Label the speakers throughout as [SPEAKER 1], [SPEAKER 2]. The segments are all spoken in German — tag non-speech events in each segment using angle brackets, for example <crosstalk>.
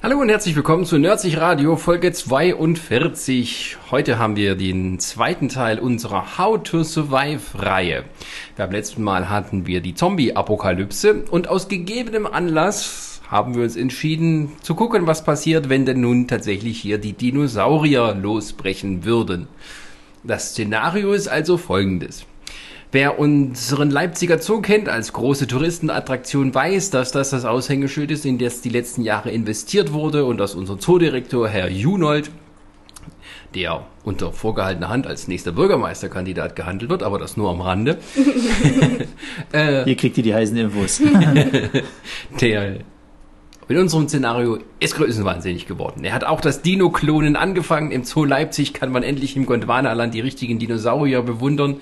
[SPEAKER 1] Hallo und herzlich willkommen zu Nerdsich Radio Folge 42. Heute haben wir den zweiten Teil unserer How to Survive Reihe. Beim letzten Mal hatten wir die Zombie-Apokalypse und aus gegebenem Anlass haben wir uns entschieden zu gucken, was passiert, wenn denn nun tatsächlich hier die Dinosaurier losbrechen würden. Das Szenario ist also folgendes. Wer unseren Leipziger Zoo kennt als große Touristenattraktion, weiß, dass das das Aushängeschild ist, in das die letzten Jahre investiert wurde und dass unser Zoodirektor Herr Junold, der unter vorgehaltener Hand als nächster Bürgermeisterkandidat gehandelt wird, aber das nur am Rande,
[SPEAKER 2] Hier kriegt ihr die heißen Infos. <laughs>
[SPEAKER 1] der in unserem Szenario ist größenwahnsinnig geworden. Er hat auch das Dino-Klonen angefangen. Im Zoo Leipzig kann man endlich im Gondwanaland die richtigen Dinosaurier bewundern.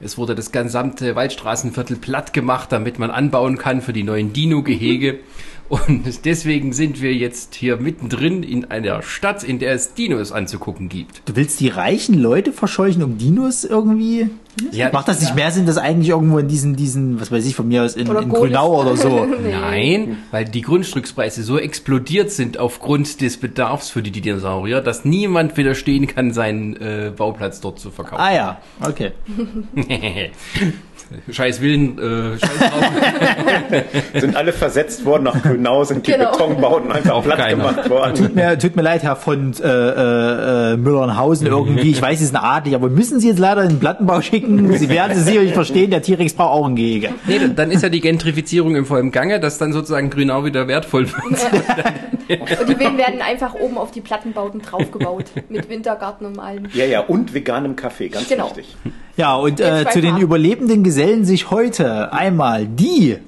[SPEAKER 1] Es wurde das gesamte Waldstraßenviertel platt gemacht, damit man anbauen kann für die neuen Dino-Gehege. Und deswegen sind wir jetzt hier mittendrin in einer Stadt, in der es Dinos anzugucken gibt.
[SPEAKER 2] Du willst die reichen Leute verscheuchen, um Dinos irgendwie?
[SPEAKER 1] Ja,
[SPEAKER 2] Macht das nicht mehr Sinn, das eigentlich irgendwo in diesen, diesen, was weiß ich von mir aus, in,
[SPEAKER 3] Oder
[SPEAKER 2] in
[SPEAKER 3] Goles.
[SPEAKER 2] Grünau oder so?
[SPEAKER 3] <laughs>
[SPEAKER 1] Nein, weil die Grundstückspreise so explodiert sind aufgrund des Bedarfs für die Dinosaurier, dass niemand widerstehen kann, seinen äh, Bauplatz dort zu verkaufen.
[SPEAKER 2] Ah ja, okay.
[SPEAKER 1] <laughs> scheiß Willen, äh, scheiß drauf.
[SPEAKER 4] sind alle versetzt worden nach Grünau, sind die
[SPEAKER 3] Genau.
[SPEAKER 4] Betonbauten einfach
[SPEAKER 1] Auf
[SPEAKER 4] platt
[SPEAKER 1] keiner.
[SPEAKER 4] gemacht worden.
[SPEAKER 2] Tut mir, tut mir leid, Herr von äh, äh, äh, Müllernhausen irgendwie. Ich weiß, Sie sind adelig, aber müssen Sie jetzt leider in den Plattenbau schicken? Sie werden Sie sicherlich verstehen, der T-Rex braucht auch ein Gehege.
[SPEAKER 1] <laughs> nee, dann- dann ist ja die Gentrifizierung im vollen Gange, dass dann sozusagen Grünau wieder wertvoll wird.
[SPEAKER 3] Und die Villen werden einfach oben auf die Plattenbauten
[SPEAKER 2] <laughs>
[SPEAKER 3] draufgebaut. Mit Wintergarten und allem.
[SPEAKER 4] Ja, ja, und veganem Kaffee, ganz
[SPEAKER 3] Genau.
[SPEAKER 4] wichtig.
[SPEAKER 2] Ja, und äh,
[SPEAKER 3] Jetzt
[SPEAKER 2] zu den
[SPEAKER 3] weiter.
[SPEAKER 2] Überlebenden gesellen sich heute einmal die,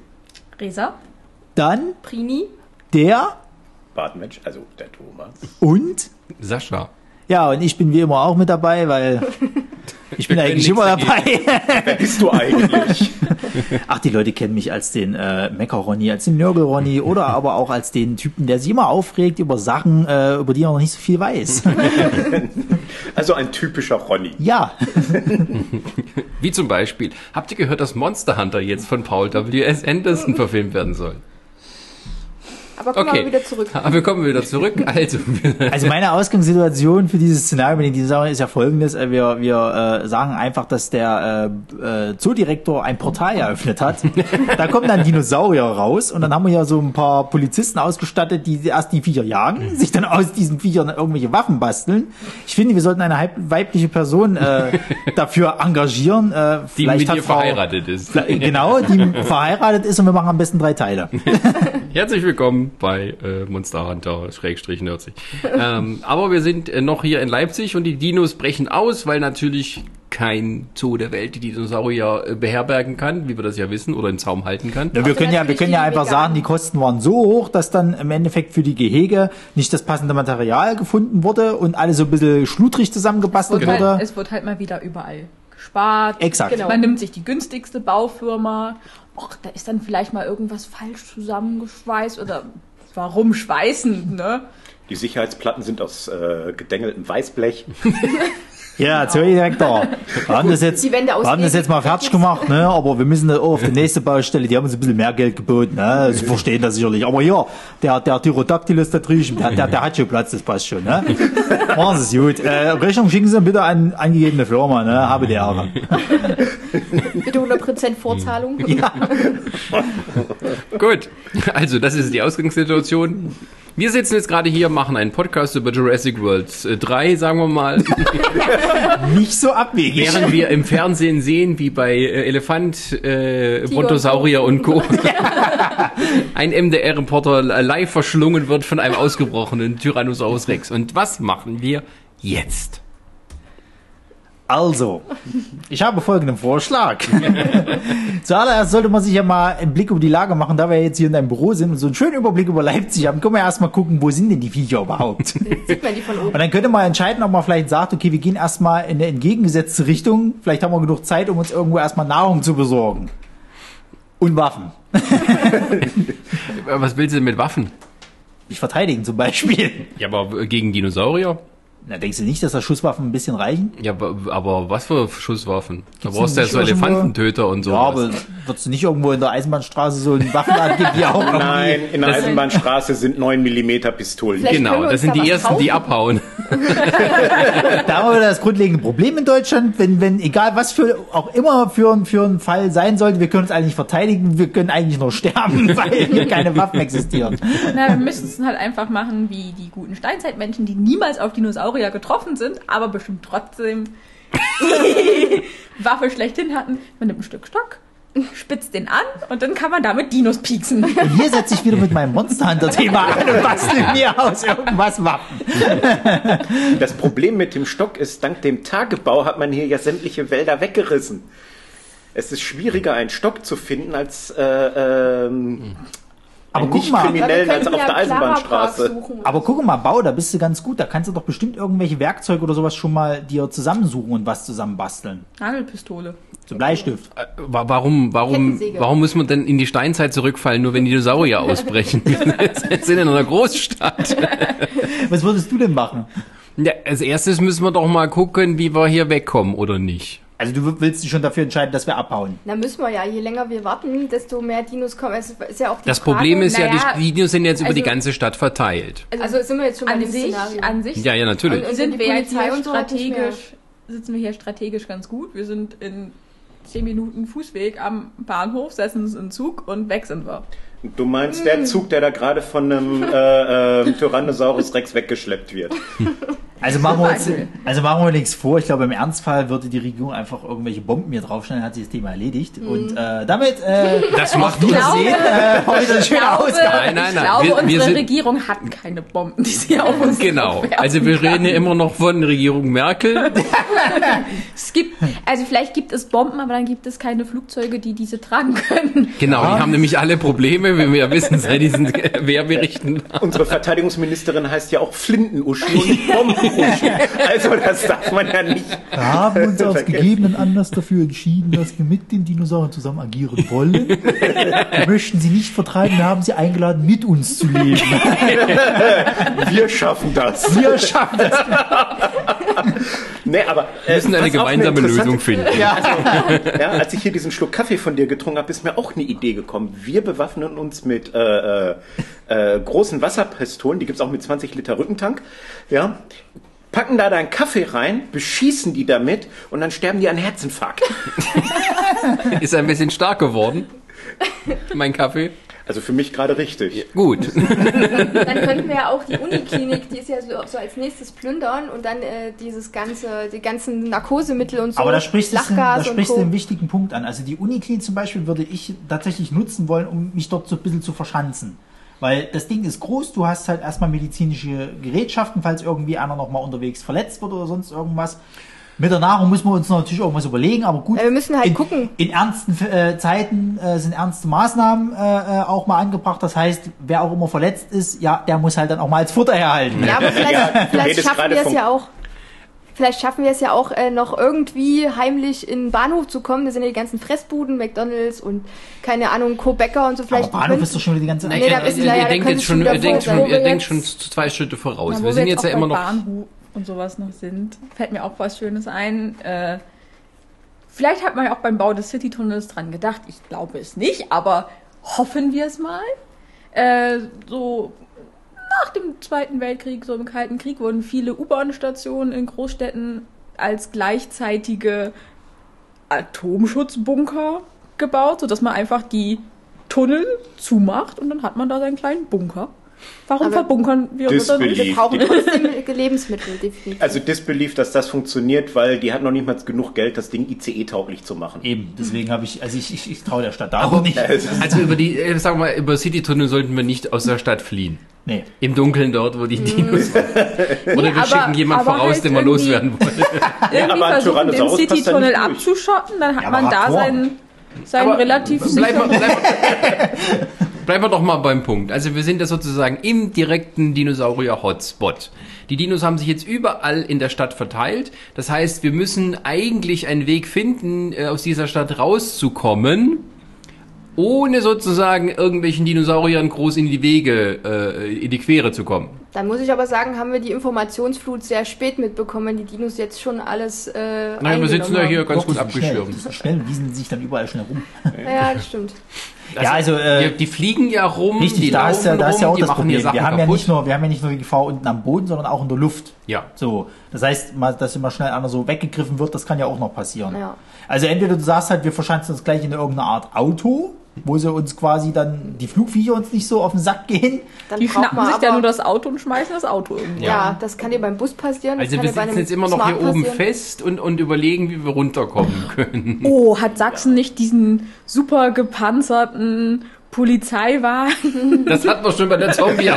[SPEAKER 3] Resa,
[SPEAKER 2] dann
[SPEAKER 3] Prini,
[SPEAKER 2] der
[SPEAKER 4] Bartmensch, also der Thomas.
[SPEAKER 2] und
[SPEAKER 1] <laughs> Sascha.
[SPEAKER 2] Ja, und ich bin wie immer auch mit dabei,
[SPEAKER 1] <laughs>
[SPEAKER 2] weil ich bin
[SPEAKER 1] Wir
[SPEAKER 2] eigentlich
[SPEAKER 1] können
[SPEAKER 2] immer
[SPEAKER 1] nichts
[SPEAKER 2] dabei. <laughs>
[SPEAKER 4] Wer bist du eigentlich?
[SPEAKER 2] Ach, die Leute kennen mich als den äh, Mecker-Ronny, als den Nörgel-Ronny oder aber auch als den Typen, der sich immer aufregt über Sachen, äh, über die er noch nicht so viel weiß. <laughs>
[SPEAKER 4] Also ein typischer Ronny.
[SPEAKER 2] ja,
[SPEAKER 1] Wie zum Beispiel, habt ihr gehört, dass Monster Hunter jetzt von Paul W.S. Anderson verfilmt werden soll?
[SPEAKER 3] aber komm mal
[SPEAKER 1] Okay,
[SPEAKER 3] wieder zurück.
[SPEAKER 1] aber wir kommen wieder zurück. Also, <laughs>
[SPEAKER 2] also meine Ausgangssituation für dieses Szenario mit den Dinosauriern ist ja folgendes. Äh, Wir, wir äh, sagen einfach, dass der äh, äh, Zoodirektor ein Portal
[SPEAKER 1] <laughs>
[SPEAKER 2] eröffnet hat. da kommen dann Dinosaurier raus und dann haben wir ja so ein paar Polizisten ausgestattet, die erst die Viecher
[SPEAKER 1] Mhm.
[SPEAKER 2] jagen, sich dann aus diesen Viechern irgendwelche Waffen basteln. Ich finde, wir sollten eine halb- weibliche
[SPEAKER 1] <laughs>
[SPEAKER 2] Person äh, dafür engagieren. Äh,
[SPEAKER 1] die
[SPEAKER 2] vielleicht
[SPEAKER 1] mit
[SPEAKER 2] hat
[SPEAKER 1] dir
[SPEAKER 2] Frau-
[SPEAKER 1] verheiratet ist.
[SPEAKER 2] Vla- Genau,
[SPEAKER 1] <laughs>
[SPEAKER 2] die verheiratet ist und wir machen am besten drei Teile.
[SPEAKER 1] Herzlich willkommen bei äh, Monster Hunter Schrägstrich Nerdsig. ähm, aber wir sind äh, noch hier in Leipzig und die Dinos brechen aus, weil natürlich kein Zoo der Welt die Dinosaurier äh, beherbergen kann, wie wir das ja wissen, oder im Zaum halten kann.
[SPEAKER 2] Ja, wir können ja, wir
[SPEAKER 3] natürlich
[SPEAKER 2] können ja
[SPEAKER 3] die
[SPEAKER 2] einfach
[SPEAKER 3] veganen.
[SPEAKER 2] sagen, die Kosten waren so hoch, dass dann im Endeffekt für die Gehege nicht das passende Material gefunden wurde und alles so ein bisschen schludrig zusammengebastelt
[SPEAKER 1] Genau.
[SPEAKER 2] wurde.
[SPEAKER 5] Weil es wird halt mal wieder überall gespart.
[SPEAKER 2] Exakt.
[SPEAKER 3] Genau.
[SPEAKER 5] Man nimmt sich die günstigste Baufirma. Och, da ist dann vielleicht mal irgendwas falsch zusammengeschweißt oder warum schweißen, ne?
[SPEAKER 4] Die Sicherheitsplatten sind aus äh, gedengeltem Weißblech.
[SPEAKER 2] Ja, Zoodirektor. Wir haben das jetzt,
[SPEAKER 3] Die Wände
[SPEAKER 2] wir haben das
[SPEAKER 3] auslegen.
[SPEAKER 2] jetzt mal fertig gemacht, ne? aber wir müssen auch auf die nächste Baustelle, die haben uns ein bisschen mehr Geld geboten. Ne? Sie verstehen das sicherlich. Aber ja, der, der Tyrodactylus da drüben, der, der, der hat schon Platz, das passt schon.
[SPEAKER 3] <laughs>
[SPEAKER 2] Ne? Machen Sie es gut. Äh, Rechnung schicken Sie bitte an angegebene Firma, ne? habe die Ehre.
[SPEAKER 3] Bitte 100%
[SPEAKER 2] <laughs>
[SPEAKER 3] Vorzahlung.
[SPEAKER 1] Gut, <laughs> also das ist die Ausgangssituation. Wir sitzen jetzt gerade hier, machen einen Podcast über Jurassic World 3, sagen wir mal,
[SPEAKER 2] Nicht so abwegig.
[SPEAKER 1] während wir im Fernsehen sehen, wie bei äh, Elefant, äh, Brontosaurier und <laughs> Co. ein MDR-Reporter live verschlungen wird von einem ausgebrochenen Tyrannosaurus Rex. Und was machen wir jetzt?
[SPEAKER 2] Also, ich habe folgenden Vorschlag. Zuallererst sollte man sich ja mal einen Blick über die Lage machen, da wir jetzt hier in deinem Büro sind und so einen schönen Überblick über Leipzig haben, können wir erstmal gucken, wo sind denn die Viecher überhaupt? Und
[SPEAKER 3] Sieht man die von oben.
[SPEAKER 2] dann könnte man entscheiden, ob man vielleicht sagt, okay, wir gehen erstmal in eine entgegengesetzte Richtung, vielleicht haben wir genug Zeit, um uns irgendwo erstmal Nahrung zu besorgen. Und Waffen.
[SPEAKER 1] Äh, Was willst du denn mit Waffen? <laughs>
[SPEAKER 2] Mich verteidigen zum Beispiel.
[SPEAKER 1] Ja, aber gegen Dinosaurier?
[SPEAKER 2] Na, denkst du nicht, dass da Schusswaffen ein bisschen reichen?
[SPEAKER 1] Ja, aber, aber was für Schusswaffen? Da
[SPEAKER 2] Gibt's
[SPEAKER 1] brauchst du ja
[SPEAKER 2] nicht
[SPEAKER 1] so
[SPEAKER 2] auch schon
[SPEAKER 1] Elefantentöter und so.
[SPEAKER 2] Ja, aber würdest du nicht irgendwo in der Eisenbahnstraße so einen Waffenladen geben, die auch
[SPEAKER 4] Nein, in der Eisenbahnstraße sind 9mm Pistolen.
[SPEAKER 3] Vielleicht können
[SPEAKER 1] genau,
[SPEAKER 3] wir
[SPEAKER 1] das
[SPEAKER 3] uns
[SPEAKER 1] sind die
[SPEAKER 3] da was
[SPEAKER 1] ersten, die abhauen.
[SPEAKER 2] Da haben wir wieder das grundlegende Problem in Deutschland, wenn, wenn, egal was für, auch immer für, für einen Fall sein sollte, wir können uns eigentlich nicht verteidigen, wir können eigentlich nur sterben, <laughs> weil hier keine Waffen existieren.
[SPEAKER 5] Na, wir müssen es halt einfach machen wie die guten Steinzeitmenschen, die niemals auf Dinosaurier getroffen sind, aber bestimmt trotzdem Waffe schlechthin hatten. Man nimmt ein Stück Stock, spitzt den an und dann kann man damit Dinos pieksen.
[SPEAKER 2] Und hier setze ich wieder mit meinem Monster Hunter Thema an und bastel mir aus irgendwas Waffen.
[SPEAKER 4] Das Problem mit dem Stock ist, dank dem Tagebau hat man hier ja sämtliche Wälder weggerissen. Es ist schwieriger, einen Stock zu finden, als äh, ähm,
[SPEAKER 2] Aber
[SPEAKER 4] einen
[SPEAKER 2] guck mal,
[SPEAKER 3] Ja, wir
[SPEAKER 4] Nicht-Kriminellen als
[SPEAKER 3] könnten
[SPEAKER 4] auf
[SPEAKER 3] ja
[SPEAKER 4] der
[SPEAKER 3] Clara
[SPEAKER 4] Eisenbahnstraße.
[SPEAKER 3] Park suchen.
[SPEAKER 2] aber guck mal, Bau, da bist du ganz gut, da kannst du doch bestimmt irgendwelche Werkzeuge oder sowas schon mal dir zusammensuchen und was zusammenbasteln.
[SPEAKER 5] Nagelpistole.
[SPEAKER 2] So Bleistift.
[SPEAKER 1] Äh, wa- Warum, warum,
[SPEAKER 3] Kettensäge.
[SPEAKER 1] warum muss man denn in die Steinzeit zurückfallen, nur wenn Dinosaurier <laughs>
[SPEAKER 3] <laughs>
[SPEAKER 1] ausbrechen? Wir sind in einer Großstadt.
[SPEAKER 2] Was würdest du denn machen?
[SPEAKER 1] Ja, als erstes müssen wir doch mal gucken, wie wir hier wegkommen oder nicht.
[SPEAKER 2] Also du willst dich schon dafür entscheiden, dass wir abhauen.
[SPEAKER 3] Na, müssen wir ja. Je länger wir warten, desto mehr Dinos kommen. Es ist ja auch die
[SPEAKER 1] Das
[SPEAKER 3] Frage,
[SPEAKER 1] Problem ist ja,
[SPEAKER 5] naja,
[SPEAKER 1] die Dinos sind jetzt über die
[SPEAKER 5] also-
[SPEAKER 1] ganze Stadt verteilt.
[SPEAKER 3] Also sind wir jetzt schon bei
[SPEAKER 5] An
[SPEAKER 3] dem
[SPEAKER 5] sich,
[SPEAKER 3] Szenario.
[SPEAKER 5] an sich
[SPEAKER 1] Ja, ja, natürlich.
[SPEAKER 3] Und-
[SPEAKER 5] sind
[SPEAKER 3] die
[SPEAKER 5] wir jetzt
[SPEAKER 3] Polizei
[SPEAKER 5] hier
[SPEAKER 3] und so halt nicht
[SPEAKER 5] strategisch, sitzen wir hier strategisch ganz gut. Wir sind in 10 Minuten Fußweg am Bahnhof, setzen uns in den Zug und weg sind wir.
[SPEAKER 4] Du meinst,
[SPEAKER 2] Mm.
[SPEAKER 4] der Zug, der da gerade von einem äh, äh, Tyrannosaurus Rex weggeschleppt wird.
[SPEAKER 2] Also machen, wir uns,
[SPEAKER 5] Beispiel.
[SPEAKER 2] also machen wir nichts vor. Ich glaube, im Ernstfall würde die Regierung einfach irgendwelche Bomben hier draufstellen, hat sich das Thema erledigt. Und äh, damit äh,
[SPEAKER 1] Das macht du.
[SPEAKER 2] wiedersehen. Äh, heute eine schöne
[SPEAKER 5] glaube,
[SPEAKER 2] Ausgabe.
[SPEAKER 1] Nein, nein,
[SPEAKER 5] ich
[SPEAKER 1] nein.
[SPEAKER 5] glaube,
[SPEAKER 1] Wir- wir
[SPEAKER 5] unsere
[SPEAKER 1] sind-
[SPEAKER 5] Regierung hat keine Bomben, die sie auf
[SPEAKER 1] <laughs>
[SPEAKER 5] uns
[SPEAKER 1] Genau.
[SPEAKER 5] werfen
[SPEAKER 1] Also wir
[SPEAKER 5] kann.
[SPEAKER 1] reden ja immer noch von Regierung Merkel.
[SPEAKER 5] Es gibt, also vielleicht gibt es Bomben, aber dann gibt es keine Flugzeuge, die diese tragen können.
[SPEAKER 1] Genau, die haben nämlich alle Probleme, wie wir ja wissen, seit diesen Wehrberichten.
[SPEAKER 4] Unsere Verteidigungsministerin heißt ja auch
[SPEAKER 2] <laughs>
[SPEAKER 4] Flintenuschen und Bombenuschen. Also das darf man ja nicht.
[SPEAKER 2] Wir haben uns aus
[SPEAKER 4] Vergessen.
[SPEAKER 2] gegebenen Anlass dafür entschieden, dass wir mit den Dinosauriern zusammen agieren wollen. Wir möchten sie nicht vertreiben, wir haben sie eingeladen, mit uns zu leben.
[SPEAKER 4] Wir schaffen das.
[SPEAKER 2] Wir schaffen das.
[SPEAKER 4] <laughs> Nee, aber äh,
[SPEAKER 1] Wir müssen eine
[SPEAKER 4] pass auf,
[SPEAKER 1] gemeinsame
[SPEAKER 4] interessante-
[SPEAKER 1] Lösung finden.
[SPEAKER 4] Ja, als ich hier diesen Schluck Kaffee von dir getrunken habe, ist mir auch eine Idee gekommen. Wir bewaffnen uns mit äh, äh, äh, großen Wasserpistolen, die gibt's auch mit 20 Liter Rückentank. Ja. Packen da deinen Kaffee rein, beschießen die damit und dann sterben die an Herzinfarkt.
[SPEAKER 1] Ist ein bisschen stark geworden. Mein Kaffee.
[SPEAKER 4] Also für mich gerade richtig.
[SPEAKER 1] Gut.
[SPEAKER 3] Dann könnten wir ja auch die Uniklinik, die ist ja so, so als nächstes plündern und dann äh, dieses ganze, die ganzen Narkosemittel und so.
[SPEAKER 2] Aber da sprichst, du, da
[SPEAKER 3] Lachgas und
[SPEAKER 2] sprichst du einen wichtigen Punkt an. Also die Uniklinik zum Beispiel würde ich tatsächlich nutzen wollen, um mich dort so ein bisschen zu verschanzen. Weil das Ding ist groß, du hast halt erstmal medizinische Gerätschaften, falls irgendwie einer nochmal unterwegs verletzt wird oder sonst irgendwas. Mit der Nahrung müssen wir uns natürlich irgendwas überlegen, aber gut.
[SPEAKER 3] Ja, wir müssen halt
[SPEAKER 2] in,
[SPEAKER 3] gucken.
[SPEAKER 2] In ernsten äh, Zeiten äh, sind ernste Maßnahmen äh, äh, auch mal angebracht. Das heißt, wer auch immer verletzt ist, ja, der muss halt dann auch mal als Futter herhalten.
[SPEAKER 3] Ja, aber vielleicht,
[SPEAKER 4] <laughs> Ja, du
[SPEAKER 3] vielleicht
[SPEAKER 4] redest
[SPEAKER 3] schaffen
[SPEAKER 4] gerade
[SPEAKER 3] wir es
[SPEAKER 4] vom-
[SPEAKER 3] ja auch. Vielleicht schaffen wir es ja auch äh, noch irgendwie heimlich in den Bahnhof zu kommen. Da sind ja die ganzen Fressbuden, McDonalds und keine Ahnung, Co. Bäcker und so.
[SPEAKER 2] Aber
[SPEAKER 3] Vielleicht
[SPEAKER 2] Bahnhof ist doch schon wieder die ganze
[SPEAKER 3] Nee, da ist- ja,
[SPEAKER 1] Äh, ihr
[SPEAKER 3] da
[SPEAKER 1] denkt
[SPEAKER 3] können
[SPEAKER 1] jetzt
[SPEAKER 3] Sie
[SPEAKER 1] schon,
[SPEAKER 3] wieder
[SPEAKER 1] ihr denkt
[SPEAKER 3] vor-
[SPEAKER 1] schon,
[SPEAKER 3] wo
[SPEAKER 1] ihr
[SPEAKER 3] wir
[SPEAKER 1] denkt
[SPEAKER 3] jetzt-
[SPEAKER 1] schon zwei Schritte voraus.
[SPEAKER 5] Na, wo
[SPEAKER 1] wir sind jetzt
[SPEAKER 5] auch
[SPEAKER 1] ja immer
[SPEAKER 5] bei
[SPEAKER 1] noch.
[SPEAKER 5] Bahnhof und sowas noch sind, fällt mir auch was Schönes ein. Äh, vielleicht hat man ja auch beim Bau des Citytunnels dran gedacht. Ich glaube es nicht, aber hoffen wir es mal. Äh, so nach dem Zweiten Weltkrieg, so im Kalten Krieg, wurden viele U-Bahn-Stationen in Großstädten als gleichzeitige Atomschutzbunker gebaut, sodass man einfach die Tunnel zumacht und dann hat man da seinen kleinen Bunker. Warum
[SPEAKER 3] Aber-
[SPEAKER 5] verbunkern wir uns dann nicht?
[SPEAKER 4] Disbelief.
[SPEAKER 3] wir brauchen trotzdem <laughs> Lebensmittel, definitiv.
[SPEAKER 4] Also Disbelief, dass das funktioniert, weil die hat noch niemals genug Geld, das Ding ICE-tauglich zu machen.
[SPEAKER 2] Eben, deswegen habe ich, also ich, ich, ich traue der Stadt da auch nicht.
[SPEAKER 1] Also über die, äh, sagen wir mal, über Citytunnel sollten wir nicht aus der Stadt fliehen.
[SPEAKER 2] Nee.
[SPEAKER 1] Im Dunkeln dort, wo die Dinos. Oder wir
[SPEAKER 5] Hm, aber-
[SPEAKER 1] schicken jemanden
[SPEAKER 5] aber
[SPEAKER 1] voraus,
[SPEAKER 5] halt
[SPEAKER 1] den wir
[SPEAKER 5] irgendwie-
[SPEAKER 1] loswerden wollen.
[SPEAKER 5] irgendwie
[SPEAKER 4] aber ein
[SPEAKER 5] versuchen, den
[SPEAKER 4] Tyrannosaurus passt da
[SPEAKER 5] Citytunnel
[SPEAKER 4] nicht durch.
[SPEAKER 5] abzuschotten, dann hat
[SPEAKER 2] Ja, aber
[SPEAKER 5] man da
[SPEAKER 2] Radtor.
[SPEAKER 5] seinen, seinen
[SPEAKER 1] Aber
[SPEAKER 5] relativ
[SPEAKER 1] Bleiben wir,
[SPEAKER 5] sicheren...
[SPEAKER 1] bleiben, wir- bleiben wir doch mal beim Punkt. Also wir sind ja sozusagen im direkten Dinosaurier-Hotspot. Die Dinos haben sich jetzt überall in der Stadt verteilt. Das heißt, wir müssen eigentlich einen Weg finden, äh, aus dieser Stadt rauszukommen, ohne sozusagen irgendwelchen Dinosauriern groß in die Wege, äh, in die Quere zu kommen.
[SPEAKER 3] Dann muss ich aber sagen, haben wir die Informationsflut sehr spät mitbekommen, wenn die Dinos jetzt schon alles. Äh,
[SPEAKER 1] Nein, wir sitzen ja
[SPEAKER 3] eingenommen
[SPEAKER 1] hier ganz
[SPEAKER 2] Doch, die
[SPEAKER 1] gut
[SPEAKER 2] sind schnell,
[SPEAKER 1] abgeschirmt.
[SPEAKER 2] die sind schnell und wiesen sich dann überall schnell rum.
[SPEAKER 3] haben. Ja, das stimmt.
[SPEAKER 2] ja, also äh,
[SPEAKER 1] die, die fliegen ja rum,
[SPEAKER 2] richtig,
[SPEAKER 1] die
[SPEAKER 2] da
[SPEAKER 1] laufen
[SPEAKER 2] ist ja, da ist ja
[SPEAKER 1] rum,
[SPEAKER 2] auch
[SPEAKER 1] die
[SPEAKER 2] das
[SPEAKER 1] machen hier
[SPEAKER 2] Problem.
[SPEAKER 1] Sachen
[SPEAKER 2] Wir haben, ja
[SPEAKER 1] kaputt.
[SPEAKER 2] nicht nur, wir haben ja nicht nur die Gefahr unten am Boden, sondern auch in der Luft.
[SPEAKER 1] ja.
[SPEAKER 2] So, das heißt, mal, dass immer schnell einer so weggegriffen wird, das kann ja auch noch passieren.
[SPEAKER 3] Ja.
[SPEAKER 2] Also entweder du sagst halt, wir verschanzen uns gleich in irgendeiner Art Auto, wo sie uns quasi dann die Flugviecher uns nicht so auf den Sack gehen.
[SPEAKER 3] Dann
[SPEAKER 5] Die
[SPEAKER 3] braucht
[SPEAKER 5] schnappen
[SPEAKER 3] man
[SPEAKER 5] sich
[SPEAKER 3] aber,
[SPEAKER 5] dann nur das Auto und schmeißen das Auto irgendwo.
[SPEAKER 3] Ja, das kann dir beim Bus passieren. das
[SPEAKER 1] Also
[SPEAKER 3] kann
[SPEAKER 1] wir
[SPEAKER 3] dir bei
[SPEAKER 1] sitzen
[SPEAKER 3] einem
[SPEAKER 1] jetzt immer noch
[SPEAKER 3] Smart
[SPEAKER 1] hier oben
[SPEAKER 3] passieren.
[SPEAKER 1] fest und, und überlegen, wie wir runterkommen können.
[SPEAKER 5] Oh, hat Sachsen nicht diesen super gepanzerten Polizeiwagen?
[SPEAKER 1] Das hatten wir schon bei
[SPEAKER 2] <laughs>
[SPEAKER 1] der zombie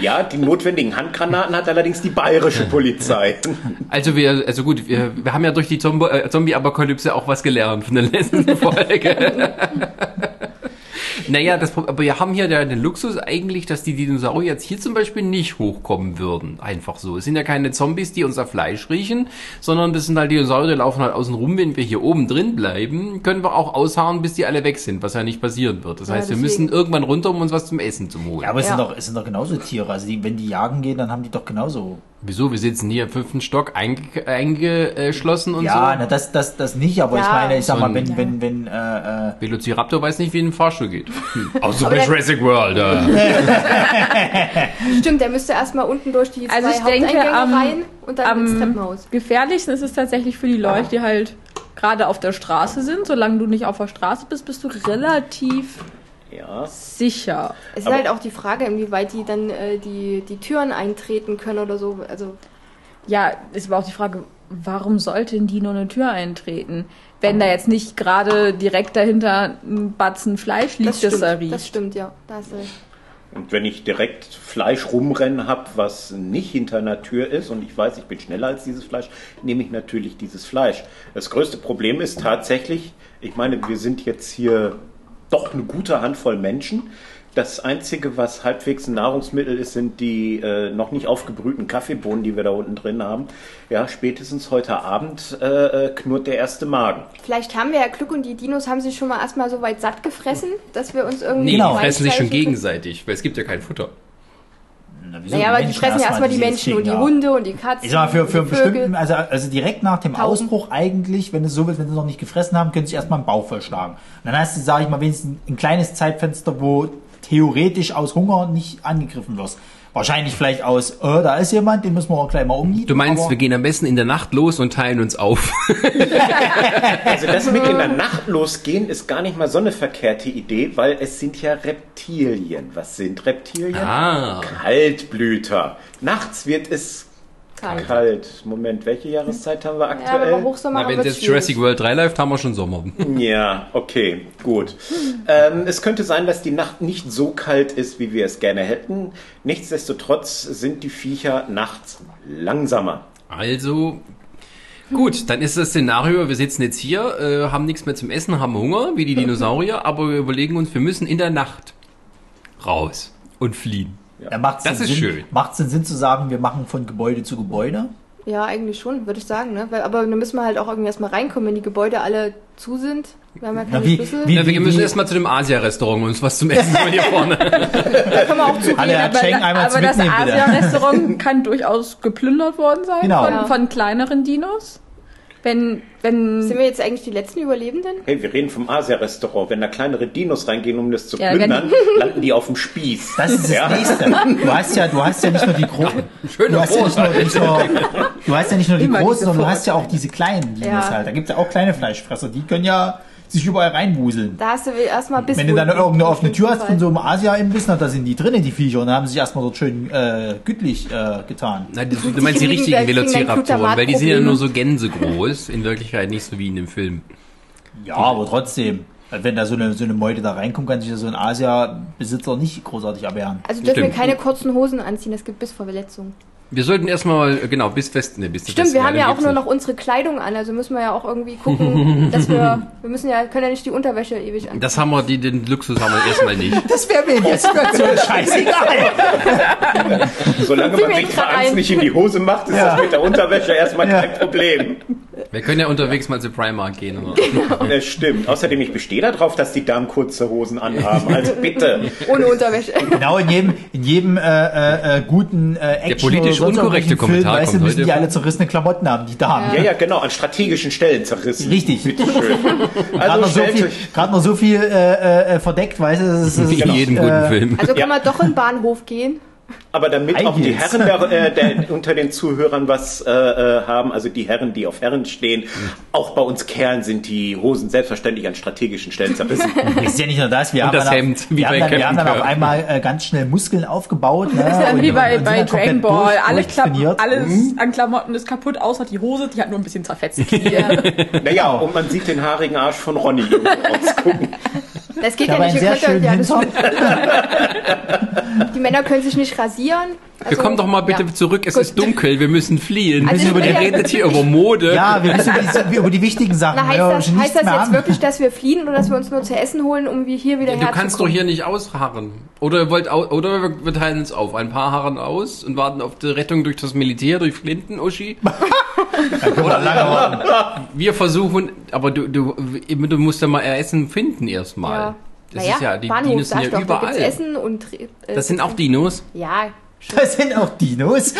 [SPEAKER 4] Ja, die notwendigen Handgranaten hat allerdings die bayerische Polizei.
[SPEAKER 1] Also wir, also gut, wir, wir haben ja durch die Zombo- äh, Zombie-Apokalypse auch was gelernt von der letzten Folge. naja, das, Pro- aber wir haben hier ja den Luxus eigentlich, dass die Dinosaurier jetzt hier zum Beispiel nicht hochkommen würden. Einfach so. Es sind ja keine Zombies, die unser Fleisch riechen, sondern das sind halt Dinosaurier, die laufen halt außen rum. Wenn wir hier oben drin bleiben, können wir auch ausharren, bis die alle weg sind, was ja nicht passieren wird. Das
[SPEAKER 3] Ja,
[SPEAKER 1] heißt, wir
[SPEAKER 3] deswegen.
[SPEAKER 1] müssen irgendwann runter, um uns was zum Essen zu holen.
[SPEAKER 2] Ja, aber es,
[SPEAKER 3] Ja.
[SPEAKER 2] Sind doch, es sind doch genauso Tiere. Also die, wenn die jagen gehen, dann haben die doch genauso.
[SPEAKER 1] Wieso? Wir sitzen hier im fünften Stock einge eingeschlossen und
[SPEAKER 2] ja,
[SPEAKER 1] so.
[SPEAKER 2] na, das, das, das nicht, aber ich
[SPEAKER 3] Ja.
[SPEAKER 2] meine, ich sag mal,
[SPEAKER 1] So
[SPEAKER 2] wenn,
[SPEAKER 1] ein-
[SPEAKER 2] wenn, wenn, äh, äh,
[SPEAKER 1] Velociraptor weiß nicht, wie ein Fahrstuhl geht.
[SPEAKER 2] Hm.
[SPEAKER 1] <laughs> Außer
[SPEAKER 3] Aber
[SPEAKER 1] bei
[SPEAKER 3] der-
[SPEAKER 1] Jurassic World. Äh.
[SPEAKER 3] Stimmt, der müsste erstmal unten durch die
[SPEAKER 5] Also
[SPEAKER 3] zwei
[SPEAKER 5] ich denke,
[SPEAKER 3] Haupteingänge
[SPEAKER 5] am-
[SPEAKER 3] rein und dann ins
[SPEAKER 5] Am
[SPEAKER 3] Treppenhaus.
[SPEAKER 5] gefährlichsten ist es tatsächlich für die Leute, die halt gerade auf der Straße sind. Solange du nicht auf der Straße bist, bist du relativ
[SPEAKER 4] Ja.
[SPEAKER 5] sicher.
[SPEAKER 3] Es ist
[SPEAKER 4] aber-
[SPEAKER 3] halt auch die Frage, inwieweit die dann äh, die, die Türen eintreten können oder so. Also
[SPEAKER 5] Ja, ist aber auch die Frage, warum sollte ein Dino eine Tür eintreten? Wenn da jetzt nicht gerade direkt dahinter ein Batzen Fleisch liegt,
[SPEAKER 3] das
[SPEAKER 5] das, er
[SPEAKER 3] stimmt,
[SPEAKER 5] riecht.
[SPEAKER 3] das stimmt, ja. Da hast du recht.
[SPEAKER 4] Und wenn ich direkt Fleisch rumrennen habe, was nicht hinter einer Tür ist und ich weiß, ich bin schneller als dieses Fleisch, nehme ich natürlich dieses Fleisch. Das größte Problem ist tatsächlich, ich meine, wir sind jetzt hier doch eine gute Handvoll Menschen. Das Einzige, was halbwegs ein Nahrungsmittel ist, sind die äh, noch nicht aufgebrühten Kaffeebohnen, die wir da unten drin haben. Ja, spätestens heute Abend äh, äh, knurrt der erste Magen.
[SPEAKER 3] Vielleicht haben wir ja Glück und die Dinos haben sich schon mal erstmal so weit satt gefressen, dass wir uns irgendwie.
[SPEAKER 1] Nee,
[SPEAKER 2] Genau.
[SPEAKER 1] die fressen sich schon
[SPEAKER 3] reinschleichen können.
[SPEAKER 1] gegenseitig, weil es gibt ja kein Futter.
[SPEAKER 2] na, wieso
[SPEAKER 3] Naja, aber die fressen ja erstmal die
[SPEAKER 2] sie jetzt
[SPEAKER 3] Menschen
[SPEAKER 2] kriegen,
[SPEAKER 3] und die
[SPEAKER 2] ja.
[SPEAKER 3] Hunde und die Katzen.
[SPEAKER 2] Ich sag mal, für, für einen
[SPEAKER 3] und die Vögel.
[SPEAKER 2] bestimmten, also, also direkt nach dem
[SPEAKER 3] Tauben.
[SPEAKER 2] Ausbruch eigentlich, wenn du so willst, wenn sie noch nicht gefressen haben, können sie sich erstmal einen Bauch vollschlagen. Und dann hast du, sage ich mal, wenigstens ein kleines Zeitfenster, wo theoretisch aus Hunger nicht angegriffen wirst. Wahrscheinlich vielleicht aus, äh, da ist jemand, den müssen wir auch gleich mal umnieten.
[SPEAKER 1] Du meinst,
[SPEAKER 2] aber-
[SPEAKER 1] wir gehen am besten in der Nacht los und teilen uns
[SPEAKER 2] <laughs>
[SPEAKER 1] auf.
[SPEAKER 4] Also das mit in der Nacht losgehen ist gar nicht mal so eine verkehrte Idee, weil es sind ja Reptilien. Was sind Reptilien?
[SPEAKER 1] Ah.
[SPEAKER 4] Kaltblüter. Nachts wird es
[SPEAKER 3] Kalt.
[SPEAKER 4] kalt. Moment, welche Jahreszeit haben wir
[SPEAKER 3] Ja, aber
[SPEAKER 4] aktuell?
[SPEAKER 3] im Hochsommer
[SPEAKER 1] Na, wenn
[SPEAKER 3] haben
[SPEAKER 1] jetzt Jurassic World 3 läuft, haben wir schon Sommer.
[SPEAKER 4] Ja, okay, gut. Ähm, es könnte sein, dass die Nacht nicht so kalt ist, wie wir es gerne hätten. Nichtsdestotrotz sind die Viecher nachts langsamer.
[SPEAKER 1] Also, gut, dann ist das Szenario, wir sitzen jetzt hier, äh, haben nichts mehr zum Essen, haben Hunger, wie die
[SPEAKER 2] <laughs>
[SPEAKER 1] Dinosaurier, aber wir überlegen uns, wir müssen in der Nacht raus und fliehen.
[SPEAKER 2] Dann macht's
[SPEAKER 1] Das
[SPEAKER 2] den
[SPEAKER 1] ist
[SPEAKER 2] Sinn,
[SPEAKER 1] schön.
[SPEAKER 2] Macht den Sinn zu sagen, wir machen von Gebäude zu Gebäude.
[SPEAKER 3] Ja, eigentlich schon, würde ich sagen. Ne? Weil, aber dann müssen wir halt auch irgendwie erstmal reinkommen, wenn die Gebäude alle zu sind. Wir haben ja keine
[SPEAKER 2] wie-
[SPEAKER 3] Schlüssel.
[SPEAKER 2] wie-
[SPEAKER 1] Ja, wir müssen
[SPEAKER 2] die-
[SPEAKER 1] erstmal zu dem Asia-Restaurant um uns was
[SPEAKER 2] <laughs>
[SPEAKER 1] zum Essen holen hier vorne.
[SPEAKER 3] da können wir auch zu.
[SPEAKER 2] Alle Herr
[SPEAKER 5] aber
[SPEAKER 2] Cheng einmal zu
[SPEAKER 5] aber das
[SPEAKER 2] mitnehmen, bitte. <laughs>
[SPEAKER 5] Asia-Restaurant kann durchaus geplündert worden sein
[SPEAKER 2] Genau.
[SPEAKER 5] von,
[SPEAKER 2] Ja.
[SPEAKER 5] von kleineren Dinos. Wenn,
[SPEAKER 3] Sind
[SPEAKER 5] wenn,
[SPEAKER 3] wir jetzt eigentlich die letzten Überlebenden?
[SPEAKER 4] Hey, wir reden vom Asia-Restaurant. Wenn da kleinere Dinos reingehen, um das zu
[SPEAKER 5] Ja,
[SPEAKER 4] plündern, landen die auf dem Spieß.
[SPEAKER 2] Das ist das
[SPEAKER 4] Ja.
[SPEAKER 2] Nächste. Du hast ja, du hast ja nicht nur die Gruppen.
[SPEAKER 1] Schöner
[SPEAKER 2] du hast, ja
[SPEAKER 1] Brot,
[SPEAKER 2] nicht nur, nicht nur, du hast ja nicht nur die
[SPEAKER 5] Immer diese
[SPEAKER 2] großen, sondern du
[SPEAKER 5] Vorurteile.
[SPEAKER 2] hast ja auch diese kleinen Dinos
[SPEAKER 3] Ja.
[SPEAKER 2] halt. Da gibt es ja auch kleine Fleischfresser, die können ja sich überall reinwuseln.
[SPEAKER 3] Da hast du erstmal bis.
[SPEAKER 2] Wenn du dann irgendeine
[SPEAKER 3] <laughs>
[SPEAKER 2] offene Tür hast
[SPEAKER 3] Fall.
[SPEAKER 2] von so einem Asia-Imbiss, na, da sind die drinnen, die Viecher, und dann haben sie sich erstmal dort schön äh, gütlich äh, getan.
[SPEAKER 1] Na,
[SPEAKER 3] <laughs>
[SPEAKER 1] du, du meinst die richtigen
[SPEAKER 3] kriegen gleich- kriegen gleich
[SPEAKER 1] Velociraptoren, weil die sind ja
[SPEAKER 3] Glutamat-Probleme.
[SPEAKER 1] nur so gänsegroß, in Wirklichkeit nicht so wie in dem Film.
[SPEAKER 2] Ja, aber trotzdem. also Wenn da so eine, so eine Meute da reinkommt, kann sich ja so ein Asia-Besitzer nicht großartig abwehren.
[SPEAKER 3] Also dürfen wir
[SPEAKER 1] Stimmt.
[SPEAKER 3] keine kurzen Hosen anziehen, das gibt bis Verletzungen.
[SPEAKER 1] Wir sollten erstmal, äh, genau, bis fest, ne, bis
[SPEAKER 3] Stimmt, wir haben ja auch nur noch unsere Kleidung an, also müssen wir ja auch
[SPEAKER 1] <laughs>
[SPEAKER 3] irgendwie gucken, dass wir, wir müssen ja, können ja nicht die Unterwäsche ewig an.
[SPEAKER 1] Das haben wir, die, den Luxus haben wir erstmal
[SPEAKER 3] <laughs>
[SPEAKER 1] nicht.
[SPEAKER 2] Das wäre mir in der <laughs> Situation scheißegal.
[SPEAKER 4] Solange
[SPEAKER 3] Fiel
[SPEAKER 4] man
[SPEAKER 3] mir
[SPEAKER 4] sich
[SPEAKER 3] grad
[SPEAKER 4] vor Angst
[SPEAKER 3] ein.
[SPEAKER 4] nicht in die Hose macht, ist
[SPEAKER 2] Ja.
[SPEAKER 4] das mit der Unterwäsche erstmal
[SPEAKER 2] Ja.
[SPEAKER 4] kein Problem.
[SPEAKER 1] Wir können ja unterwegs mal zu Primark gehen. Oder?
[SPEAKER 3] Genau.
[SPEAKER 4] Das stimmt. Außerdem, ich bestehe darauf, dass die Damen kurze
[SPEAKER 2] <laughs>
[SPEAKER 4] Hosen anhaben. Also bitte.
[SPEAKER 3] Ohne
[SPEAKER 1] <laughs>
[SPEAKER 3] Unterwäsche. Also
[SPEAKER 2] Genau, in jedem, in jedem äh, äh, äh, guten äh, Action
[SPEAKER 1] politisch
[SPEAKER 2] oder sonst
[SPEAKER 1] unkorrekte
[SPEAKER 2] irgendwelchen
[SPEAKER 1] Kommentar
[SPEAKER 2] weißt du,
[SPEAKER 1] kommt
[SPEAKER 2] müssen
[SPEAKER 1] heute.
[SPEAKER 2] die alle zerrissene Klamotten haben, die Damen.
[SPEAKER 4] Ja, ja, genau. An strategischen Stellen zerrissen.
[SPEAKER 2] Richtig.
[SPEAKER 4] Bitteschön.
[SPEAKER 2] <laughs> Gerade
[SPEAKER 4] Also
[SPEAKER 2] noch so
[SPEAKER 4] stellt
[SPEAKER 2] viel,
[SPEAKER 4] euch.
[SPEAKER 2] gerade noch so viel äh, äh, verdeckt, weißt du, das ist, das
[SPEAKER 1] Wie
[SPEAKER 2] ist
[SPEAKER 1] in
[SPEAKER 2] nicht,
[SPEAKER 1] jedem guten Film.
[SPEAKER 3] Also
[SPEAKER 4] Ja.
[SPEAKER 3] kann man doch in den Bahnhof gehen.
[SPEAKER 4] Aber damit auch die
[SPEAKER 2] Eigens.
[SPEAKER 4] Herren der, äh, der, unter den Zuhörern was äh, äh, haben, also die Herren, die auf Herren stehen, auch bei uns Kerlen sind die Hosen selbstverständlich an strategischen
[SPEAKER 2] <laughs>
[SPEAKER 4] Stellen zerrissen.
[SPEAKER 2] Es <laughs> ist ja nicht nur das, wir haben,
[SPEAKER 1] das
[SPEAKER 2] dann,
[SPEAKER 1] Hemd,
[SPEAKER 2] wir
[SPEAKER 1] wie
[SPEAKER 2] haben,
[SPEAKER 1] bei
[SPEAKER 2] dann, wir
[SPEAKER 1] Captain
[SPEAKER 2] haben dann auf
[SPEAKER 1] Kirk.
[SPEAKER 2] einmal äh, ganz schnell Muskeln aufgebaut. Ne?
[SPEAKER 5] Das ist ja wie
[SPEAKER 2] und-
[SPEAKER 5] bei,
[SPEAKER 2] und sind
[SPEAKER 5] bei
[SPEAKER 2] dann komplett Hm?
[SPEAKER 5] Dragon Ball.
[SPEAKER 2] durch-
[SPEAKER 5] Alle Klappen,
[SPEAKER 2] durchtrainiert.
[SPEAKER 5] alles an Klamotten ist kaputt, außer die Hose, die äh, hat nur ein bisschen
[SPEAKER 2] <laughs>
[SPEAKER 5] zerfetzt. Hier.
[SPEAKER 4] naja, und man sieht den haarigen Arsch
[SPEAKER 2] <laughs>
[SPEAKER 4] von Ronny. rausgucken.
[SPEAKER 3] Das geht
[SPEAKER 2] Ich habe
[SPEAKER 3] ja nicht.
[SPEAKER 2] einen sehr
[SPEAKER 3] Ihr könnt
[SPEAKER 2] schönen
[SPEAKER 3] ja, das,
[SPEAKER 2] Hintern.
[SPEAKER 3] die Männer können sich nicht rasieren. Also,
[SPEAKER 1] Wir kommen doch mal bitte
[SPEAKER 3] ja.
[SPEAKER 1] zurück, es
[SPEAKER 3] Gut.
[SPEAKER 1] ist dunkel, wir müssen fliehen.
[SPEAKER 3] Also
[SPEAKER 1] wir
[SPEAKER 3] ich will ja-
[SPEAKER 1] redet hier über Mode.
[SPEAKER 2] Ja, wir müssen über die, über die wichtigen Sachen.
[SPEAKER 3] Na, heißt
[SPEAKER 2] ja,
[SPEAKER 3] das,
[SPEAKER 2] nichts
[SPEAKER 3] heißt das
[SPEAKER 2] mehr
[SPEAKER 3] jetzt
[SPEAKER 2] haben.
[SPEAKER 3] wirklich, dass wir fliehen oder dass wir uns nur zu essen holen, um wir hier wieder
[SPEAKER 1] Du kannst doch
[SPEAKER 3] herzukommen?
[SPEAKER 1] hier nicht ausharren. Oder, ihr wollt au oder wir, wir teilen uns auf. Ein paar harren aus und warten auf die Rettung durch das Militär, durch Flinten, Uschi. Wir versuchen, aber du, du, du musst ja mal Essen finden erstmal.
[SPEAKER 3] Ja.
[SPEAKER 1] Das
[SPEAKER 3] Naja,
[SPEAKER 1] ist ja, die
[SPEAKER 3] Bahnhof,
[SPEAKER 1] Dinos sind
[SPEAKER 3] sag
[SPEAKER 1] ja
[SPEAKER 3] ich doch, Da
[SPEAKER 1] überall.
[SPEAKER 3] gibt's Essen und. Äh,
[SPEAKER 1] Das sind auch Dinos.
[SPEAKER 3] Ja.
[SPEAKER 2] Das sind auch Dinos.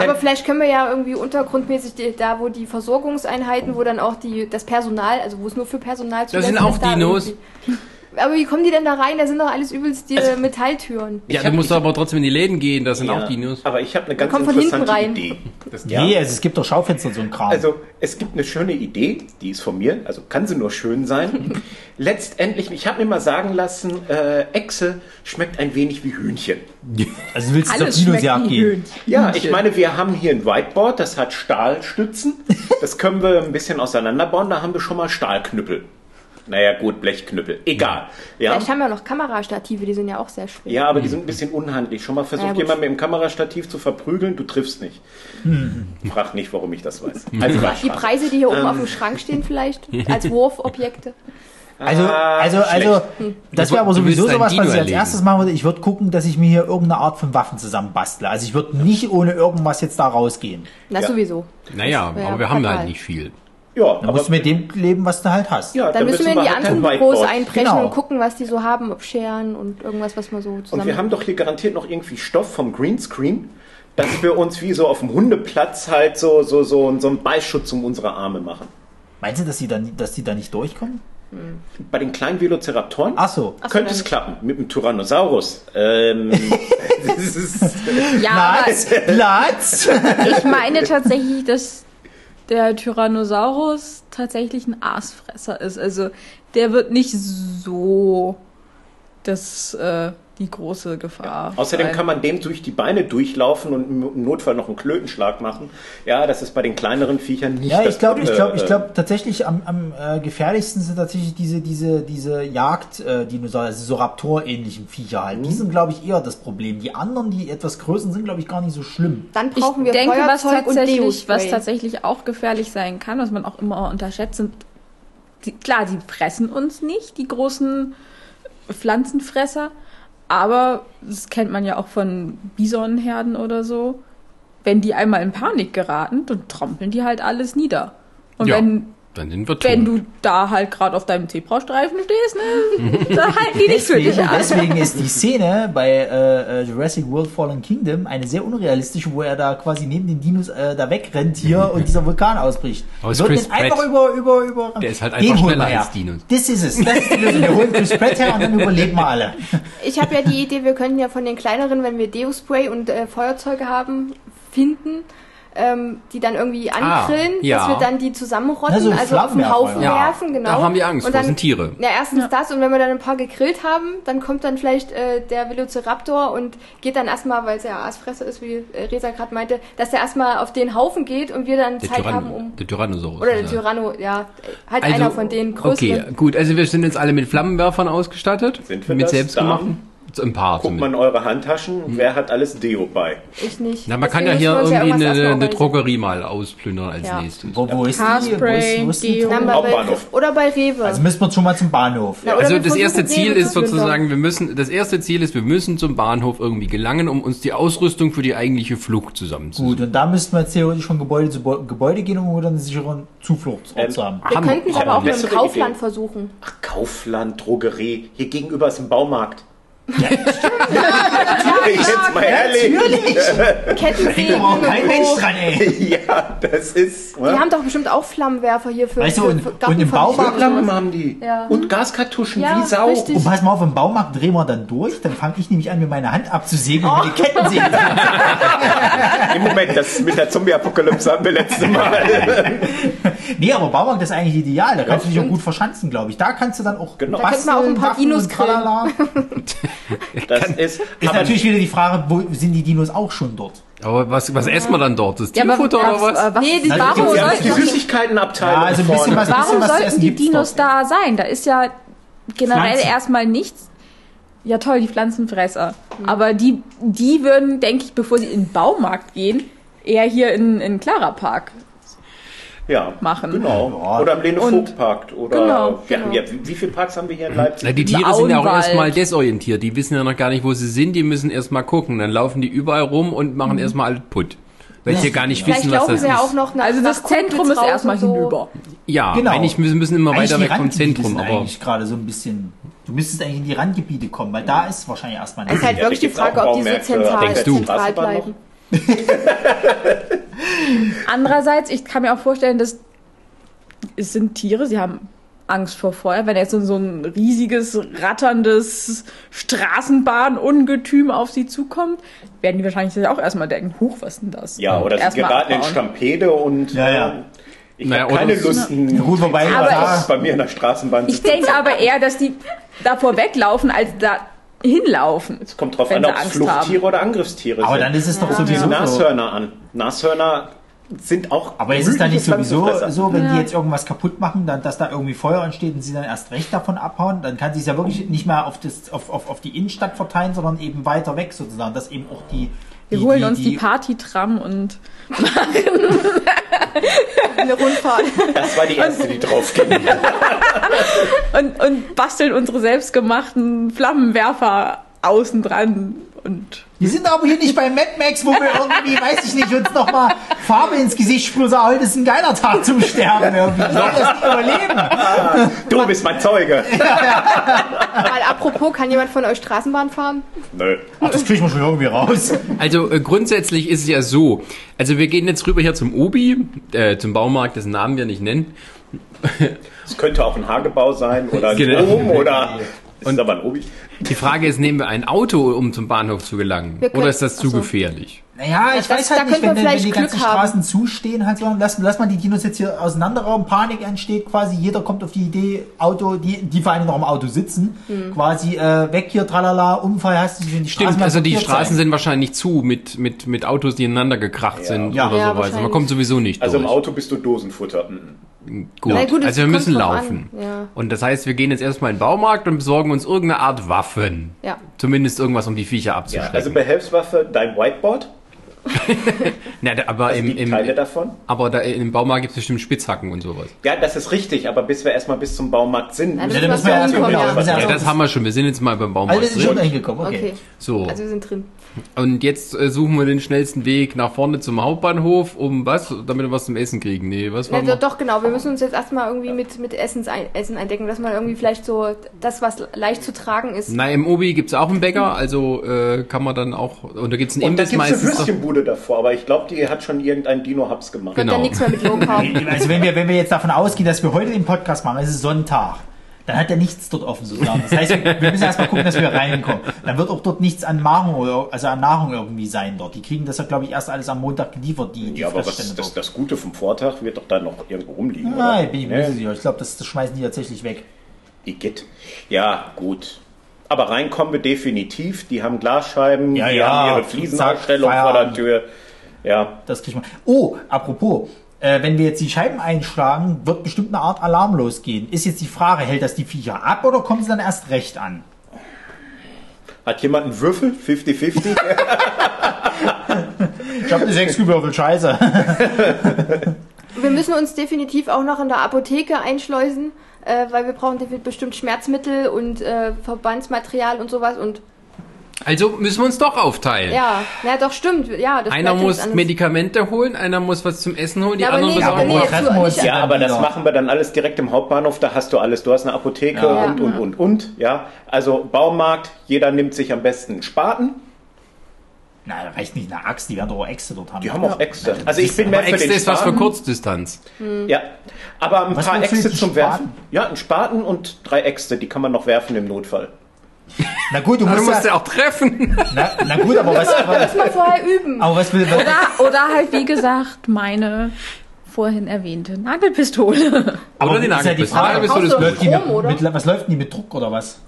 [SPEAKER 3] Aber vielleicht können wir ja irgendwie untergrundmäßig die, da, wo die Versorgungseinheiten, wo dann auch die, das Personal, also wo es nur für Personal zu
[SPEAKER 1] Das sind auch Dinos.
[SPEAKER 3] Aber wie kommen die denn da rein? Da sind doch alles übelst die äh, Metalltüren.
[SPEAKER 1] Ja,
[SPEAKER 4] Ich
[SPEAKER 1] du
[SPEAKER 4] hab-
[SPEAKER 1] musst aber trotzdem in die Läden gehen, das sind auch
[SPEAKER 4] Ja,
[SPEAKER 1] Dinos.
[SPEAKER 4] Aber ich habe eine ganz
[SPEAKER 3] kommt von hinten
[SPEAKER 4] interessante
[SPEAKER 3] rein.
[SPEAKER 4] Idee. Das,
[SPEAKER 2] Nee, also, es gibt doch Schaufenster und so ein Kram.
[SPEAKER 4] Also, es gibt eine schöne Idee, die ist von mir, also kann sie nur schön sein. Letztendlich, ich habe mir mal sagen lassen, äh, Echse schmeckt ein wenig wie Hühnchen.
[SPEAKER 2] Also du willst jetzt auf
[SPEAKER 5] Alles schmeckt
[SPEAKER 2] Dinosjagd
[SPEAKER 5] wie
[SPEAKER 2] gehen.
[SPEAKER 5] Hühnchen.
[SPEAKER 4] Ja, ich meine, wir haben hier ein Whiteboard, das hat Stahlstützen. Das können wir ein bisschen auseinanderbauen, da haben wir schon mal Stahlknüppel. Naja, gut, Blechknüppel. Egal. Ja,
[SPEAKER 3] Vielleicht haben wir noch Kamerastative, die sind ja auch sehr schwer.
[SPEAKER 4] ja aber die sind ein bisschen unhandlich. Schon mal
[SPEAKER 3] Ja,
[SPEAKER 4] versucht,
[SPEAKER 3] gut.
[SPEAKER 4] jemanden mit dem Kamerastativ zu verprügeln, du triffst nicht. Frag nicht, warum ich das weiß. Also, war
[SPEAKER 3] Die
[SPEAKER 4] Spaß.
[SPEAKER 3] Preise, die hier oben
[SPEAKER 4] Ähm.
[SPEAKER 3] auf dem Schrank stehen,
[SPEAKER 4] <laughs>
[SPEAKER 3] vielleicht als Wurfobjekte.
[SPEAKER 2] Also,
[SPEAKER 4] Ah,
[SPEAKER 2] also, also, das
[SPEAKER 1] Du-
[SPEAKER 2] wäre aber
[SPEAKER 1] du willst
[SPEAKER 2] sowieso
[SPEAKER 1] ein
[SPEAKER 2] sowas,
[SPEAKER 1] Dino
[SPEAKER 2] was ich als
[SPEAKER 1] erleben.
[SPEAKER 2] erstes machen würde. Ich würde gucken, dass ich mir hier irgendeine Art von Waffen zusammenbastle. Also ich würde nicht ohne irgendwas jetzt da rausgehen.
[SPEAKER 3] Na
[SPEAKER 4] Ja.
[SPEAKER 3] sowieso.
[SPEAKER 1] Naja,
[SPEAKER 3] wär
[SPEAKER 1] aber wir haben
[SPEAKER 3] fatal.
[SPEAKER 1] halt nicht viel.
[SPEAKER 4] Ja,
[SPEAKER 2] Du musst
[SPEAKER 1] äh,
[SPEAKER 2] mit dem leben, was du halt hast.
[SPEAKER 4] ja,
[SPEAKER 3] Dann müssen wir in die
[SPEAKER 4] halt ein
[SPEAKER 3] anderen Büros
[SPEAKER 4] Whiteboard.
[SPEAKER 3] einbrechen
[SPEAKER 2] Genau.
[SPEAKER 3] und gucken, was die so haben, ob Scheren und irgendwas, was man so zusammen.
[SPEAKER 4] Und wir haben doch hier garantiert noch irgendwie Stoff vom Greenscreen, dass wir uns wie so auf dem Hundeplatz halt so, so, so, so einen Beischutz um unsere Arme machen.
[SPEAKER 2] Meinst du, dass die, dann, dass die da nicht durchkommen?
[SPEAKER 4] Bei den kleinen Velociraptoren
[SPEAKER 2] Ach so.
[SPEAKER 4] könnte
[SPEAKER 3] dann
[SPEAKER 4] es
[SPEAKER 3] nicht.
[SPEAKER 4] klappen. Mit dem Tyrannosaurus. Ähm, das ist,
[SPEAKER 5] Ja, aber
[SPEAKER 2] Platz, Platz.
[SPEAKER 1] <laughs>
[SPEAKER 4] <laughs>
[SPEAKER 5] ich meine tatsächlich, dass der Tyrannosaurus tatsächlich ein Aasfresser ist. Also der wird nicht so das, äh, die große Gefahr.
[SPEAKER 4] außerdem
[SPEAKER 5] sein.
[SPEAKER 4] kann man dem durch die Beine durchlaufen und im Notfall noch einen Klötenschlag machen. Ja, das ist bei den kleineren Viechern nicht.
[SPEAKER 2] Ja, ich
[SPEAKER 4] das-
[SPEAKER 2] glaube, ich
[SPEAKER 4] äh,
[SPEAKER 2] glaube, ich
[SPEAKER 4] äh,
[SPEAKER 2] glaube tatsächlich am, am äh, gefährlichsten sind tatsächlich diese diese diese Jagd-Dinosaurier, äh, Dinosaurier, also so Raptor-ähnlichen Viecher halt.
[SPEAKER 1] Mhm.
[SPEAKER 2] Die sind, glaube ich, eher das Problem. Die anderen, die etwas größer sind, glaube ich, gar nicht so schlimm.
[SPEAKER 3] Dann brauchen
[SPEAKER 5] ich
[SPEAKER 3] wir
[SPEAKER 5] denke, was
[SPEAKER 3] Feuerzeug und
[SPEAKER 5] tatsächlich, was
[SPEAKER 3] Deo-Spray.
[SPEAKER 5] tatsächlich auch gefährlich sein kann, was man auch immer unterschätzt, sind die, klar, die fressen uns nicht, die großen Pflanzenfresser, aber das kennt man ja auch von Bisonherden oder so. Wenn die einmal in Panik geraten, dann trompeln die halt alles nieder. Und
[SPEAKER 1] Ja.
[SPEAKER 5] wenn,
[SPEAKER 1] Dann sind wir tot.
[SPEAKER 5] wenn du da halt gerade auf deinem Zebrastreifen stehst,
[SPEAKER 1] <laughs>
[SPEAKER 5] ne, dann halten die nicht für dich
[SPEAKER 2] Deswegen,
[SPEAKER 5] an.
[SPEAKER 2] deswegen ist die Szene bei äh, äh, Jurassic World Fallen Kingdom eine sehr unrealistische, wo er da quasi neben den Dinos äh, da
[SPEAKER 1] <laughs>
[SPEAKER 2] wegrennt hier und dieser Vulkan ausbricht.
[SPEAKER 1] Aber es
[SPEAKER 2] Wird
[SPEAKER 1] ist Chris
[SPEAKER 2] den einfach
[SPEAKER 1] Pratt.
[SPEAKER 2] über über über.
[SPEAKER 1] Der ist halt
[SPEAKER 2] Den
[SPEAKER 1] einfach
[SPEAKER 2] holen
[SPEAKER 1] schneller
[SPEAKER 2] wir her.
[SPEAKER 1] als Dinos.
[SPEAKER 2] Das ist es. Das ist die Lösung. Wir holen Chris Pratt her und dann überleben wir alle.
[SPEAKER 3] Ich habe ja die Idee, wir könnten ja von den kleineren, wenn wir Deo-Spray und äh, Feuerzeuge haben, finden, ähm, die dann irgendwie angrillen,
[SPEAKER 1] Ah, ja.
[SPEAKER 3] dass wir dann die zusammenrotten,
[SPEAKER 2] Na, so
[SPEAKER 3] also auf den
[SPEAKER 2] Flammenwerfer,
[SPEAKER 3] Haufen
[SPEAKER 1] ja.
[SPEAKER 3] werfen, genau.
[SPEAKER 1] Da haben die Angst
[SPEAKER 3] und
[SPEAKER 1] vor,
[SPEAKER 3] dann,
[SPEAKER 1] sind Tiere.
[SPEAKER 3] Ja, erstens das und wenn wir dann ein paar gegrillt haben, dann kommt dann vielleicht äh, der Velociraptor und geht dann erstmal, weil es ja Aasfresser ist, wie äh, Resa gerade meinte, dass der erstmal auf den Haufen geht und wir dann
[SPEAKER 1] der,
[SPEAKER 3] Zeit
[SPEAKER 1] Tyrann- Also
[SPEAKER 3] haben, um...
[SPEAKER 1] der Tyrannosaurus.
[SPEAKER 3] Oder der
[SPEAKER 1] Ja.
[SPEAKER 3] Tyranno, ja, halt
[SPEAKER 1] Also,
[SPEAKER 3] einer von den größeren.
[SPEAKER 1] Okay, gut, also wir sind jetzt alle mit Flammenwerfern ausgestattet.
[SPEAKER 4] Sind wir
[SPEAKER 1] mit
[SPEAKER 4] das?
[SPEAKER 1] selbstgemachten. ein paar
[SPEAKER 4] Guckt mal in
[SPEAKER 1] zumindest.
[SPEAKER 4] eure Handtaschen,
[SPEAKER 2] Hm.
[SPEAKER 4] wer hat alles Deo bei?
[SPEAKER 3] Ich nicht.
[SPEAKER 1] Na, man kann ja
[SPEAKER 3] Deswegen
[SPEAKER 1] hier
[SPEAKER 3] müssen wir uns
[SPEAKER 1] irgendwie eine,
[SPEAKER 3] irgendwas
[SPEAKER 1] eine
[SPEAKER 3] erstmal organisieren.
[SPEAKER 1] Drogerie mal ausplündern als
[SPEAKER 5] Ja.
[SPEAKER 1] nächstes.
[SPEAKER 2] Wo, wo ist die? Wo
[SPEAKER 5] Haarspray,
[SPEAKER 2] ist, wo ist die?
[SPEAKER 5] Deo.
[SPEAKER 3] Dann bei
[SPEAKER 4] Hauptbahnhof.
[SPEAKER 3] Welf- Oder bei Rewe.
[SPEAKER 2] Also müssen wir schon mal zum Bahnhof.
[SPEAKER 3] Na, oder
[SPEAKER 1] Also
[SPEAKER 3] wir
[SPEAKER 1] das erste
[SPEAKER 3] versuchen,
[SPEAKER 1] Ziel
[SPEAKER 3] Rewe
[SPEAKER 1] ist
[SPEAKER 3] zu plündern.
[SPEAKER 1] sozusagen, wir müssen, das erste Ziel ist, wir müssen zum Bahnhof irgendwie gelangen, um uns die Ausrüstung für die eigentliche Flucht zusammenzusuchen.
[SPEAKER 2] Gut, und da müssten wir jetzt theoretisch von Gebäude zu Bo Gebäude gehen, um wieder einen sicheren Zufluchtsort
[SPEAKER 4] Ähm,
[SPEAKER 2] zu haben.
[SPEAKER 3] Wir
[SPEAKER 1] Hamburg.
[SPEAKER 3] könnten es aber auch mit dem
[SPEAKER 4] Bessere
[SPEAKER 3] Kaufland
[SPEAKER 4] Idee.
[SPEAKER 3] versuchen.
[SPEAKER 4] <laughs> Ach, Kaufland, Drogerie, hier gegenüber ist ein Baumarkt. <laughs> Ja, jetzt mal ehrlich.
[SPEAKER 3] Kettensägen
[SPEAKER 2] Aber auch
[SPEAKER 3] und
[SPEAKER 2] kein Mensch
[SPEAKER 3] Co.
[SPEAKER 2] dran, ey.
[SPEAKER 4] Ja, das ist. ne?
[SPEAKER 3] Die haben doch bestimmt auch Flammenwerfer hier für
[SPEAKER 2] Weißt du,
[SPEAKER 3] für,
[SPEAKER 2] und-
[SPEAKER 3] für
[SPEAKER 2] und im
[SPEAKER 3] Gartenverschmutzung.
[SPEAKER 2] Baumarkt
[SPEAKER 4] Flammen haben die.
[SPEAKER 3] Ja.
[SPEAKER 4] Und Gaskartuschen
[SPEAKER 3] Ja,
[SPEAKER 4] wie Sau.
[SPEAKER 3] richtig.
[SPEAKER 2] Und pass mal auf, im Baumarkt drehen wir dann durch, dann fange ich nämlich an, mir meine Hand abzusägen und meine Ketten sehen.
[SPEAKER 4] Im Moment, das mit der Zombie-Apokalypse haben wir letzte Mal.
[SPEAKER 2] Nee, aber Baumarkt ist eigentlich ideal. Da kannst du dich auch
[SPEAKER 4] stimmt.
[SPEAKER 2] gut verschanzen, glaube ich. Da kannst du dann auch
[SPEAKER 4] Genau. Da
[SPEAKER 3] könnte man auch ein paar
[SPEAKER 2] basteln,
[SPEAKER 3] Dinos
[SPEAKER 2] Waffen und tralala.
[SPEAKER 4] Das ist.
[SPEAKER 2] Ist
[SPEAKER 4] aber-
[SPEAKER 2] natürlich wieder die Frage, wo sind die Dinos auch schon dort?
[SPEAKER 1] Aber was, was essen wir dann dort? Das
[SPEAKER 5] Ja, aber
[SPEAKER 1] Tierfutter oder was?
[SPEAKER 3] Nee, die
[SPEAKER 2] Na,
[SPEAKER 3] warum
[SPEAKER 2] die-
[SPEAKER 4] Ja,
[SPEAKER 3] sollten
[SPEAKER 4] die Süßigkeitenabteilung.
[SPEAKER 2] Ja, also ein bisschen
[SPEAKER 4] vorne.
[SPEAKER 2] was, ein bisschen
[SPEAKER 5] Warum
[SPEAKER 2] was zu essen
[SPEAKER 5] sollten die
[SPEAKER 2] gibt's
[SPEAKER 5] Dinos
[SPEAKER 2] dort.
[SPEAKER 5] da sein? Da ist ja generell
[SPEAKER 2] Pflanzen.
[SPEAKER 5] erstmal nichts. Ja toll, die Pflanzenfresser.
[SPEAKER 3] Hm.
[SPEAKER 5] Aber die, die würden, denke ich, bevor sie in den Baumarkt gehen, eher hier in, in Clara Park.
[SPEAKER 4] ja,
[SPEAKER 5] machen.
[SPEAKER 4] Genau.
[SPEAKER 2] Ja.
[SPEAKER 4] Oder am lene vogt park Oder
[SPEAKER 5] Genau,
[SPEAKER 4] wir
[SPEAKER 3] genau.
[SPEAKER 4] Haben ja, wie, wie viele Parks haben wir hier in Leipzig?
[SPEAKER 1] Na, die
[SPEAKER 5] Im
[SPEAKER 1] Tiere sind ja auch
[SPEAKER 5] Auenwald.
[SPEAKER 1] erstmal desorientiert. Die wissen ja noch gar nicht, wo sie sind. Die müssen erstmal gucken. Dann laufen die überall rum und machen erstmal alles putt. Weil sie gar nicht
[SPEAKER 3] Vielleicht
[SPEAKER 1] wissen, was
[SPEAKER 3] laufen
[SPEAKER 1] das
[SPEAKER 3] sie Mhm. ja auch
[SPEAKER 1] ist.
[SPEAKER 3] noch nach
[SPEAKER 5] Also das
[SPEAKER 3] nach
[SPEAKER 5] Zentrum
[SPEAKER 3] Koblenz
[SPEAKER 5] ist
[SPEAKER 3] raus
[SPEAKER 5] erstmal
[SPEAKER 3] und so.
[SPEAKER 5] hinüber.
[SPEAKER 1] Ja,
[SPEAKER 2] Genau.
[SPEAKER 1] eigentlich müssen, müssen immer
[SPEAKER 2] Eigentlich
[SPEAKER 1] weiter
[SPEAKER 2] die
[SPEAKER 1] weg vom
[SPEAKER 2] Randgebiete
[SPEAKER 1] Zentrum.
[SPEAKER 2] sind
[SPEAKER 1] Aber
[SPEAKER 2] eigentlich gerade so ein bisschen. Du müsstest eigentlich in die Randgebiete kommen, weil da ist wahrscheinlich erstmal
[SPEAKER 3] Ist halt
[SPEAKER 4] Ja,
[SPEAKER 3] wirklich die
[SPEAKER 4] gibt's auch
[SPEAKER 3] Frage, ob die so
[SPEAKER 4] Baumärkte,
[SPEAKER 3] zentral,
[SPEAKER 4] denkst du?
[SPEAKER 3] zentral
[SPEAKER 4] Straßenbahn noch?
[SPEAKER 3] bleiben.
[SPEAKER 5] Andererseits, ich kann mir auch vorstellen, dass es sind Tiere, sie haben Angst vor Feuer. Wenn jetzt so- so ein riesiges, ratterndes Straßenbahnungetüm auf sie zukommt, werden die wahrscheinlich sich auch erstmal denken, huch, was ist denn das?
[SPEAKER 4] Ja, oder sind
[SPEAKER 5] Erstmal
[SPEAKER 4] geraten in
[SPEAKER 5] abbauen.
[SPEAKER 4] Stampede und
[SPEAKER 2] Ja, ja.
[SPEAKER 4] ähm, ich
[SPEAKER 1] Naja,
[SPEAKER 4] habe
[SPEAKER 1] oder
[SPEAKER 4] keine
[SPEAKER 1] es-
[SPEAKER 4] Lust, ein
[SPEAKER 2] Gut, wobei
[SPEAKER 5] Aber
[SPEAKER 2] da,
[SPEAKER 4] bei mir in der Straßenbahn
[SPEAKER 5] Ich
[SPEAKER 4] sitzt.
[SPEAKER 5] denke aber eher, dass die davor weglaufen, als da hinlaufen.
[SPEAKER 4] Es kommt drauf an,
[SPEAKER 5] wenn sie
[SPEAKER 4] ob es
[SPEAKER 5] Angst
[SPEAKER 4] Fluchttiere oder Angriffstiere
[SPEAKER 2] aber
[SPEAKER 4] sind.
[SPEAKER 2] dann ist es doch
[SPEAKER 4] Guck dir
[SPEAKER 2] sowieso
[SPEAKER 4] die
[SPEAKER 2] so.
[SPEAKER 4] Nashörner an. Nashörner sind auch um
[SPEAKER 2] Aber ist es dann nicht
[SPEAKER 4] gemütliche
[SPEAKER 2] sowieso
[SPEAKER 4] Pflanzenfresser.
[SPEAKER 2] so, wenn die jetzt irgendwas kaputt machen, dann, dass da irgendwie Feuer entsteht und sie dann erst recht davon abhauen, dann kann sie es ja wirklich nicht mehr auf, das, auf, auf, auf die Innenstadt verteilen, sondern eben weiter weg sozusagen, dass eben auch die.
[SPEAKER 5] Wir holen uns die Party-Tram und
[SPEAKER 3] Eine Rundfahrt.
[SPEAKER 4] <laughs> Das war die erste, die drauf ging.
[SPEAKER 2] <laughs>
[SPEAKER 5] und, und basteln unsere selbstgemachten Flammenwerfer außen dran und
[SPEAKER 2] Wir sind aber hier nicht bei Mad Max, wo wir irgendwie, weiß ich nicht, uns nochmal Farbe ins Gesicht sprühen, sagen, heute ist ein geiler Tag zum Sterben irgendwie. Ich soll das nicht überleben.
[SPEAKER 4] Du bist mein Zeuge.
[SPEAKER 3] Mal apropos, kann jemand von euch Straßenbahn fahren?
[SPEAKER 4] Nö.
[SPEAKER 2] Ach, das kriegen wir schon irgendwie raus.
[SPEAKER 1] Also äh, grundsätzlich ist es ja so. Also wir gehen jetzt rüber hier zum Obi, äh, zum Baumarkt, dessen Namen wir nicht nennen.
[SPEAKER 4] Es könnte auch ein Hagebau sein oder ein
[SPEAKER 1] Genau.
[SPEAKER 4] Dom oder. Ist aber ein Obi.
[SPEAKER 1] Die Frage ist, nehmen wir ein Auto, um zum Bahnhof zu gelangen?
[SPEAKER 3] Wir können-
[SPEAKER 1] Oder ist das zu
[SPEAKER 3] Ach so.
[SPEAKER 1] gefährlich?
[SPEAKER 2] Naja, ich
[SPEAKER 3] das-
[SPEAKER 2] weiß
[SPEAKER 3] da
[SPEAKER 2] halt nicht, wenn,
[SPEAKER 3] könnte man
[SPEAKER 2] denn- wenn
[SPEAKER 3] vielleicht
[SPEAKER 2] die ganzen
[SPEAKER 3] Glück haben.
[SPEAKER 2] Straßen zustehen, halt so, lass, lass mal die Dinos jetzt hier auseinanderrauben, Panik entsteht quasi, jeder kommt auf die Idee, Auto, die, die vor allem noch im Auto sitzen,
[SPEAKER 3] Hm.
[SPEAKER 2] quasi äh, weg hier, tralala, Unfall hast du die Straßen.
[SPEAKER 1] Stimmt,
[SPEAKER 2] mal
[SPEAKER 1] also die
[SPEAKER 2] blockiert
[SPEAKER 1] Straßen
[SPEAKER 2] sein.
[SPEAKER 1] sind wahrscheinlich zu mit, mit, mit Autos, die ineinander gekracht sind
[SPEAKER 2] Ja.
[SPEAKER 1] oder
[SPEAKER 3] Ja,
[SPEAKER 1] sowas. Man
[SPEAKER 3] wahrscheinlich.
[SPEAKER 1] kommt sowieso nicht
[SPEAKER 4] Also im
[SPEAKER 1] durch.
[SPEAKER 4] Auto bist du Dosenfutter. Mhm.
[SPEAKER 1] Gut.
[SPEAKER 3] Na gut, es
[SPEAKER 1] also wir
[SPEAKER 3] kommt
[SPEAKER 1] müssen
[SPEAKER 3] drauf an.
[SPEAKER 1] laufen.
[SPEAKER 3] Ja.
[SPEAKER 1] Und das heißt, wir gehen jetzt erstmal in den Baumarkt und besorgen uns irgendeine Art Waffen.
[SPEAKER 3] Ja.
[SPEAKER 1] Zumindest irgendwas, um die Viecher
[SPEAKER 4] Ja,
[SPEAKER 1] abzuschrecken.
[SPEAKER 4] also Behelfswaffe, dein Whiteboard,
[SPEAKER 1] Na, da, aber,
[SPEAKER 4] also
[SPEAKER 1] im,
[SPEAKER 4] die Teile
[SPEAKER 1] im,
[SPEAKER 4] davon.
[SPEAKER 1] aber da, im Baumarkt gibt es bestimmt Spitzhacken und sowas.
[SPEAKER 4] Ja, das ist richtig, aber bis wir erstmal bis zum Baumarkt sind,
[SPEAKER 3] Nein,
[SPEAKER 2] Ja,
[SPEAKER 4] müssen
[SPEAKER 2] da müssen wir
[SPEAKER 4] wir
[SPEAKER 3] Ja,
[SPEAKER 2] erst mal
[SPEAKER 3] komm,
[SPEAKER 2] wieder-
[SPEAKER 3] ja.
[SPEAKER 2] da müssen wir
[SPEAKER 1] Ja,
[SPEAKER 2] erst mal-
[SPEAKER 1] das haben wir schon. Wir sind jetzt mal beim Baumarkt.
[SPEAKER 2] Also das ist
[SPEAKER 1] drin.
[SPEAKER 2] schon hingekommen, okay.
[SPEAKER 3] Okay.
[SPEAKER 1] So.
[SPEAKER 3] Also wir sind drin.
[SPEAKER 1] Und jetzt äh, suchen wir den schnellsten Weg nach vorne zum Hauptbahnhof, um was? Damit wir was zum Essen kriegen. Nee, was
[SPEAKER 3] Ja,
[SPEAKER 1] war
[SPEAKER 3] doch, doch, genau. Wir müssen uns jetzt erstmal irgendwie mit, mit Essens ein, Essen eindecken, dass man irgendwie vielleicht so das, was leicht zu tragen ist.
[SPEAKER 1] Na, im Obi gibt's auch einen Bäcker, also äh, kann man dann auch. Und da gibt's einen
[SPEAKER 4] Und Oh, da
[SPEAKER 1] Imbiss
[SPEAKER 4] gibt es eine
[SPEAKER 1] meistens. doch-
[SPEAKER 4] Würstchenbude davor, aber ich glaube, die hat schon irgendein Dino-Haps gemacht.
[SPEAKER 1] Genau.
[SPEAKER 3] Dann nichts mehr mit Low Carb.
[SPEAKER 2] Also wenn wir, wenn wir jetzt davon ausgehen, dass wir heute den Podcast machen, es ist Sonntag, dann hat er nichts dort offen sozusagen. Das heißt, wir müssen erstmal gucken, dass wir reinkommen. Dann wird auch dort nichts an Nahrung oder also an Nahrung irgendwie sein dort. Die kriegen das ja, glaube ich, erst alles am Montag geliefert, die, die
[SPEAKER 4] Ja, aber was
[SPEAKER 2] Fressstände
[SPEAKER 4] ist das,
[SPEAKER 2] dort.
[SPEAKER 4] das Gute vom Vortag wird doch da noch irgendwo rumliegen. oder?
[SPEAKER 2] Nein, bin ich böse
[SPEAKER 4] ne?
[SPEAKER 2] sicher. Ich glaube, das, das schmeißen die tatsächlich weg.
[SPEAKER 4] Igitt. Ja, gut. Aber reinkommen wir definitiv. Die haben Glasscheiben,
[SPEAKER 2] Ja,
[SPEAKER 4] die
[SPEAKER 2] ja.
[SPEAKER 4] haben ihre Fliesenausstellung
[SPEAKER 2] Zack,
[SPEAKER 4] vor der
[SPEAKER 2] Feierabend.
[SPEAKER 4] Tür. Ja,
[SPEAKER 2] Das kriegt man. Oh, apropos. Äh, wenn wir jetzt die Scheiben einschlagen, wird bestimmt eine Art Alarm losgehen. Ist jetzt die Frage, hält das die Viecher ab oder kommen sie dann erst recht an?
[SPEAKER 4] Hat jemand einen Würfel?
[SPEAKER 2] <laughs>
[SPEAKER 4] 50-50?
[SPEAKER 2] Ich habe eine 6 gewürfelt, <laughs> scheiße.
[SPEAKER 3] Wir müssen uns definitiv auch noch in der Apotheke einschleusen, äh, weil wir brauchen defi- bestimmt Schmerzmittel und äh, Verbandsmaterial und sowas und
[SPEAKER 1] Also müssen wir uns doch aufteilen.
[SPEAKER 3] ja, na doch stimmt, ja. Das
[SPEAKER 1] Einer
[SPEAKER 3] bleibt
[SPEAKER 1] muss
[SPEAKER 3] nichts anderes.
[SPEAKER 1] Medikamente holen, einer muss was zum Essen holen, die
[SPEAKER 3] Ja, aber
[SPEAKER 1] anderen
[SPEAKER 3] nee, aber
[SPEAKER 1] besorgen
[SPEAKER 3] nee,
[SPEAKER 1] was.
[SPEAKER 3] jetzt so nicht.
[SPEAKER 4] ja,
[SPEAKER 2] dann
[SPEAKER 4] aber das
[SPEAKER 2] wieder.
[SPEAKER 4] machen wir dann alles direkt im Hauptbahnhof. Da hast du alles. Du hast eine Apotheke
[SPEAKER 2] Ja.
[SPEAKER 4] und, und, und, und. Ja, also Baumarkt. Jeder nimmt sich am besten einen Spaten.
[SPEAKER 2] Na, da reicht nicht eine Axt, die werden doch auch Äxte dort haben.
[SPEAKER 4] Die haben auch Äxte. Also ich bin mehr
[SPEAKER 1] Aber
[SPEAKER 4] für
[SPEAKER 1] Extra
[SPEAKER 4] den
[SPEAKER 1] ist was für
[SPEAKER 4] Spaten.
[SPEAKER 1] Kurzdistanz.
[SPEAKER 4] Ja, aber ein
[SPEAKER 2] Was
[SPEAKER 4] paar
[SPEAKER 2] meinst du,
[SPEAKER 4] Äxte
[SPEAKER 2] die
[SPEAKER 4] zum
[SPEAKER 2] Spaten?
[SPEAKER 4] Werfen. Ja, ein Spaten und drei Äxte. Die kann man noch werfen im Notfall.
[SPEAKER 2] Na gut, du
[SPEAKER 1] Du
[SPEAKER 2] musst
[SPEAKER 1] musst
[SPEAKER 2] ja,
[SPEAKER 1] ja auch treffen.
[SPEAKER 2] na, na gut, aber <laughs> was, aber
[SPEAKER 3] Muss man vorher
[SPEAKER 2] <laughs>
[SPEAKER 3] üben.
[SPEAKER 2] was will, was,
[SPEAKER 5] Oder, oder halt, wie gesagt, meine vorhin
[SPEAKER 2] <laughs>
[SPEAKER 5] erwähnte Nagelpistole.
[SPEAKER 1] <laughs> Oder die
[SPEAKER 2] ist ja die
[SPEAKER 1] Nagelpistole.
[SPEAKER 2] Frage,
[SPEAKER 1] Nagelpistole ist
[SPEAKER 3] Brauchst
[SPEAKER 1] gut.
[SPEAKER 2] läuft
[SPEAKER 3] du-
[SPEAKER 2] die mit,
[SPEAKER 3] Strom, oder?
[SPEAKER 2] mit, was läuft denn die mit Druck oder was?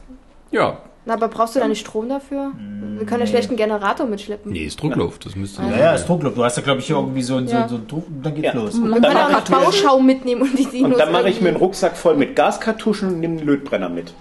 [SPEAKER 1] Ja.
[SPEAKER 3] Na, aber brauchst du da nicht Strom dafür? Wir können ja schlecht einen Generator mitschleppen.
[SPEAKER 1] Nee, ist Druckluft. Das müsste
[SPEAKER 2] Ja, ja, ist Druckluft. Du hast ja, glaube ich, hier irgendwie so einen, so,
[SPEAKER 5] Ja.
[SPEAKER 2] so einen Druck und Mhm. dann geht's los.
[SPEAKER 3] Man kann auch
[SPEAKER 4] Dann mach
[SPEAKER 3] noch
[SPEAKER 4] ich mir-
[SPEAKER 3] Bauschaum mitnehmen und die Dinos.
[SPEAKER 4] Und dann mache ich
[SPEAKER 3] irgendwie-
[SPEAKER 4] mir einen Rucksack voll mit Gaskartuschen und nehme einen Lötbrenner mit.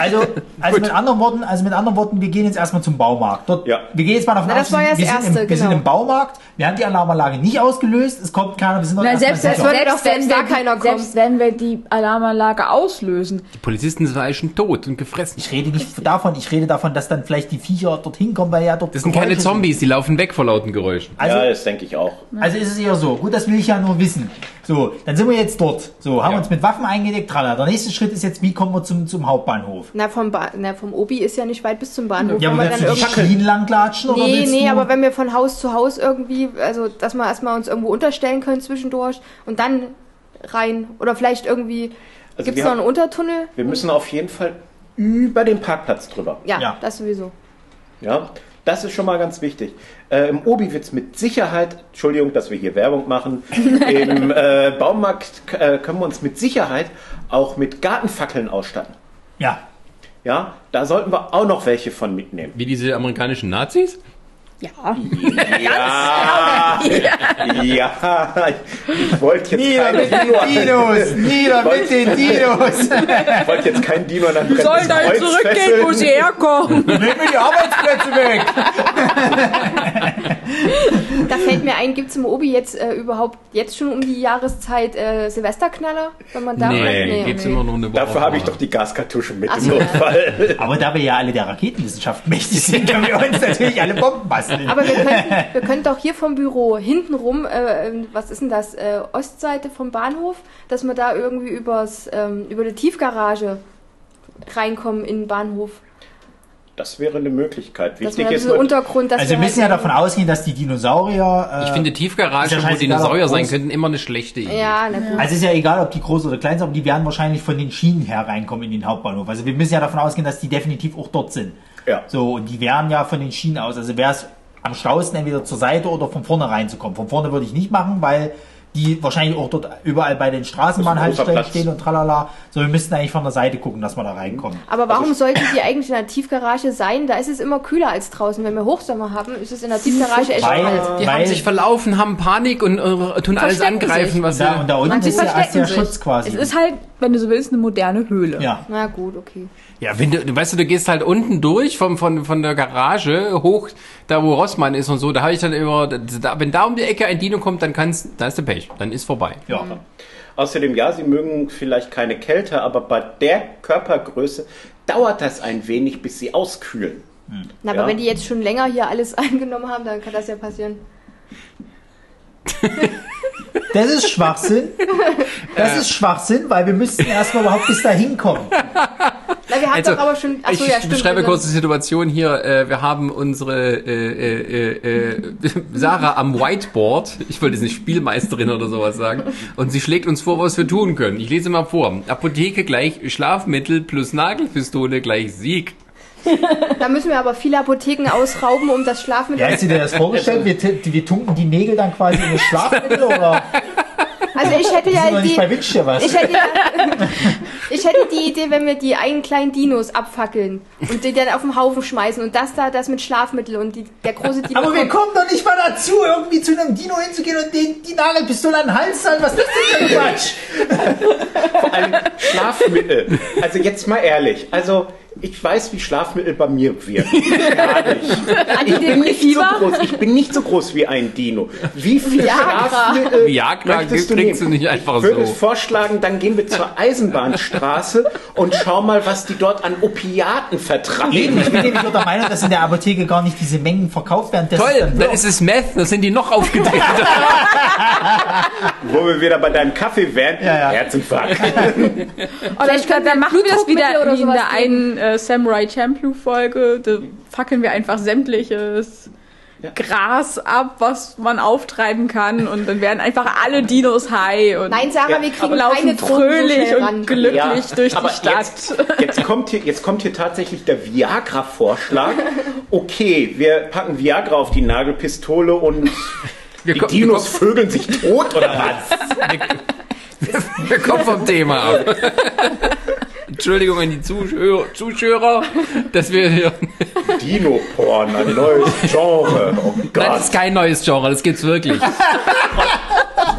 [SPEAKER 2] Also, also mit anderen Worten, also mit anderen Worten, wir gehen jetzt erstmal zum Baumarkt. Dort,
[SPEAKER 4] Ja.
[SPEAKER 2] Wir gehen jetzt mal davon
[SPEAKER 3] Na, das
[SPEAKER 2] aus,
[SPEAKER 3] war ja das
[SPEAKER 2] wir, sind im,
[SPEAKER 3] Erste,
[SPEAKER 2] wir sind
[SPEAKER 3] genau.
[SPEAKER 2] im Baumarkt, wir haben die Alarmanlage nicht ausgelöst, es kommt keiner, wir sind noch
[SPEAKER 5] Na, selbst,
[SPEAKER 3] das
[SPEAKER 5] selbst,
[SPEAKER 3] würde doch
[SPEAKER 5] selbst,
[SPEAKER 3] selbst
[SPEAKER 5] wenn
[SPEAKER 3] da
[SPEAKER 5] wir,
[SPEAKER 3] keiner kommen.
[SPEAKER 5] die, selbst wenn wir die Alarmanlage auslösen,
[SPEAKER 1] Die Polizisten sind alle schon tot und gefressen.
[SPEAKER 2] Ich rede nicht davon, ich rede davon, dass dann vielleicht die Viecher dorthin kommen, weil ja dort.
[SPEAKER 1] Das sind keine
[SPEAKER 2] Geräusche
[SPEAKER 1] Zombies, die laufen weg vor lauten Geräuschen.
[SPEAKER 2] Also,
[SPEAKER 4] ja, das denke ich auch.
[SPEAKER 2] also ist es eher so. Gut, das will ich ja nur wissen. So, dann sind wir jetzt dort. So, haben
[SPEAKER 1] Ja.
[SPEAKER 2] uns mit Waffen eingedeckt, tralala. Der nächste Schritt ist jetzt, wie kommen wir zum, zum Hauptbahnhof?
[SPEAKER 3] Na vom, ba na, vom Obi ist ja nicht weit bis zum Bahnhof.
[SPEAKER 2] Ja,
[SPEAKER 3] Wenn
[SPEAKER 2] aber
[SPEAKER 3] man
[SPEAKER 2] willst
[SPEAKER 3] dann
[SPEAKER 2] du die
[SPEAKER 3] irgendwie-
[SPEAKER 2] Schienen langlatschen? oder
[SPEAKER 3] Nee,
[SPEAKER 2] willst
[SPEAKER 3] nee,
[SPEAKER 2] du-
[SPEAKER 3] aber wenn wir von Haus zu Haus irgendwie, also dass wir erstmal uns irgendwo unterstellen können zwischendurch und dann rein. Oder vielleicht irgendwie,
[SPEAKER 4] Also
[SPEAKER 3] gibt es
[SPEAKER 4] wir
[SPEAKER 3] noch
[SPEAKER 4] haben-
[SPEAKER 3] einen Untertunnel?
[SPEAKER 4] Wir müssen auf jeden Fall über den Parkplatz drüber.
[SPEAKER 3] Ja,
[SPEAKER 2] Ja.
[SPEAKER 3] das sowieso.
[SPEAKER 4] Ja, das ist schon mal ganz wichtig. Äh, Im Obi wird's mit Sicherheit, Entschuldigung, dass wir hier Werbung
[SPEAKER 5] <laughs>
[SPEAKER 4] machen, im äh, Baumarkt k- äh, können wir uns mit Sicherheit auch mit Gartenfackeln ausstatten.
[SPEAKER 2] Ja.
[SPEAKER 4] Ja, da sollten wir auch noch welche von
[SPEAKER 5] <laughs>
[SPEAKER 4] mitnehmen.
[SPEAKER 1] Wie diese amerikanischen Nazis?
[SPEAKER 5] ja.
[SPEAKER 4] Ja, ja, ich wollte jetzt keinen Dino,
[SPEAKER 2] Dinos! Nieder mit den Dinos!
[SPEAKER 4] ich wollte jetzt keinen Dino an ein
[SPEAKER 5] Die sollen dahin zurückgehen, wo sie herkommen.
[SPEAKER 2] Nehmt mir die Arbeitsplätze weg!
[SPEAKER 3] Da fällt mir ein, gibt es im Obi jetzt äh, überhaupt jetzt schon um die Jahreszeit äh, Silvesterknaller? Wenn man da
[SPEAKER 1] nee, gibt's immer noch eine Woche.
[SPEAKER 4] Dafür habe ich doch die Gaskartusche mit
[SPEAKER 3] Ach
[SPEAKER 4] im
[SPEAKER 3] so.
[SPEAKER 4] Notfall. <laughs>
[SPEAKER 2] Aber da wir ja alle der Raketenwissenschaft mächtig sind, können wir uns natürlich alle Bomben basteln.
[SPEAKER 3] Aber wir könnten, wir könnten auch hier vom Büro hintenrum, äh, ähm, was ist denn das, äh, Ostseite vom Bahnhof, dass wir da irgendwie übers, ähm, über die Tiefgarage reinkommen in den Bahnhof.
[SPEAKER 4] Das wäre eine Möglichkeit.
[SPEAKER 3] Dass wir
[SPEAKER 4] Wichtig
[SPEAKER 3] da
[SPEAKER 4] ist
[SPEAKER 3] so
[SPEAKER 4] nur,
[SPEAKER 3] Untergrund, dass
[SPEAKER 2] also wir
[SPEAKER 3] halt
[SPEAKER 2] müssen ja davon ausgehen, dass die Dinosaurier... Äh,
[SPEAKER 1] Ich finde
[SPEAKER 2] Ist ja
[SPEAKER 1] Tiefgaragen, wo
[SPEAKER 2] scheißegal,
[SPEAKER 1] Dinosaurier
[SPEAKER 2] ob
[SPEAKER 1] sein
[SPEAKER 2] groß.
[SPEAKER 1] könnten, immer eine schlechte Idee.
[SPEAKER 3] Ja, na gut.
[SPEAKER 2] also ist ja egal, ob die groß oder klein sind, aber die werden wahrscheinlich von den Schienen her reinkommen in den Hauptbahnhof. Also wir müssen ja davon ausgehen, dass die definitiv auch dort sind.
[SPEAKER 4] Ja.
[SPEAKER 2] So, und die wären ja von den Schienen aus. Also wäre es am schlauesten, entweder zur Seite oder von vorne reinzukommen. Von vorne würde ich nicht machen, weil die wahrscheinlich auch dort überall bei den
[SPEAKER 4] großer
[SPEAKER 2] Straßenbahnhaltestellen
[SPEAKER 4] Platz.
[SPEAKER 2] stehen und tralala. So, wir müssten eigentlich von der Seite gucken, dass wir da reinkommen.
[SPEAKER 3] Aber warum sollten die eigentlich in der Tiefgarage sein? Da ist es immer kühler als draußen. Wenn wir Hochsommer haben, ist es in der Tiefgarage echt
[SPEAKER 2] Weil,
[SPEAKER 3] kalt.
[SPEAKER 1] Die haben
[SPEAKER 2] weil
[SPEAKER 1] sich verlaufen, haben Panik und äh, tun alles
[SPEAKER 5] Verstecken
[SPEAKER 1] angreifen,
[SPEAKER 5] sich.
[SPEAKER 1] was sie...
[SPEAKER 2] da, und da unten
[SPEAKER 5] Sie
[SPEAKER 2] ist ja erst
[SPEAKER 5] verstecken
[SPEAKER 2] der
[SPEAKER 5] sich.
[SPEAKER 2] Schutz quasi.
[SPEAKER 5] Es ist halt, wenn du so willst, eine moderne Höhle.
[SPEAKER 2] ja.
[SPEAKER 3] Na gut, okay.
[SPEAKER 1] Ja, wenn du, du- weißt du, du gehst halt unten durch vom, von, von der Garage hoch, da wo Rossmann ist und so, da habe ich dann immer, da, wenn da um die Ecke ein Dino kommt, dann kannst, da ist der Pech, dann ist vorbei.
[SPEAKER 2] ja.
[SPEAKER 4] Außerdem, ja, sie mögen vielleicht keine Kälte, aber bei der Körpergröße dauert das ein wenig, bis sie auskühlen.
[SPEAKER 3] Na, aber
[SPEAKER 4] Ja.
[SPEAKER 3] wenn die jetzt schon länger hier alles <laughs> eingenommen haben, dann kann das ja passieren.
[SPEAKER 2] Das ist Schwachsinn. Das ist Schwachsinn, weil wir müssten erstmal überhaupt bis dahin kommen.
[SPEAKER 3] Na, wir haben
[SPEAKER 2] Also,
[SPEAKER 3] doch aber schon. Achso,
[SPEAKER 1] Also, ich
[SPEAKER 3] ja, stimmt. genau.
[SPEAKER 1] beschreibe
[SPEAKER 3] wir
[SPEAKER 1] kurz die
[SPEAKER 3] sind-
[SPEAKER 1] Situation hier. Äh, wir haben unsere äh, äh, äh, äh, Sarah am Whiteboard. Ich wollte jetzt nicht Spielmeisterin oder sowas sagen. Und sie schlägt uns vor, was wir tun können. Ich lese mal vor. Apotheke gleich Schlafmittel plus Nagelpistole gleich Sieg.
[SPEAKER 3] Da müssen wir aber viele Apotheken ausrauben, um das Schlafmittel.
[SPEAKER 2] Ja, hast du dir das vorgestellt? Wir, t- wir tunken die Nägel dann quasi in das Schlafmittel
[SPEAKER 5] <laughs>
[SPEAKER 2] oder
[SPEAKER 3] Also ich hätte
[SPEAKER 2] sind wir
[SPEAKER 3] ja
[SPEAKER 2] nicht bei
[SPEAKER 3] die.
[SPEAKER 2] Windschirr was?
[SPEAKER 3] Ich hätte, ja- <laughs> ich hätte die Idee, wenn wir die einen kleinen Dinos abfackeln und die dann auf den Haufen schmeißen und das da, das mit Schlafmittel und die, der große Dino.
[SPEAKER 2] Aber wir
[SPEAKER 3] kommt.
[SPEAKER 2] kommen doch nicht mal dazu, irgendwie zu einem Dino hinzugehen und den die Nagelpistole an den Hals zu halten. Was ist das denn für ein Quatsch?
[SPEAKER 3] <laughs>
[SPEAKER 4] Vor allem Schlafmittel. Also jetzt mal ehrlich. Also ich weiß, wie Schlafmittel bei mir wirken.
[SPEAKER 3] <laughs>
[SPEAKER 4] Gar nicht. Nicht so
[SPEAKER 3] Antidepressiva?
[SPEAKER 4] groß. Ich bin nicht so groß wie ein Dino. Wie viel
[SPEAKER 3] Viagra.
[SPEAKER 4] Schlafmittel äh,
[SPEAKER 1] Viagra
[SPEAKER 4] möchtest
[SPEAKER 1] kriegst
[SPEAKER 4] nehmen?
[SPEAKER 1] du nicht einfach
[SPEAKER 4] ich würde
[SPEAKER 1] so.
[SPEAKER 4] vorschlagen, dann gehen wir zur Eisenbahnstraße und schau mal, was die dort an Opiaten vertreiben.
[SPEAKER 2] Ich bin nämlich unter Meinung, dass in der Apotheke gar nicht diese Mengen verkauft werden. Das
[SPEAKER 1] Toll,
[SPEAKER 2] dann-
[SPEAKER 1] dann ist es Meth, dann sind die noch
[SPEAKER 3] <laughs>
[SPEAKER 1] aufgedreht.
[SPEAKER 4] Wo wir wieder bei deinem Kaffee wären.
[SPEAKER 2] Ja, ja.
[SPEAKER 4] Herzinfarkt.
[SPEAKER 5] Vielleicht können wir, machen wir es wieder
[SPEAKER 3] oder
[SPEAKER 5] wie in
[SPEAKER 3] sowas
[SPEAKER 5] der einen äh, Samurai Champloo-Folge. Da fackeln wir einfach sämtliches Gras ab, was man auftreiben kann. Und dann werden einfach alle Dinos high und
[SPEAKER 3] Nein, Sarah,
[SPEAKER 4] Ja,
[SPEAKER 3] wir kriegen keine
[SPEAKER 5] laufen
[SPEAKER 3] Drogen so
[SPEAKER 5] fröhlich
[SPEAKER 3] schnell ran.
[SPEAKER 5] und glücklich durch die
[SPEAKER 4] aber
[SPEAKER 5] Stadt.
[SPEAKER 4] Jetzt, jetzt, kommt hier, jetzt kommt hier tatsächlich der Viagra-Vorschlag. Okay, wir packen Viagra auf die Nagelpistole und
[SPEAKER 1] Wir,
[SPEAKER 4] die
[SPEAKER 1] ko- wir,
[SPEAKER 4] Dinos
[SPEAKER 1] kommen,
[SPEAKER 4] vögeln sich tot oder was?
[SPEAKER 1] wir kommen vom Thema
[SPEAKER 3] <laughs>
[SPEAKER 1] ab. Entschuldigung an die Zuschauer, Zuschauer dass wir hier.
[SPEAKER 4] Dino-Porn, ein neues Genre. Oh
[SPEAKER 1] Nein, das
[SPEAKER 4] Gott,
[SPEAKER 1] ist kein neues Genre, das gibt's wirklich.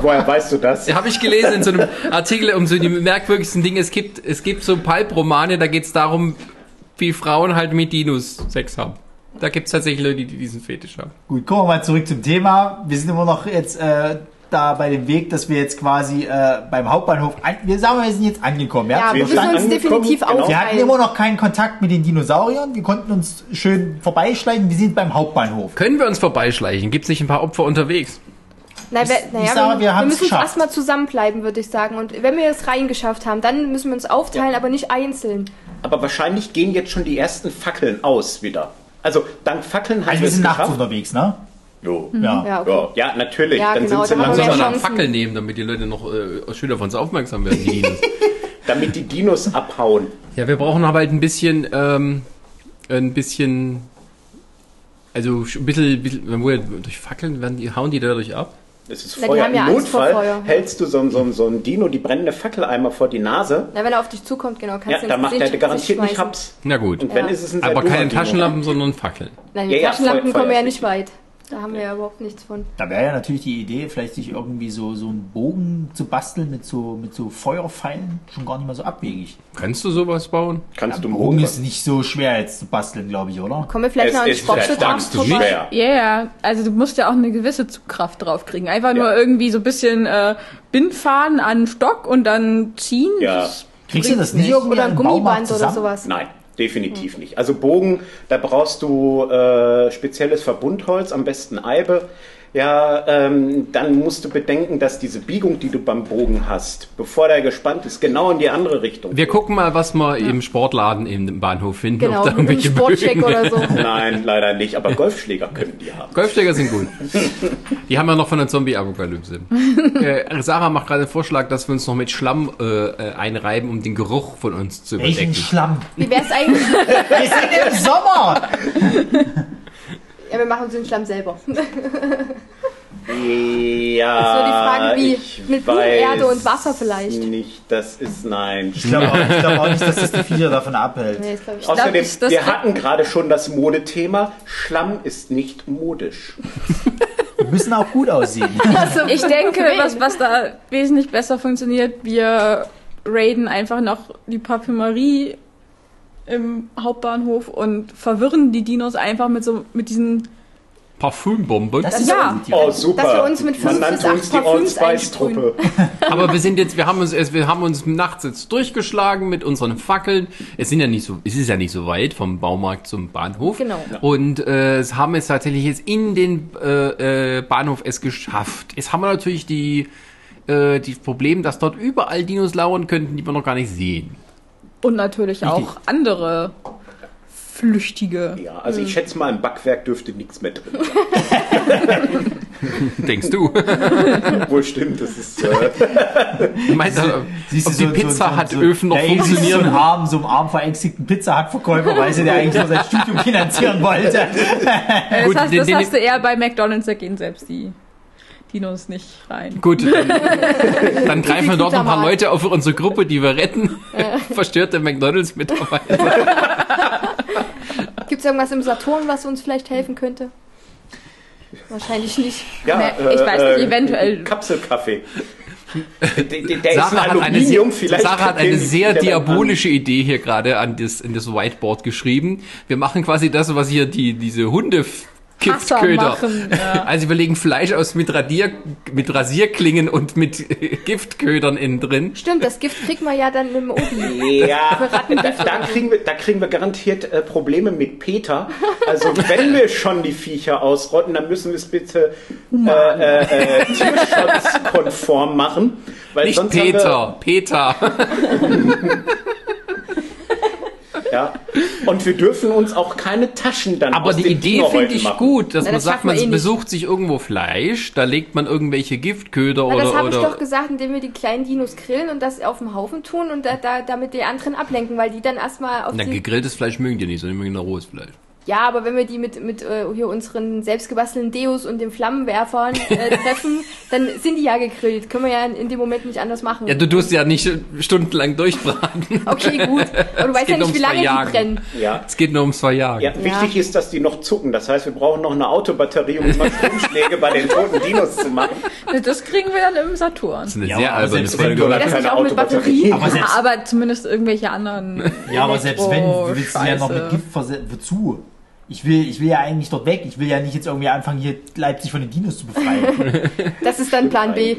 [SPEAKER 4] woher weißt du das?
[SPEAKER 1] <laughs> Habe ich gelesen in so einem Artikel um so die merkwürdigsten Dinge. Es gibt, es gibt so Pulp-Romane, da geht's darum, wie Frauen halt mit Dinos Sex haben. Da gibt's tatsächlich Leute, die diesen Fetisch haben.
[SPEAKER 2] Gut, kommen wir mal zurück zum Thema. Wir sind immer noch jetzt äh, da bei dem Weg, dass wir jetzt quasi äh, beim Hauptbahnhof an wir sagen, mal, wir sind jetzt angekommen. Ja?
[SPEAKER 3] Ja, wir
[SPEAKER 4] Wir
[SPEAKER 3] müssen
[SPEAKER 4] sind
[SPEAKER 3] uns
[SPEAKER 4] angekommen,
[SPEAKER 3] definitiv
[SPEAKER 4] genau.
[SPEAKER 2] Wir hatten
[SPEAKER 3] aufteilen.
[SPEAKER 2] immer noch keinen Kontakt mit den Dinosauriern. Wir konnten uns schön vorbeischleichen. Wir sind beim Hauptbahnhof.
[SPEAKER 1] Können wir uns vorbeischleichen? Gibt's nicht ein paar Opfer unterwegs?
[SPEAKER 3] Na,
[SPEAKER 2] Ich-
[SPEAKER 3] wir,
[SPEAKER 2] ich
[SPEAKER 3] naja,
[SPEAKER 2] sage, wir
[SPEAKER 3] wir, wir
[SPEAKER 2] haben's
[SPEAKER 3] müssen
[SPEAKER 2] geschafft.
[SPEAKER 3] erstmal zusammenbleiben, würde ich sagen. Und wenn wir es reingeschafft haben, dann müssen wir uns aufteilen, aber nicht einzeln.
[SPEAKER 4] Aber wahrscheinlich gehen jetzt schon die ersten Fackeln aus wieder. Also dank Fackeln haben
[SPEAKER 2] Also
[SPEAKER 4] wir
[SPEAKER 2] wir
[SPEAKER 4] es
[SPEAKER 2] sind nachts
[SPEAKER 4] geschafft.
[SPEAKER 2] unterwegs, ne?
[SPEAKER 4] Jo.
[SPEAKER 2] Ja.
[SPEAKER 3] Mhm. Ja, okay.
[SPEAKER 4] Jo. Ja, natürlich.
[SPEAKER 3] Ja,
[SPEAKER 4] dann
[SPEAKER 3] genau,
[SPEAKER 4] sind
[SPEAKER 3] da
[SPEAKER 4] sie
[SPEAKER 1] Lass uns
[SPEAKER 3] haben wir
[SPEAKER 4] langsam
[SPEAKER 3] mehr
[SPEAKER 1] mal eine
[SPEAKER 3] Chancen.
[SPEAKER 1] Fackel nehmen, damit die Leute noch äh, schön auf uns aufmerksam werden, die Dinos.
[SPEAKER 4] damit die Dinos abhauen.
[SPEAKER 1] <laughs> Ja, wir brauchen aber halt ein bisschen, ähm, ein bisschen, also ein bisschen, bisschen woher- durch Fackeln werden die, hauen die dadurch ab?
[SPEAKER 4] Es ist
[SPEAKER 3] Na, die
[SPEAKER 4] Feuer.
[SPEAKER 3] haben ja
[SPEAKER 4] Im
[SPEAKER 3] Angst vor
[SPEAKER 4] Notfall
[SPEAKER 3] Feuer.
[SPEAKER 4] hältst du so, einem- so, einem- so einen Dino die brennende Fackel einmal vor die Nase.
[SPEAKER 3] Na, wenn er auf dich zukommt, genau, kannst
[SPEAKER 4] Ja,
[SPEAKER 3] du
[SPEAKER 4] dann macht er
[SPEAKER 3] Gesicht
[SPEAKER 4] garantiert nicht
[SPEAKER 3] schmeißen.
[SPEAKER 4] Haps.
[SPEAKER 1] Na gut.
[SPEAKER 4] Und wenn
[SPEAKER 3] Ja.
[SPEAKER 4] ist es ein
[SPEAKER 1] Aber
[SPEAKER 4] Saturn-Dino.
[SPEAKER 1] keine Taschenlampen, sondern Fackeln.
[SPEAKER 3] Nein, mit
[SPEAKER 4] Ja, ja,
[SPEAKER 3] Taschenlampen
[SPEAKER 4] Feuer- Feuer
[SPEAKER 3] kommen wir ja
[SPEAKER 4] ist
[SPEAKER 3] nicht weit. Da haben wir ja überhaupt nichts von.
[SPEAKER 2] Da wäre ja natürlich die Idee, vielleicht sich irgendwie so, so einen Bogen zu basteln mit so, mit so Feuerpfeilen. Schon gar nicht mal so abwegig.
[SPEAKER 1] Kannst du sowas bauen?
[SPEAKER 4] Kannst du
[SPEAKER 2] Bogen
[SPEAKER 4] Bogen
[SPEAKER 2] ist nicht so schwer jetzt zu basteln, glaube ich, oder?
[SPEAKER 3] Kommen wir vielleicht
[SPEAKER 4] Es
[SPEAKER 3] noch an den
[SPEAKER 4] ist verdammt
[SPEAKER 3] Sportbedarf vorbei.
[SPEAKER 4] schwer.
[SPEAKER 5] Ja, yeah, also du musst ja auch eine gewisse Zugkraft draufkriegen. Einfach nur
[SPEAKER 4] Ja.
[SPEAKER 5] irgendwie so ein bisschen äh, Bindfaden an den Stock und dann ziehen.
[SPEAKER 4] Ja,
[SPEAKER 2] Kriegst du das nicht irgendwie
[SPEAKER 3] Oder
[SPEAKER 2] an
[SPEAKER 3] ein
[SPEAKER 2] den Baumarkt
[SPEAKER 3] Gummiband oder
[SPEAKER 2] zusammen?
[SPEAKER 3] sowas.
[SPEAKER 4] nein, definitiv nicht. Also Bogen, da brauchst du äh, spezielles Verbundholz, am besten Eibe. Ja, ähm, dann musst du bedenken, dass diese Biegung, die du beim Bogen hast, bevor der gespannt ist, genau in die andere Richtung
[SPEAKER 1] Wir
[SPEAKER 4] geht.
[SPEAKER 1] gucken mal, was wir im Sportladen im Bahnhof finden.
[SPEAKER 3] Genau,
[SPEAKER 1] ob da
[SPEAKER 3] ein
[SPEAKER 1] irgendwelche
[SPEAKER 3] Sportcheck
[SPEAKER 1] Bögen.
[SPEAKER 3] oder so.
[SPEAKER 4] Nein, leider nicht, aber Golfschläger können die haben.
[SPEAKER 1] Golfschläger sind
[SPEAKER 3] <laughs>
[SPEAKER 1] gut. Die haben wir noch von der Zombie-Apokalypse. äh, Sarah macht gerade den Vorschlag, dass wir uns noch mit Schlamm äh, äh, einreiben, um den Geruch von uns zu
[SPEAKER 2] Welchen
[SPEAKER 1] überdecken.
[SPEAKER 2] Schlamm?
[SPEAKER 3] Wie wär's eigentlich?
[SPEAKER 2] Wir sind im Sommer!
[SPEAKER 3] Ja, wir machen uns den Schlamm selber.
[SPEAKER 4] Ja.
[SPEAKER 3] Ist nur die Frage, wie.
[SPEAKER 4] ich
[SPEAKER 3] Mit Blumenerde
[SPEAKER 4] weiß
[SPEAKER 3] und Wasser vielleicht.
[SPEAKER 4] Nicht, das ist nein.
[SPEAKER 2] Ich glaube auch, ich glaub auch nicht, dass das die Viecher davon abhält.
[SPEAKER 3] Nee, das glaub ich nicht.
[SPEAKER 4] Außerdem,
[SPEAKER 5] ich- das-
[SPEAKER 4] wir hatten gerade schon das Modethema. Schlamm ist nicht modisch.
[SPEAKER 2] Wir müssen auch gut aussehen.
[SPEAKER 5] <laughs> Ich denke, was, was da wesentlich besser funktioniert, wir raiden einfach noch die Parfümerie im Hauptbahnhof und verwirren die Dinos einfach mit so mit diesen
[SPEAKER 1] Parfümbombe.
[SPEAKER 2] Das ist
[SPEAKER 5] Ja.
[SPEAKER 2] ja. gut.
[SPEAKER 4] Oh, super.
[SPEAKER 3] Dass wir uns mit fünf
[SPEAKER 4] Man nannte
[SPEAKER 3] bis acht
[SPEAKER 4] uns die
[SPEAKER 3] Parfüms
[SPEAKER 4] Old Spice Truppe.
[SPEAKER 1] Aber wir sind jetzt, wir haben uns erst, wir haben uns nachts jetzt durchgeschlagen mit unseren Fackeln. Es sind ja nicht so, es ist ja nicht so weit vom Baumarkt zum Bahnhof.
[SPEAKER 3] Genau.
[SPEAKER 1] Und äh, es haben es tatsächlich jetzt in den äh, äh, Bahnhof es geschafft. Jetzt haben wir natürlich die äh, das Problem, dass dort überall Dinos lauern könnten, die wir noch gar nicht sehen.
[SPEAKER 5] und natürlich auch andere Flüchtige.
[SPEAKER 4] Ja, also
[SPEAKER 3] Hm.
[SPEAKER 4] ich schätze mal, im Backwerk dürfte nichts mehr drin. <laughs> sein.
[SPEAKER 1] Denkst du?
[SPEAKER 4] Wohl stimmt, das ist. Äh,
[SPEAKER 1] Du meinst, ob,
[SPEAKER 2] Siehst du,
[SPEAKER 1] ob die
[SPEAKER 2] so- so-
[SPEAKER 1] Pizza
[SPEAKER 2] so-
[SPEAKER 1] hat
[SPEAKER 2] so-
[SPEAKER 1] Öfen noch
[SPEAKER 2] ja, irgendwie So
[SPEAKER 1] funktionieren?
[SPEAKER 2] einen arm, so einen arm verängstigten Pizza hat Verkäufer, weil sie der eigentlich nur sein Studium finanzieren wollte.
[SPEAKER 5] Äh,
[SPEAKER 1] Gut,
[SPEAKER 5] das hast,
[SPEAKER 1] den-
[SPEAKER 5] das
[SPEAKER 1] den-
[SPEAKER 5] hast du eher bei McDonalds, da gehen selbst die Dinos nicht rein.
[SPEAKER 1] Gut, dann, dann greifen wir dort noch ein paar
[SPEAKER 3] Tütermarkt.
[SPEAKER 1] Leute auf unsere Gruppe, die wir retten. <laughs> Verstörte McDonalds-Mitarbeiter.
[SPEAKER 3] Gibt's irgendwas im Saturn, was uns vielleicht helfen könnte? Wahrscheinlich nicht.
[SPEAKER 4] ja, äh,
[SPEAKER 5] Ne, ich weiß nicht, eventuell-
[SPEAKER 4] Kapselkaffee. Der, der, der ist ein
[SPEAKER 1] Sarah hat, eine
[SPEAKER 4] Aluminium,
[SPEAKER 1] sehr,
[SPEAKER 4] vielleicht.
[SPEAKER 1] Sarah hat
[SPEAKER 4] kriegt
[SPEAKER 1] eine
[SPEAKER 4] den-
[SPEAKER 1] sehr
[SPEAKER 4] der dann an-
[SPEAKER 1] diabolische Idee hier gerade an das, in das Whiteboard geschrieben. Wir machen quasi das, was hier die, diese Hunde
[SPEAKER 5] Hasser
[SPEAKER 1] Giftköder.
[SPEAKER 5] machen,
[SPEAKER 1] <laughs>
[SPEAKER 5] ja.
[SPEAKER 4] <laughs>
[SPEAKER 1] Also wir legen Fleisch aus mit, Radier, mit Rasierklingen und mit <laughs> Giftködern innen drin.
[SPEAKER 3] Stimmt, das Gift kriegt man ja dann im Obi.
[SPEAKER 4] Ja,
[SPEAKER 3] <laughs> Für Rattengift.
[SPEAKER 4] da kriegen wir, da kriegen wir garantiert äh, Probleme mit Peter. Also wenn wir schon die Viecher ausrotten, dann müssen wir es bitte äh, äh, äh, tierschutzkonform machen. Weil
[SPEAKER 1] Nicht
[SPEAKER 4] sonst haben
[SPEAKER 1] Peter, Peter.
[SPEAKER 4] Wir, ja. Und wir dürfen uns auch keine Taschen dann
[SPEAKER 1] Aber
[SPEAKER 4] aus
[SPEAKER 1] die
[SPEAKER 4] den
[SPEAKER 1] Idee
[SPEAKER 4] Kinderhäuten
[SPEAKER 1] finde ich
[SPEAKER 4] machen.
[SPEAKER 1] gut, dass
[SPEAKER 3] Na,
[SPEAKER 1] man
[SPEAKER 3] das
[SPEAKER 1] sagt,
[SPEAKER 3] schaffen wir
[SPEAKER 1] man
[SPEAKER 3] eh nicht.
[SPEAKER 1] besucht sich irgendwo Fleisch, da legt man irgendwelche Giftköder
[SPEAKER 3] Na, das
[SPEAKER 1] oder,
[SPEAKER 3] habe ich doch
[SPEAKER 1] oder
[SPEAKER 3] gesagt, indem wir die kleinen Dinos grillen und das auf dem Haufen tun und da, da, damit die anderen ablenken, weil die dann erstmal auf
[SPEAKER 1] Na,
[SPEAKER 3] die...
[SPEAKER 1] gegrilltes Fleisch mögen die nicht, sondern die mögen nur rohes Fleisch.
[SPEAKER 3] Ja, aber wenn wir die mit, mit äh, hier unseren selbstgebastelten Deos und den Flammenwerfern
[SPEAKER 1] <laughs>
[SPEAKER 3] äh, treffen, dann sind die ja gegrillt. Können wir ja in, in dem Moment nicht anders machen.
[SPEAKER 1] Ja, du tust ja nicht stundenlang durchbraten. <laughs>
[SPEAKER 3] okay, gut. Aber du weißt
[SPEAKER 1] geht
[SPEAKER 3] ja nicht,
[SPEAKER 1] ums
[SPEAKER 3] wie lange
[SPEAKER 1] Verjagen.
[SPEAKER 3] die brennen.
[SPEAKER 4] Ja.
[SPEAKER 1] Es geht nur um ums Verjagen.
[SPEAKER 4] Ja, wichtig ist, dass die noch zucken. Das heißt, wir brauchen noch eine Autobatterie, um mal Stromschläge bei den toten Dinos zu machen.
[SPEAKER 5] Das kriegen wir dann im Saturn.
[SPEAKER 1] Das ist eine
[SPEAKER 2] Ja,
[SPEAKER 1] sehr
[SPEAKER 2] aber
[SPEAKER 1] alberne
[SPEAKER 2] selbst wenn
[SPEAKER 1] Folge.
[SPEAKER 4] du-
[SPEAKER 1] oder?
[SPEAKER 3] Das
[SPEAKER 4] keine
[SPEAKER 3] ist auch mit
[SPEAKER 4] Autobatterie.
[SPEAKER 3] Batterien.
[SPEAKER 2] Aber selbst,
[SPEAKER 5] Aber zumindest irgendwelche anderen.
[SPEAKER 1] <laughs>
[SPEAKER 2] ja, aber selbst wenn,
[SPEAKER 5] Elektro-
[SPEAKER 2] willst du ja noch mit
[SPEAKER 5] Oh, Scheiße.
[SPEAKER 2] Gift versetzen. Wozu? Ich will, ich will ja eigentlich dort weg. Ich will ja nicht jetzt irgendwie anfangen, hier Leipzig von den Dinos zu befreien.
[SPEAKER 3] Das ist dann Plan B.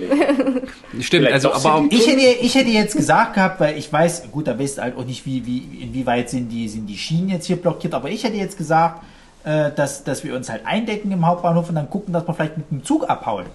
[SPEAKER 1] Stimmt,
[SPEAKER 4] Vielleicht
[SPEAKER 1] also
[SPEAKER 4] doch
[SPEAKER 1] aber
[SPEAKER 4] sind
[SPEAKER 2] Ich hätte, ich hätte jetzt gesagt gehabt, weil ich weiß, gut, da weißt du halt auch nicht, wie, wie, inwieweit sind die, sind die Schienen jetzt hier blockiert, aber ich hätte jetzt gesagt, äh, dass, dass wir uns halt eindecken im Hauptbahnhof und dann gucken, dass wir vielleicht mit dem Zug abhauen.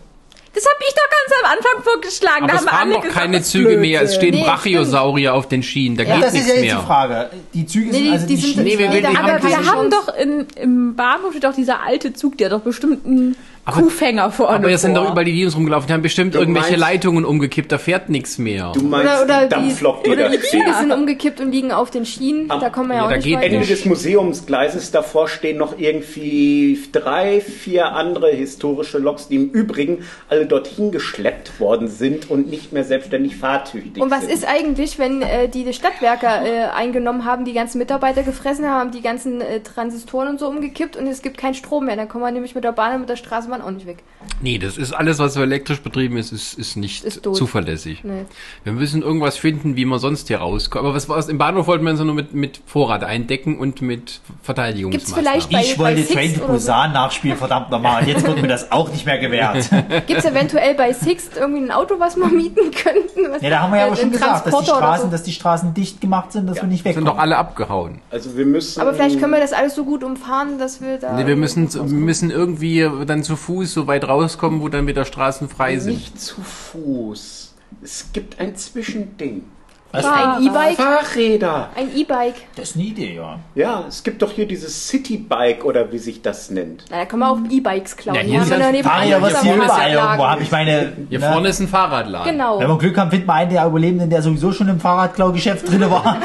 [SPEAKER 5] Das habe ich doch ganz am Anfang vorgeschlagen.
[SPEAKER 1] aber
[SPEAKER 5] da
[SPEAKER 1] es
[SPEAKER 5] haben wir
[SPEAKER 1] fahren
[SPEAKER 5] alle
[SPEAKER 1] doch
[SPEAKER 5] gesagt,
[SPEAKER 1] keine
[SPEAKER 5] das ist
[SPEAKER 1] Züge mehr. Es stehen
[SPEAKER 3] Nee,
[SPEAKER 1] Brachiosaurier auf den Schienen. Da
[SPEAKER 2] Ja,
[SPEAKER 1] geht
[SPEAKER 2] das ist ja
[SPEAKER 1] nichts
[SPEAKER 2] jetzt
[SPEAKER 1] mehr.
[SPEAKER 2] die Frage. Die Züge
[SPEAKER 3] Nee,
[SPEAKER 2] sind
[SPEAKER 3] die-
[SPEAKER 2] also
[SPEAKER 3] die
[SPEAKER 2] die,
[SPEAKER 3] sind-
[SPEAKER 2] Schienen.
[SPEAKER 1] Nee, wir
[SPEAKER 3] Nee,
[SPEAKER 1] will,
[SPEAKER 3] da
[SPEAKER 1] die
[SPEAKER 3] haben
[SPEAKER 1] haben
[SPEAKER 5] Aber wir
[SPEAKER 1] keine
[SPEAKER 5] haben
[SPEAKER 1] Chance.
[SPEAKER 5] doch in, im Bahnhof steht doch dieser alte Zug, der hat doch bestimmt einen
[SPEAKER 1] Aber-
[SPEAKER 5] Kuhfänger
[SPEAKER 2] Oh,
[SPEAKER 5] vorne.
[SPEAKER 1] Aber jetzt sind doch
[SPEAKER 5] vor.
[SPEAKER 1] überall die Dinos rumgelaufen. Die haben bestimmt
[SPEAKER 4] Du
[SPEAKER 1] irgendwelche
[SPEAKER 4] meinst-
[SPEAKER 1] Leitungen umgekippt. Da fährt nichts mehr.
[SPEAKER 4] Du meinst
[SPEAKER 3] Oder, oder,
[SPEAKER 4] die
[SPEAKER 3] die,
[SPEAKER 4] Dampflok, die
[SPEAKER 3] oder
[SPEAKER 4] da
[SPEAKER 3] die Züge
[SPEAKER 4] steht.
[SPEAKER 3] sind umgekippt und liegen auf den Schienen. Da kommen wir ja,
[SPEAKER 1] Ja,
[SPEAKER 3] auch
[SPEAKER 1] da
[SPEAKER 3] nicht
[SPEAKER 1] geht
[SPEAKER 3] weiter.
[SPEAKER 4] Ende des Museumsgleises davor stehen noch irgendwie drei, vier andere historische Loks, die im Übrigen alle dorthin geschleppt worden sind und nicht mehr selbstständig fahrtüchtig
[SPEAKER 3] Und was
[SPEAKER 4] sind.
[SPEAKER 3] ist eigentlich, wenn äh, die die Stadtwerke äh, eingenommen haben, die ganzen Mitarbeiter gefressen haben, haben die ganzen äh, Transistoren und so umgekippt und es gibt keinen Strom mehr? Dann kommen wir nämlich mit der Bahn und mit der Straßenbahn auch nicht weg.
[SPEAKER 1] Nee, das ist alles, was so elektrisch betrieben ist, ist, ist nicht
[SPEAKER 3] Ist tot.
[SPEAKER 1] zuverlässig.
[SPEAKER 3] Nee.
[SPEAKER 1] Wir müssen irgendwas finden, wie man sonst hier rauskommt. Aber was war es? Im Bahnhof wollten wir uns ja nur mit, mit Vorrat eindecken und mit
[SPEAKER 3] Gibt's
[SPEAKER 1] Verteidigungsmaßnahmen.
[SPEAKER 3] vielleicht bei,
[SPEAKER 2] Ich
[SPEAKER 3] bei
[SPEAKER 2] wollte
[SPEAKER 3] Six
[SPEAKER 2] Train to
[SPEAKER 3] oder so?
[SPEAKER 2] Busan nachspielen, verdammt nochmal. Und Jetzt wird mir das auch nicht mehr <laughs> gewährt.
[SPEAKER 3] Gibt es eventuell bei Six irgendwie ein Auto, was wir <laughs> mieten könnten? Was
[SPEAKER 2] Ja, da haben wir ja aber
[SPEAKER 3] äh,
[SPEAKER 2] schon
[SPEAKER 3] einen
[SPEAKER 2] gesagt, dass die,
[SPEAKER 3] Transporter oder
[SPEAKER 2] Straßen, dass die Straßen dicht gemacht sind, dass wir nicht
[SPEAKER 1] sind doch
[SPEAKER 2] wegkommen.
[SPEAKER 1] alle abgehauen.
[SPEAKER 4] Also wir müssen.
[SPEAKER 3] Aber vielleicht können wir das alles so gut umfahren, dass wir da.
[SPEAKER 1] Nee, wir müssen, wir müssen irgendwie dann zu Fuß so weit rauskommen, wo dann wieder Straßen frei sind.
[SPEAKER 4] nicht zu Fuß. Es gibt ein Zwischending.
[SPEAKER 3] Ah, ein E-Bike.
[SPEAKER 4] Fahrräder.
[SPEAKER 3] Ein E-Bike.
[SPEAKER 2] Das ist eine Idee, ja.
[SPEAKER 4] Ja, es gibt doch hier dieses Citybike oder wie sich das nennt.
[SPEAKER 3] Na, da können wir auch E-Bikes klauen.
[SPEAKER 1] Ja, hier
[SPEAKER 3] Die haben
[SPEAKER 1] sind
[SPEAKER 3] wir
[SPEAKER 1] das
[SPEAKER 3] dann nebenan
[SPEAKER 2] Fahrräder,
[SPEAKER 3] in
[SPEAKER 2] was
[SPEAKER 3] unserer
[SPEAKER 2] hier überall
[SPEAKER 3] Fahrradladen.
[SPEAKER 2] irgendwo haben. Ich meine,
[SPEAKER 1] Hier
[SPEAKER 2] ne,
[SPEAKER 1] vorne ist ein Fahrradladen.
[SPEAKER 3] Genau.
[SPEAKER 2] wenn wir Glück haben, finden wir einen der Überlebenden, der sowieso schon im Fahrradklau-Geschäft drin war.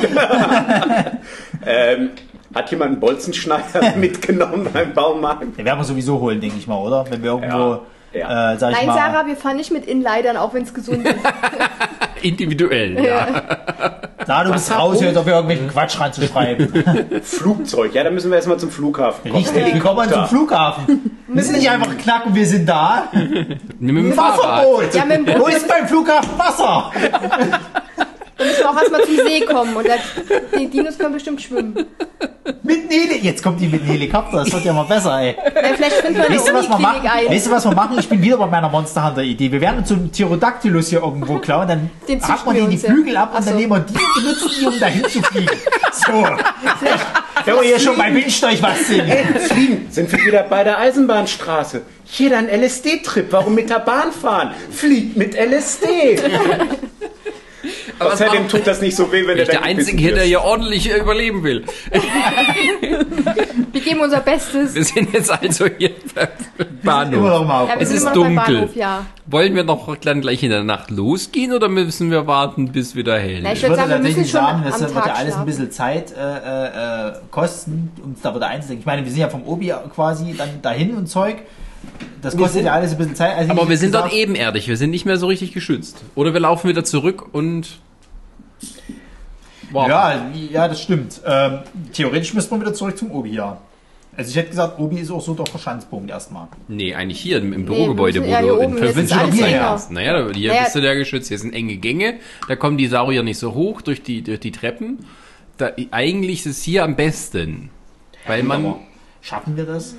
[SPEAKER 4] Hat jemand
[SPEAKER 2] <laughs>
[SPEAKER 4] einen Bolzenschneider mitgenommen beim Baumarkt?
[SPEAKER 2] Den werden wir sowieso holen, denke ich mal, oder? Wenn wir irgendwo,
[SPEAKER 4] Ja. Ja.
[SPEAKER 2] äh, sag ich
[SPEAKER 3] Nein,
[SPEAKER 2] mal...
[SPEAKER 3] Sarah, wir fahren nicht mit Inleitern, auch wenn es gesund ist.
[SPEAKER 1] Individuell, ja.
[SPEAKER 2] Sarah, du bist raus, hör auf, irgendwelchen Quatsch ranzuschreiben.
[SPEAKER 4] Flugzeug. Ja, da müssen wir erstmal zum Flughafen kommen.
[SPEAKER 2] Richtig, wir kommen zum
[SPEAKER 3] <laughs>
[SPEAKER 2] Flughafen. Wir sind nicht einfach knacken, wir sind da.
[SPEAKER 1] Nimm mit dem Fahrrad.
[SPEAKER 2] Wasserboot.
[SPEAKER 3] Ja, mit dem Boot
[SPEAKER 2] Wo ist beim Flughafen Wasser?
[SPEAKER 3] müssen wir auch erstmal zum See kommen. Und das, die Dinos können bestimmt schwimmen.
[SPEAKER 2] Mit einem Heli Jetzt kommt die mit einem Helikopter, das wird ja mal besser, ey.
[SPEAKER 3] Weil Äh, vielleicht finden wir eine
[SPEAKER 2] Weißt du, was wir machen?
[SPEAKER 3] Uniklinik ein.
[SPEAKER 2] Weißt du, was wir machen? Ich bin wieder bei meiner Monster Hunter Idee. Wir werden uns so einen Pterodactylus hier irgendwo klauen, dann
[SPEAKER 3] Den
[SPEAKER 2] hackt man
[SPEAKER 3] züchten wir
[SPEAKER 2] den die
[SPEAKER 3] uns, ja.
[SPEAKER 2] Flügel ab
[SPEAKER 3] Ach
[SPEAKER 2] und dann
[SPEAKER 3] so.
[SPEAKER 2] nehmen wir die und benutzen die, um dahin zu fliegen. So. Wenn wir hier schon bei Windsteuch was sind.
[SPEAKER 3] Äh,
[SPEAKER 4] Fliegen. Sind wir wieder bei der Eisenbahnstraße? Hier ein LSD-Trip. Warum mit der Bahn fahren? Fliegt mit
[SPEAKER 2] <laughs>
[SPEAKER 4] LSD. Außerdem tut das nicht so weh, wenn
[SPEAKER 1] Ich
[SPEAKER 4] er
[SPEAKER 1] der Einzige hier, der hier ordentlich äh, überleben will.
[SPEAKER 3] Wir geben unser Bestes.
[SPEAKER 1] Wir sind jetzt also hier <laughs> beim
[SPEAKER 2] Immer
[SPEAKER 1] Bahnhof.
[SPEAKER 2] noch mal auf.
[SPEAKER 3] Ja, wir
[SPEAKER 1] Es
[SPEAKER 3] sind
[SPEAKER 1] ist
[SPEAKER 3] immer noch beim
[SPEAKER 1] dunkel.
[SPEAKER 3] Bahnhof, ja.
[SPEAKER 1] Wollen wir noch dann gleich in der Nacht losgehen oder müssen wir warten, bis wieder hell
[SPEAKER 3] Na,
[SPEAKER 1] ist?
[SPEAKER 3] ich
[SPEAKER 2] Ich würde
[SPEAKER 3] würde sagen, wir müssen
[SPEAKER 2] tatsächlich
[SPEAKER 3] schon
[SPEAKER 2] sagen, das
[SPEAKER 3] am
[SPEAKER 2] wird
[SPEAKER 3] Tag
[SPEAKER 2] ja alles ein
[SPEAKER 3] schlafen.
[SPEAKER 2] bisschen Zeit äh, äh, äh, kosten, uns da wieder einzudenken. Ich meine, wir sind ja vom Obi quasi dann dahin und Zeug. Das kostet ja alles ein bisschen Zeit. Also ich
[SPEAKER 1] Aber wir
[SPEAKER 2] hätte
[SPEAKER 1] sind dort
[SPEAKER 2] gesagt,
[SPEAKER 1] ebenerdig, wir sind nicht mehr so richtig geschützt. Oder wir laufen wieder zurück und. Wow.
[SPEAKER 2] Ja, ja, das stimmt. Ähm, theoretisch müsste man wieder zurück zum Obi, ja. Also ich hätte gesagt, oben ist auch so der Verschanzpunkt erstmal.
[SPEAKER 1] Nee, eigentlich hier im, im Bürogebäude,
[SPEAKER 3] wir
[SPEAKER 1] wo
[SPEAKER 3] müssen- ja, hier
[SPEAKER 1] du in
[SPEAKER 3] oben, jetzt
[SPEAKER 2] ist
[SPEAKER 3] genau.
[SPEAKER 1] 15
[SPEAKER 2] alles
[SPEAKER 1] Schutz
[SPEAKER 2] enger.
[SPEAKER 1] hast. Naja, da- hier
[SPEAKER 3] Naja.
[SPEAKER 1] bist du ja geschützt. Hier sind enge Gänge, da kommen die Saurier nicht so hoch durch die, durch die Treppen. Da, eigentlich ist es hier am besten. Weil man.
[SPEAKER 2] Aber Schaffen wir das?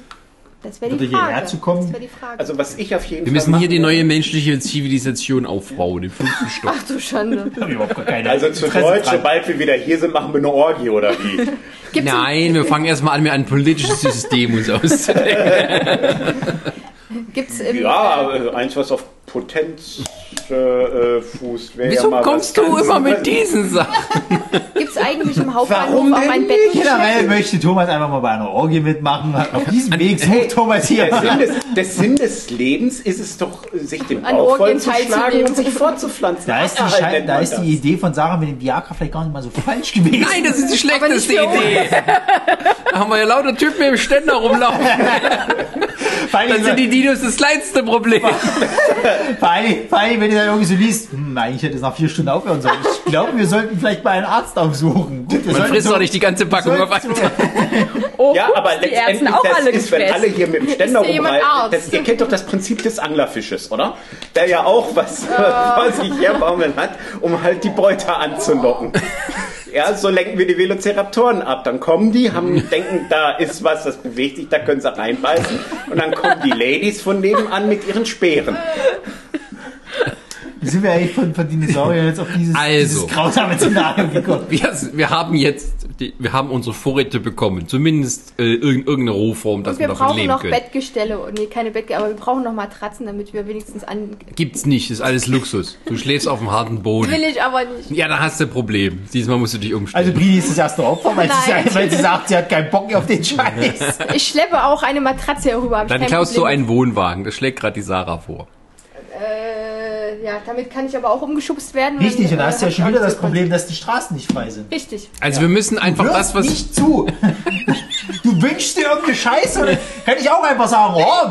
[SPEAKER 3] Das wäre die
[SPEAKER 2] Würde hierher
[SPEAKER 3] Frage.
[SPEAKER 2] zu kommen?
[SPEAKER 3] Das wäre die Frage.
[SPEAKER 4] Also was ich auf jeden
[SPEAKER 1] Wir
[SPEAKER 4] Fall
[SPEAKER 1] müssen hier
[SPEAKER 4] machen
[SPEAKER 1] die neue
[SPEAKER 4] werde-
[SPEAKER 1] menschliche Zivilisation aufbauen, im
[SPEAKER 4] <laughs>
[SPEAKER 1] fünften Stock.
[SPEAKER 3] Ach du Schande.
[SPEAKER 2] Hab ich überhaupt
[SPEAKER 1] <laughs>
[SPEAKER 2] gar keine
[SPEAKER 4] Also zu
[SPEAKER 2] Interesse
[SPEAKER 4] Deutsch,
[SPEAKER 2] dran.
[SPEAKER 4] sobald wir wieder hier sind, machen wir eine Orgie
[SPEAKER 1] <laughs>
[SPEAKER 4] oder wie?
[SPEAKER 3] Gibt's
[SPEAKER 1] Nein, wir fangen erstmal an, mit einem politischen System uns auszudenken.
[SPEAKER 3] Gibt's im,
[SPEAKER 4] ja, äh, eins was auf Potenz äh, äh, fußt. Wär
[SPEAKER 1] Wieso
[SPEAKER 4] ja mal
[SPEAKER 1] kommst
[SPEAKER 4] was
[SPEAKER 1] du
[SPEAKER 4] ganz
[SPEAKER 1] immer mit
[SPEAKER 4] Neues.
[SPEAKER 1] diesen Sachen?
[SPEAKER 3] gibt's eigentlich im
[SPEAKER 2] Warum
[SPEAKER 3] Hauptbahnhof auch
[SPEAKER 2] denn
[SPEAKER 3] ein
[SPEAKER 2] nicht? Generell
[SPEAKER 3] Bettgeschäft?
[SPEAKER 2] möchte Thomas einfach mal bei einer Orgie mitmachen. Auf diesem Weg
[SPEAKER 4] Hey,
[SPEAKER 2] sucht Thomas
[SPEAKER 4] Der Sinn,
[SPEAKER 2] hier.
[SPEAKER 4] des, der Sinn des Lebens ist es doch, äh, sich den
[SPEAKER 3] An
[SPEAKER 4] Bauch
[SPEAKER 3] Orgien
[SPEAKER 4] vollzuschlagen
[SPEAKER 3] teilzunehmen.
[SPEAKER 4] und sich fortzupflanzen.
[SPEAKER 2] Da ist, die,
[SPEAKER 4] Eierhalt
[SPEAKER 2] Schei-
[SPEAKER 4] nennt
[SPEAKER 2] da
[SPEAKER 4] man
[SPEAKER 2] ist
[SPEAKER 4] das.
[SPEAKER 2] die Idee von Sarah mit dem Viagra vielleicht gar nicht mal so falsch gewesen.
[SPEAKER 1] Nein, das ist die
[SPEAKER 3] Aber nicht
[SPEAKER 1] schlechteste
[SPEAKER 3] für uns.
[SPEAKER 1] Idee. Da haben wir ja lauter Typen im Ständer
[SPEAKER 4] <laughs>
[SPEAKER 1] rumlaufen.
[SPEAKER 2] <laughs> vor allem,
[SPEAKER 1] Dann sind die Dinos das kleinste Problem.
[SPEAKER 2] <laughs> vor, allem, vor allem, wenn ihr dann irgendwie so liest, hm, eigentlich hätte es nach vier Stunden aufhören sollen. Ich glaube, wir sollten vielleicht mal einen Arzt aufsuchen. Gut, wir
[SPEAKER 1] Man
[SPEAKER 2] sollten
[SPEAKER 1] frisst
[SPEAKER 2] so-
[SPEAKER 1] doch nicht die ganze Packung
[SPEAKER 2] sollten
[SPEAKER 1] auf einmal.
[SPEAKER 2] so-
[SPEAKER 5] Oh,
[SPEAKER 4] Ja,
[SPEAKER 5] ups,
[SPEAKER 4] aber
[SPEAKER 5] die Ärzten
[SPEAKER 4] letztendlich
[SPEAKER 5] auch
[SPEAKER 4] das
[SPEAKER 5] alle
[SPEAKER 4] ist, wenn
[SPEAKER 5] gefressen.
[SPEAKER 4] alle hier mit dem Ständer
[SPEAKER 3] Ist hier jemand
[SPEAKER 4] rumreiten.
[SPEAKER 3] Arzt?
[SPEAKER 4] Das, ihr kennt doch das Prinzip des Anglerfisches, oder? Der ja auch was vor sich herbaumeln hat, um halt die Beute anzulocken. Ja, so lenken wir die Velociraptoren ab. Dann kommen die, haben, denken, da ist was, das bewegt sich, da können sie reinbeißen. Und dann kommen die Ladies von nebenan mit ihren Speeren.
[SPEAKER 2] Wie sind wir eigentlich von, von Dinosauriern jetzt auf dieses,
[SPEAKER 1] Also.
[SPEAKER 2] dieses grausame Szenario gekommen?
[SPEAKER 1] Wir, <laughs> wir haben jetzt, die, wir haben unsere Vorräte bekommen. Zumindest äh, irg- irgendeine Rohform, dass
[SPEAKER 3] Und
[SPEAKER 1] wir
[SPEAKER 3] wir
[SPEAKER 1] davon
[SPEAKER 3] brauchen
[SPEAKER 1] leben
[SPEAKER 3] noch
[SPEAKER 1] können.
[SPEAKER 3] Bettgestelle. und- Nee, keine Bettgestelle, aber wir brauchen noch Matratzen, damit wir wenigstens an...
[SPEAKER 1] Gibt's nicht, ist alles Luxus. Du schläfst auf dem harten
[SPEAKER 3] Will
[SPEAKER 1] Boden.
[SPEAKER 3] ich aber nicht.
[SPEAKER 1] Ja, da hast du ein Problem. Diesmal musst du dich umstellen.
[SPEAKER 2] Also Brini ist das erste Opfer, weil
[SPEAKER 3] Nein.
[SPEAKER 2] sie, weil sie sagt, sie hat keinen Bock auf den
[SPEAKER 3] <laughs>
[SPEAKER 2] Scheiß.
[SPEAKER 3] Ich schleppe auch eine Matratze herüber. hab ich
[SPEAKER 1] Dann
[SPEAKER 3] kein
[SPEAKER 1] klaust du
[SPEAKER 3] Problem.
[SPEAKER 1] einen Wohnwagen. Das schlägt gerade die Sarah vor.
[SPEAKER 3] Äh, ja, damit kann ich aber auch umgeschubst werden.
[SPEAKER 2] Richtig, und da
[SPEAKER 3] dann,
[SPEAKER 2] hast
[SPEAKER 3] äh,
[SPEAKER 2] du ja schon
[SPEAKER 3] hab ich
[SPEAKER 2] wieder
[SPEAKER 3] auch
[SPEAKER 2] das
[SPEAKER 3] Zukunft.
[SPEAKER 2] Problem, dass die Straßen nicht frei sind.
[SPEAKER 3] Richtig.
[SPEAKER 1] Also wir müssen einfach das,
[SPEAKER 2] Hörst
[SPEAKER 1] was...
[SPEAKER 2] nicht zu. Du wünschst dir irgendeine Scheiße oder kann ich auch einfach sagen, oh,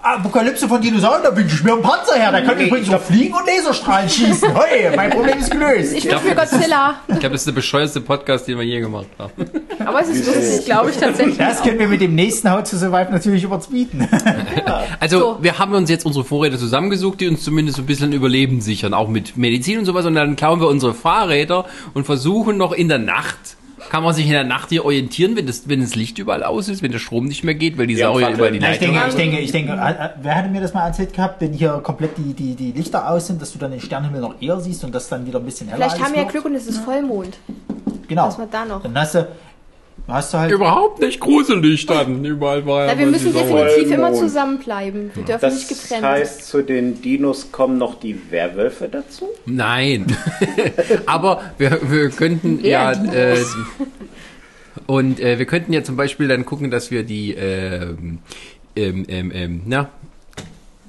[SPEAKER 2] Apokalypse von Dinosauriern, da wünsche ich mir einen Panzer her, da kann ich übrigens noch fliegen und Laserstrahlen schießen. Hey, mein Problem ist gelöst.
[SPEAKER 3] Ich wünsche mir
[SPEAKER 1] glaub,
[SPEAKER 3] Godzilla.
[SPEAKER 1] Ich glaube, das ist der bescheuerste Podcast, den wir je gemacht haben.
[SPEAKER 3] Aber es ist
[SPEAKER 5] Das
[SPEAKER 3] lustig.
[SPEAKER 5] glaube ich tatsächlich.
[SPEAKER 2] Das können wir mit dem nächsten How to Survive natürlich überbieten.
[SPEAKER 1] Also
[SPEAKER 3] So.
[SPEAKER 1] wir haben uns jetzt unsere Vorräte zusammengesucht, die uns zumindest so ein bisschen Überleben sichern, auch mit Medizin und sowas. Und dann klauen wir unsere Fahrräder und versuchen noch in der Nacht. Kann man sich in der Nacht hier orientieren, wenn das, wenn das Licht überall aus ist, wenn der Strom nicht mehr geht, weil die
[SPEAKER 4] Ja,
[SPEAKER 1] Saurier
[SPEAKER 4] Vater.
[SPEAKER 1] über die
[SPEAKER 2] Na, ich
[SPEAKER 1] Leitung
[SPEAKER 2] denke, ich denke, ich denke, äh, äh, wer hatte mir das mal erzählt gehabt, wenn hier komplett die, die, die Lichter aus sind, dass du dann den Sternenhimmel noch eher siehst und das dann wieder ein bisschen heller
[SPEAKER 3] Vielleicht
[SPEAKER 2] alles
[SPEAKER 3] haben wir ja
[SPEAKER 2] wird?
[SPEAKER 3] Glück und es ist Vollmond.
[SPEAKER 2] Genau.
[SPEAKER 3] dass wir da noch-
[SPEAKER 2] Dann hast du, hast du halt
[SPEAKER 1] überhaupt nicht gruselig dann. Überall war
[SPEAKER 3] Na, wir
[SPEAKER 1] waren
[SPEAKER 3] müssen
[SPEAKER 1] die Saurier.
[SPEAKER 3] definitiv immer
[SPEAKER 4] Vollmond.
[SPEAKER 3] zusammenbleiben. Wir dürfen nicht
[SPEAKER 4] Das
[SPEAKER 3] getrennt.
[SPEAKER 4] heißt, zu den Dinos kommen noch die Werwölfe dazu?
[SPEAKER 1] Nein. <laughs> Aber wir, wir könnten ja.
[SPEAKER 5] Ja,
[SPEAKER 1] Äh, und äh, wir könnten ja zum Beispiel dann gucken, dass wir die. Ähm, ähm, ähm, ähm, na,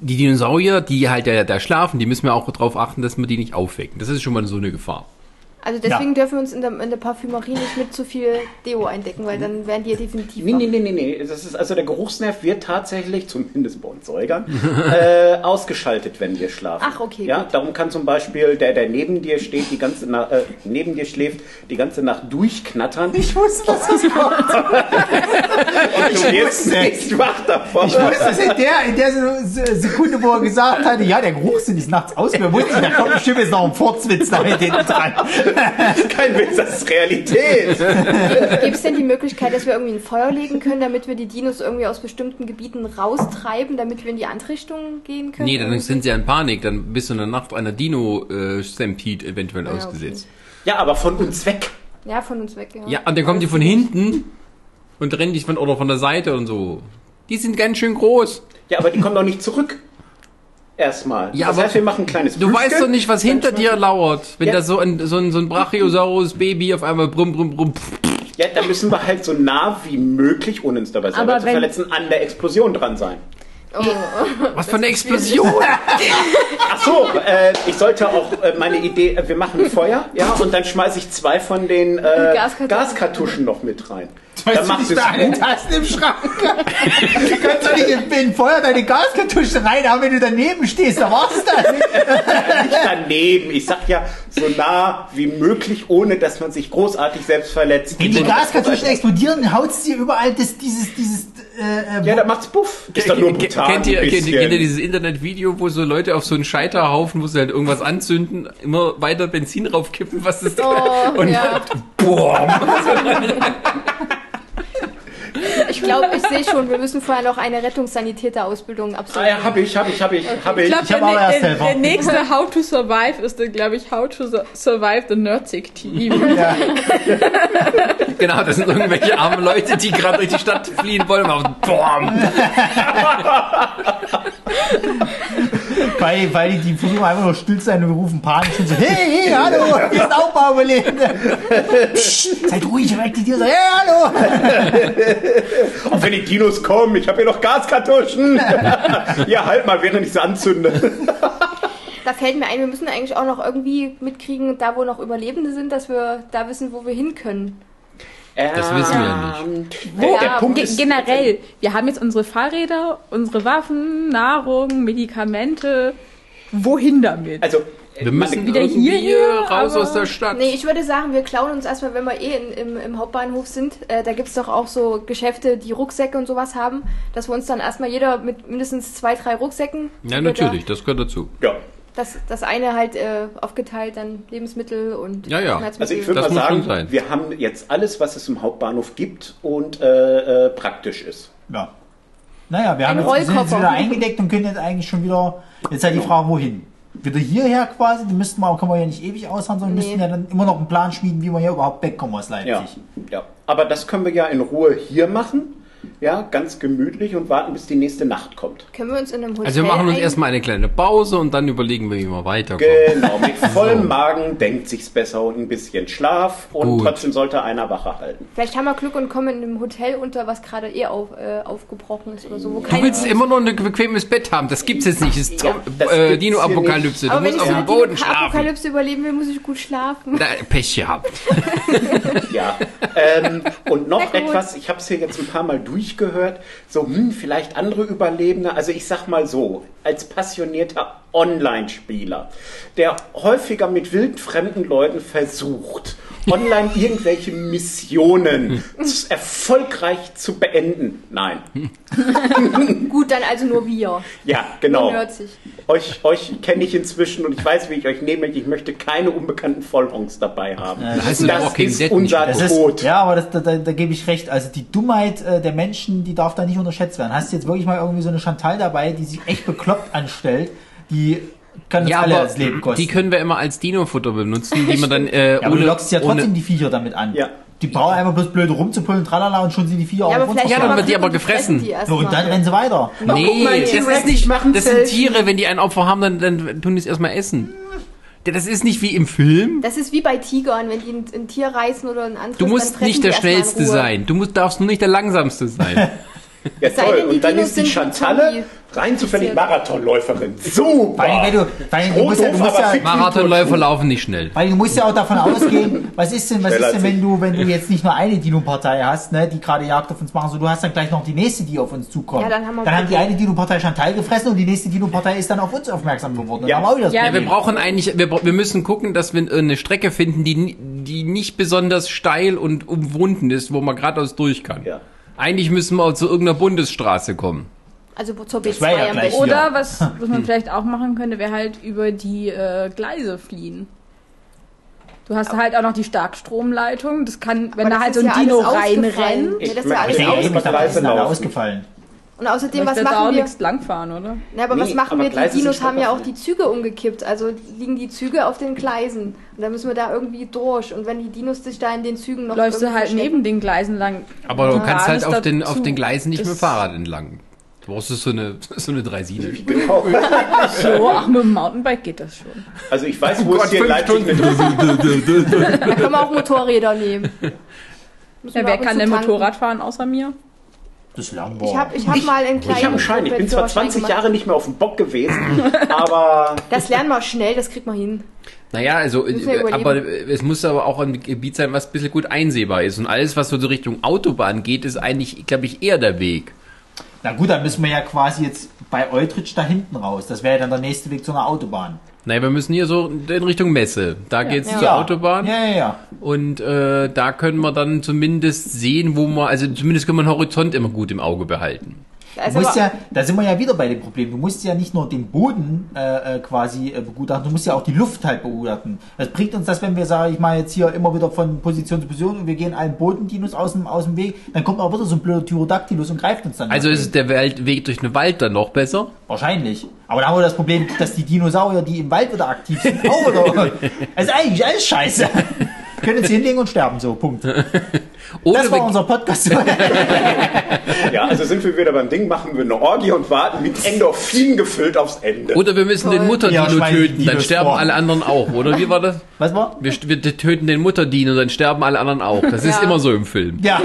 [SPEAKER 1] die Dinosaurier, die halt da, da schlafen, die müssen wir auch darauf achten, dass wir die nicht aufwecken. Das ist schon mal so eine Gefahr.
[SPEAKER 3] also deswegen
[SPEAKER 2] Ja.
[SPEAKER 3] dürfen wir uns in der, in der Parfümerie nicht mit zu viel Deo eindecken, weil dann werden die ja definitiv.
[SPEAKER 4] Nee,
[SPEAKER 3] wach.
[SPEAKER 4] nee, nee, nee, nee. Das ist, also der Geruchsnerv wird tatsächlich, zumindest bei uns Säugern, <laughs> äh, ausgeschaltet, wenn wir schlafen.
[SPEAKER 3] Ach, okay,
[SPEAKER 4] Ja,
[SPEAKER 3] gut.
[SPEAKER 4] darum kann zum Beispiel der, der neben dir steht, die ganze Nacht, äh, neben dir schläft, die ganze Nacht durchknattern.
[SPEAKER 2] <laughs> <laughs> Ich wusste, dass das kommt.
[SPEAKER 4] Und du wirst
[SPEAKER 2] wusste es.
[SPEAKER 4] nicht wach davon.
[SPEAKER 2] Ich wusste es in der, in der Se- Sekunde, wo er gesagt hatte, ja, der Geruchssinn ist nachts aus. Wir wussten, da kommt bestimmt jetzt noch ein Furzwitz da hinten dran.
[SPEAKER 4] <laughs> Kein Witz, das ist Realität.
[SPEAKER 3] Gibt es denn die Möglichkeit, dass wir irgendwie ein Feuer legen können, damit wir die Dinos irgendwie aus bestimmten Gebieten raustreiben, damit wir in die andere Richtung gehen können?
[SPEAKER 1] Nee, dann sind sie ja in Panik. Dann bist du in der Nacht einer Dino-Stampede eventuell
[SPEAKER 3] okay.
[SPEAKER 1] ausgesetzt.
[SPEAKER 4] Ja, aber von uns weg.
[SPEAKER 3] Ja, von uns weg.
[SPEAKER 1] Ja, und dann kommen die von hinten und rennen dich von oder von der Seite und so. Die sind ganz schön groß.
[SPEAKER 4] Ja, aber die kommen doch nicht zurück. Erstmal.
[SPEAKER 1] Ja,
[SPEAKER 4] das
[SPEAKER 1] aber-
[SPEAKER 4] heißt, wir machen ein kleines
[SPEAKER 1] Du weißt doch nicht, was hinter dir lauert, wenn
[SPEAKER 4] Ja.
[SPEAKER 1] da so ein, so ein, so ein Brachiosaurus-Baby auf einmal brumm, brumm, brumm. pff.
[SPEAKER 4] Ja, da müssen wir halt so nah wie möglich, ohne uns dabei selber
[SPEAKER 5] Aber
[SPEAKER 4] zu
[SPEAKER 5] wenn-
[SPEAKER 4] verletzen, an der Explosion dran sein.
[SPEAKER 3] Oh.
[SPEAKER 1] <laughs> Was für eine Explosion!
[SPEAKER 4] Ach so, äh, ich sollte auch äh, meine Idee, äh, wir machen ein Feuer, ja, und dann schmeiße ich zwei von den äh,
[SPEAKER 3] Gaskartuschen.
[SPEAKER 4] Gaskartuschen noch mit rein.
[SPEAKER 2] Weißt
[SPEAKER 4] Dann
[SPEAKER 2] du
[SPEAKER 4] macht
[SPEAKER 2] nicht,
[SPEAKER 4] es
[SPEAKER 2] da alle Tassen im Schrank. Du kannst doch nicht in, in Feuer deine Gaskartusche reinhaben, wenn du daneben stehst. Da war's das.
[SPEAKER 4] nicht daneben. Ich sag ja, so nah wie möglich, ohne dass man sich großartig selbst verletzt.
[SPEAKER 2] Wenn die Gaskartuschen explodieren, haut's dir überall das, dieses, dieses äh, äh,
[SPEAKER 4] Ja, da macht's Puff. Ist doch nur
[SPEAKER 1] Ke-
[SPEAKER 4] brutal.
[SPEAKER 1] Kennt ihr,
[SPEAKER 4] ein
[SPEAKER 1] kennt, ihr- kennt ihr
[SPEAKER 4] bisschen.
[SPEAKER 1] dieses Internetvideo, wo so Leute auf so einen Scheiterhaufen, wo sie halt irgendwas anzünden, immer weiter Benzin raufkippen, was ist da?
[SPEAKER 3] Oh,
[SPEAKER 1] Und-
[SPEAKER 3] ja.
[SPEAKER 1] Boah!
[SPEAKER 3] Ich glaube, ich sehe schon, wir müssen vorher noch eine Rettungssanitäter-Ausbildung
[SPEAKER 4] Ah,
[SPEAKER 3] absolvieren.
[SPEAKER 4] ja, hab ich, hab ich, hab ich, hab ich.
[SPEAKER 2] hab auch
[SPEAKER 5] der,
[SPEAKER 2] erst
[SPEAKER 5] der,
[SPEAKER 2] Helfer.
[SPEAKER 5] der nächste How to Survive ist dann, glaube ich, How to Su- Survive the Nerdsig Team.
[SPEAKER 1] Genau, das sind irgendwelche armen Leute, die gerade durch die Stadt fliehen wollen. Aber boah!
[SPEAKER 2] weil, weil die, die versuchen einfach nur still zu sein und wir rufen panisch und so,
[SPEAKER 4] <laughs>
[SPEAKER 2] hey, hey, hallo, hier ist auch Baumelehnte. Seid ruhig, weg die Tiere, so, hey, hallo.
[SPEAKER 4] Und wenn die Dinos kommen, ich habe hier noch Gaskartuschen. ja, halt mal, während ich sie anzünde.
[SPEAKER 3] Da fällt mir ein, wir müssen eigentlich auch noch irgendwie mitkriegen, da wo noch Überlebende sind, dass wir da wissen, wo wir hin können.
[SPEAKER 1] Das wissen wir ja nicht. Oh,
[SPEAKER 4] Der, der
[SPEAKER 3] Ja,
[SPEAKER 4] Punkt
[SPEAKER 5] Ge
[SPEAKER 4] ist,
[SPEAKER 5] generell, wir haben jetzt unsere Fahrräder, unsere Waffen, Nahrung, Medikamente. Wohin damit?
[SPEAKER 4] also,
[SPEAKER 1] Wir müssen
[SPEAKER 5] Wieder
[SPEAKER 1] irgendwie
[SPEAKER 5] hier, hier,
[SPEAKER 1] raus
[SPEAKER 5] aber-
[SPEAKER 1] aus der Stadt.
[SPEAKER 3] Nee, ich würde sagen, wir klauen uns erstmal, wenn wir eh in, im, im Hauptbahnhof sind. Äh, da gibt's doch auch so Geschäfte, die Rucksäcke und sowas haben, dass wir uns dann erstmal jeder mit mindestens zwei, drei Rucksäcken.
[SPEAKER 1] ja,
[SPEAKER 3] die wir
[SPEAKER 1] natürlich, das gehört dazu.
[SPEAKER 4] ja.
[SPEAKER 3] Da, das, das eine halt äh, aufgeteilt, dann Lebensmittel und
[SPEAKER 1] Ja, ja.
[SPEAKER 4] Also ich
[SPEAKER 3] Inhaltsmittel.
[SPEAKER 4] würde
[SPEAKER 1] Das
[SPEAKER 4] mal
[SPEAKER 1] muss schon
[SPEAKER 4] sagen,
[SPEAKER 1] sein.
[SPEAKER 4] wir haben jetzt alles, was es im Hauptbahnhof gibt und äh, äh, praktisch ist.
[SPEAKER 2] Ja. Naja, wir haben
[SPEAKER 3] Ein
[SPEAKER 2] jetzt, sind jetzt
[SPEAKER 3] Rollkoffer.
[SPEAKER 2] wieder eingedeckt und können jetzt eigentlich schon wieder, jetzt halt die Frage, wohin? Wieder hierher quasi, die müssten wir, können wir ja nicht ewig aushandeln, sondern
[SPEAKER 3] Nee.
[SPEAKER 2] müssten ja dann immer noch einen Plan schmieden, wie wir hier überhaupt wegkommen aus Leipzig.
[SPEAKER 4] Ja. ja. Aber das können wir ja in Ruhe hier machen. Ja, ganz gemütlich und warten, bis die nächste Nacht kommt.
[SPEAKER 3] Können wir uns in einem Hotel
[SPEAKER 1] Also wir machen uns
[SPEAKER 3] ein-
[SPEAKER 1] erstmal eine kleine Pause und dann überlegen wir, wie wir weiterkommen. <laughs>
[SPEAKER 4] Genau, mit vollem Magen denkt sich's besser und ein bisschen Schlaf und
[SPEAKER 1] Gut.
[SPEAKER 4] trotzdem sollte einer Wache halten.
[SPEAKER 3] Vielleicht haben wir Glück und kommen in einem Hotel unter, was gerade eh auf, äh, aufgebrochen ist oder so. Wo
[SPEAKER 1] Du
[SPEAKER 3] keine-
[SPEAKER 1] willst immer nur ein bequemes Bett haben. Das gibt's jetzt nicht. Das ist
[SPEAKER 4] Ja,
[SPEAKER 1] Tom-
[SPEAKER 4] das
[SPEAKER 1] äh,
[SPEAKER 4] gibt's
[SPEAKER 1] Dino-Apokalypse. Du
[SPEAKER 3] Aber wenn
[SPEAKER 1] musst
[SPEAKER 3] ich
[SPEAKER 1] auf
[SPEAKER 3] so
[SPEAKER 1] dem
[SPEAKER 3] eine
[SPEAKER 1] Boden schlafen.
[SPEAKER 3] Apokalypse überleben will, muss ich gut schlafen. <laughs>
[SPEAKER 1] Da, Pech gehabt.
[SPEAKER 4] Ja. ähm, und noch
[SPEAKER 3] Na gut.
[SPEAKER 4] etwas, ich habe es hier jetzt ein paar Mal durchgehört, so hm, vielleicht andere Überlebende. Also ich sag mal so, als passionierter Online-Spieler, der häufiger mit wildfremden Leuten versucht, online irgendwelche Missionen z- erfolgreich zu beenden. Nein.
[SPEAKER 3] Gut, dann also nur wir.
[SPEAKER 4] Ja, genau.
[SPEAKER 3] Hört sich.
[SPEAKER 4] Euch, euch kenne ich inzwischen und ich weiß, wie ich euch nehme. Ich möchte keine unbekannten Vollhongs dabei haben.
[SPEAKER 1] heißt es
[SPEAKER 4] das
[SPEAKER 1] Walking
[SPEAKER 4] ist
[SPEAKER 1] Dead
[SPEAKER 4] unser
[SPEAKER 2] Das
[SPEAKER 1] nicht.
[SPEAKER 4] Tod.
[SPEAKER 2] ist, ja, aber das, da, da, da gebe ich recht. Also die Dummheit äh, der Menschen, die darf da nicht unterschätzt werden. Hast du jetzt wirklich mal irgendwie so eine Chantal dabei, die sich echt bekloppt anstellt, die kann uns
[SPEAKER 1] Ja,
[SPEAKER 2] alle
[SPEAKER 1] aber
[SPEAKER 2] das Leben kosten.
[SPEAKER 1] die können wir immer als Dino-Futter benutzen, die man dann äh,
[SPEAKER 2] ja, aber
[SPEAKER 1] ohne,
[SPEAKER 2] du lockst ja trotzdem
[SPEAKER 1] ohne
[SPEAKER 2] die Viecher damit an.
[SPEAKER 4] Ja.
[SPEAKER 2] Die brauchen einfach bloß blöde rumzupullen, tralala, und schon sind die Viecher
[SPEAKER 3] Ja,
[SPEAKER 2] auch
[SPEAKER 3] aber
[SPEAKER 2] auf uns
[SPEAKER 1] Ja,
[SPEAKER 3] vielleicht haben
[SPEAKER 1] dann
[SPEAKER 3] wir
[SPEAKER 2] drauf.
[SPEAKER 1] wird die
[SPEAKER 3] Glück
[SPEAKER 1] aber
[SPEAKER 3] und
[SPEAKER 1] gefressen.
[SPEAKER 3] fressen die erst
[SPEAKER 2] So, und
[SPEAKER 3] mal.
[SPEAKER 2] dann rennen sie weiter.
[SPEAKER 4] guck mal,
[SPEAKER 1] Nee, das
[SPEAKER 4] T-Rex
[SPEAKER 1] ist nicht
[SPEAKER 4] machen
[SPEAKER 1] Das sind
[SPEAKER 4] Selfies.
[SPEAKER 1] Tiere, wenn die einen Opfer haben, dann, dann tun die es erstmal essen. Ja, Das ist nicht wie im Film.
[SPEAKER 3] Das ist wie bei Tigern, wenn die ein, ein Tier reißen oder ein anderes.
[SPEAKER 1] Du
[SPEAKER 3] dann
[SPEAKER 1] musst
[SPEAKER 3] fressen
[SPEAKER 1] nicht
[SPEAKER 3] die
[SPEAKER 1] der
[SPEAKER 3] erst mal in
[SPEAKER 1] Schnellste
[SPEAKER 3] Ruhe.
[SPEAKER 1] sein. Du musst, darfst nur nicht der Langsamste sein.
[SPEAKER 4] Ja,
[SPEAKER 3] sei
[SPEAKER 4] toll.
[SPEAKER 3] denn, die
[SPEAKER 4] Und dann
[SPEAKER 3] Dinos
[SPEAKER 4] ist die
[SPEAKER 3] sind
[SPEAKER 4] Chantalle
[SPEAKER 3] Zombie.
[SPEAKER 4] rein zufällig
[SPEAKER 3] Sehr-
[SPEAKER 4] Marathonläuferin. Super!
[SPEAKER 2] Weil, weil du, weil du musst ja, du
[SPEAKER 4] doof,
[SPEAKER 2] musst
[SPEAKER 4] aber
[SPEAKER 2] ja,
[SPEAKER 4] fit.
[SPEAKER 1] Marathonläufer laufen nicht schnell.
[SPEAKER 2] weil du musst ja auch davon ausgehen, <laughs> was ist denn, was
[SPEAKER 4] Schneller
[SPEAKER 2] ist denn,
[SPEAKER 4] als
[SPEAKER 2] wenn
[SPEAKER 4] ich.
[SPEAKER 2] du, wenn du jetzt nicht nur eine Dino-Partei hast, ne, die gerade Jagd auf uns machen, so du hast dann gleich noch die nächste, die auf uns zukommt.
[SPEAKER 3] Ja, dann haben wir-
[SPEAKER 2] die eine Dino-Partei Chantal gefressen und die nächste Dino-Partei ist dann auf uns aufmerksam geworden. Und
[SPEAKER 4] Ja.
[SPEAKER 2] haben auch wieder das
[SPEAKER 5] Ja,
[SPEAKER 1] Ja, wir
[SPEAKER 2] Problem.
[SPEAKER 1] brauchen eigentlich, wir, bra- wir müssen gucken, dass wir äh, eine Strecke finden, die, ni- die nicht besonders steil und umwunden ist, wo man geradeaus durch kann.
[SPEAKER 4] Ja.
[SPEAKER 1] Eigentlich müssen wir zu irgendeiner Bundesstraße kommen.
[SPEAKER 3] Also zur
[SPEAKER 2] war
[SPEAKER 3] B2
[SPEAKER 2] ja
[SPEAKER 3] am
[SPEAKER 2] gleich hier.
[SPEAKER 3] besten.
[SPEAKER 5] Oder was, was man vielleicht auch machen könnte, wäre halt über die äh, Gleise fliehen. Du hast halt auch noch die Starkstromleitung. Das kann, wenn
[SPEAKER 3] Aber
[SPEAKER 5] da
[SPEAKER 3] das
[SPEAKER 5] halt so ein
[SPEAKER 3] ist ja
[SPEAKER 5] Dino
[SPEAKER 3] alles
[SPEAKER 5] reinrennt.
[SPEAKER 3] ausgefallen. Nee, das ist
[SPEAKER 4] Ich
[SPEAKER 3] ja alles
[SPEAKER 4] möchte-
[SPEAKER 2] Deswegen
[SPEAKER 4] Ich
[SPEAKER 3] aus.
[SPEAKER 2] eben,
[SPEAKER 4] muss
[SPEAKER 2] da
[SPEAKER 4] leise
[SPEAKER 2] sind alle
[SPEAKER 4] laufen.
[SPEAKER 2] ausgefallen.
[SPEAKER 3] Und außerdem, was
[SPEAKER 5] Vielleicht wird da auch
[SPEAKER 3] machen wir?
[SPEAKER 5] nichts langfahren, oder?
[SPEAKER 3] Na, aber was
[SPEAKER 4] Nee,
[SPEAKER 3] machen
[SPEAKER 4] aber
[SPEAKER 3] wir? Die
[SPEAKER 4] Gleise sind
[SPEAKER 3] Dinos haben ja auch die
[SPEAKER 4] stadtbefremd.
[SPEAKER 3] Züge umgekippt. Also liegen die Züge auf den Gleisen. Und dann müssen wir da irgendwie durch. Und wenn die Dinos sich da in den Zügen noch
[SPEAKER 5] Läufst du
[SPEAKER 3] irgendwie
[SPEAKER 5] halt
[SPEAKER 3] verstecken-
[SPEAKER 5] neben den Gleisen lang.
[SPEAKER 1] Aber du
[SPEAKER 5] Ja,
[SPEAKER 1] kannst halt
[SPEAKER 5] alles
[SPEAKER 1] auf den,
[SPEAKER 5] dazu.
[SPEAKER 1] auf den Gleisen nicht
[SPEAKER 5] Das-
[SPEAKER 1] mit dem Fahrrad entlang. Du brauchst so eine, <laughs> so eine Dreisine.
[SPEAKER 4] Genau.
[SPEAKER 5] So, ach, mit dem Mountainbike geht das schon.
[SPEAKER 4] Also ich weiß, wo es hier in Leipzig mit
[SPEAKER 3] Da können wir auch Motorräder nehmen. Müssen
[SPEAKER 5] Ja,
[SPEAKER 3] wir
[SPEAKER 5] wer
[SPEAKER 3] ab und
[SPEAKER 5] kann
[SPEAKER 3] zu
[SPEAKER 5] denn
[SPEAKER 3] tanken.
[SPEAKER 5] Motorrad fahren außer mir?
[SPEAKER 2] Das lernen wir.
[SPEAKER 3] Ich habe ich hab mal einen kleinen.
[SPEAKER 4] Ich habe einen Schein. Ich bin zwar 20
[SPEAKER 3] Führerschein gemacht.
[SPEAKER 4] Jahre nicht mehr auf dem Bock gewesen, aber
[SPEAKER 3] Das lernen wir schnell, das kriegt man hin.
[SPEAKER 1] Naja, also,
[SPEAKER 3] Müssen wir
[SPEAKER 1] äh,
[SPEAKER 3] überleben.
[SPEAKER 1] aber äh, es muss aber auch ein Gebiet sein, was ein bisschen gut einsehbar ist. Und alles, was so Richtung Autobahn geht, ist eigentlich, glaube ich, eher der Weg.
[SPEAKER 2] Na gut, dann müssen wir ja quasi jetzt bei Eutrich da hinten raus. Das wäre ja dann der nächste Weg zu einer Autobahn.
[SPEAKER 1] Nein, wir müssen hier so in Richtung Messe. Da geht's
[SPEAKER 3] Ja.
[SPEAKER 1] zur Autobahn.
[SPEAKER 2] Ja, ja, ja.
[SPEAKER 1] Und äh, da können wir dann zumindest sehen, wo wir, also zumindest können wir den Horizont immer gut im Auge behalten.
[SPEAKER 3] Da
[SPEAKER 2] Du
[SPEAKER 3] ist
[SPEAKER 2] musst
[SPEAKER 3] aber-
[SPEAKER 2] ja, da sind wir ja wieder bei dem Problem. Du musst ja nicht nur den Boden äh, äh, quasi äh, begutachten, du musst ja auch die Luft halt begutachten. Das bringt uns das, wenn wir, sage ich mal, jetzt hier immer wieder von Position zu Position und wir gehen einen Bodendinos aus dem, aus dem Weg, dann kommt auch wieder so ein blöder Tyrodactylus und greift uns dann.
[SPEAKER 1] Also
[SPEAKER 2] natürlich.
[SPEAKER 1] ist der Welt- Weg durch den Wald dann noch besser.
[SPEAKER 2] Wahrscheinlich. Aber da haben wir das Problem, dass die Dinosaurier, die im Wald wieder aktiv sind,
[SPEAKER 1] <laughs>
[SPEAKER 2] auch wieder. Also eigentlich alles scheiße. <laughs> Können sie hinlegen und sterben, so, Punkt.
[SPEAKER 1] Ohne <laughs>
[SPEAKER 2] Das war
[SPEAKER 1] Weg-
[SPEAKER 2] unser Podcast. <laughs>
[SPEAKER 4] Ja, also sind wir wieder beim Ding, machen wir eine Orgie und warten mit Endorphinen gefüllt aufs Ende.
[SPEAKER 1] oder wir müssen den
[SPEAKER 2] Ja,
[SPEAKER 1] Mutterdino
[SPEAKER 2] schmeißen die
[SPEAKER 1] töten, dann
[SPEAKER 2] das
[SPEAKER 1] sterben
[SPEAKER 2] vor.
[SPEAKER 1] alle anderen auch, oder? Wie war das?
[SPEAKER 2] Was war?
[SPEAKER 1] Wir, st- wir töten den Mutterdino, dann sterben alle anderen auch. Das ist
[SPEAKER 3] Ja.
[SPEAKER 1] immer so im Film.
[SPEAKER 2] Ja.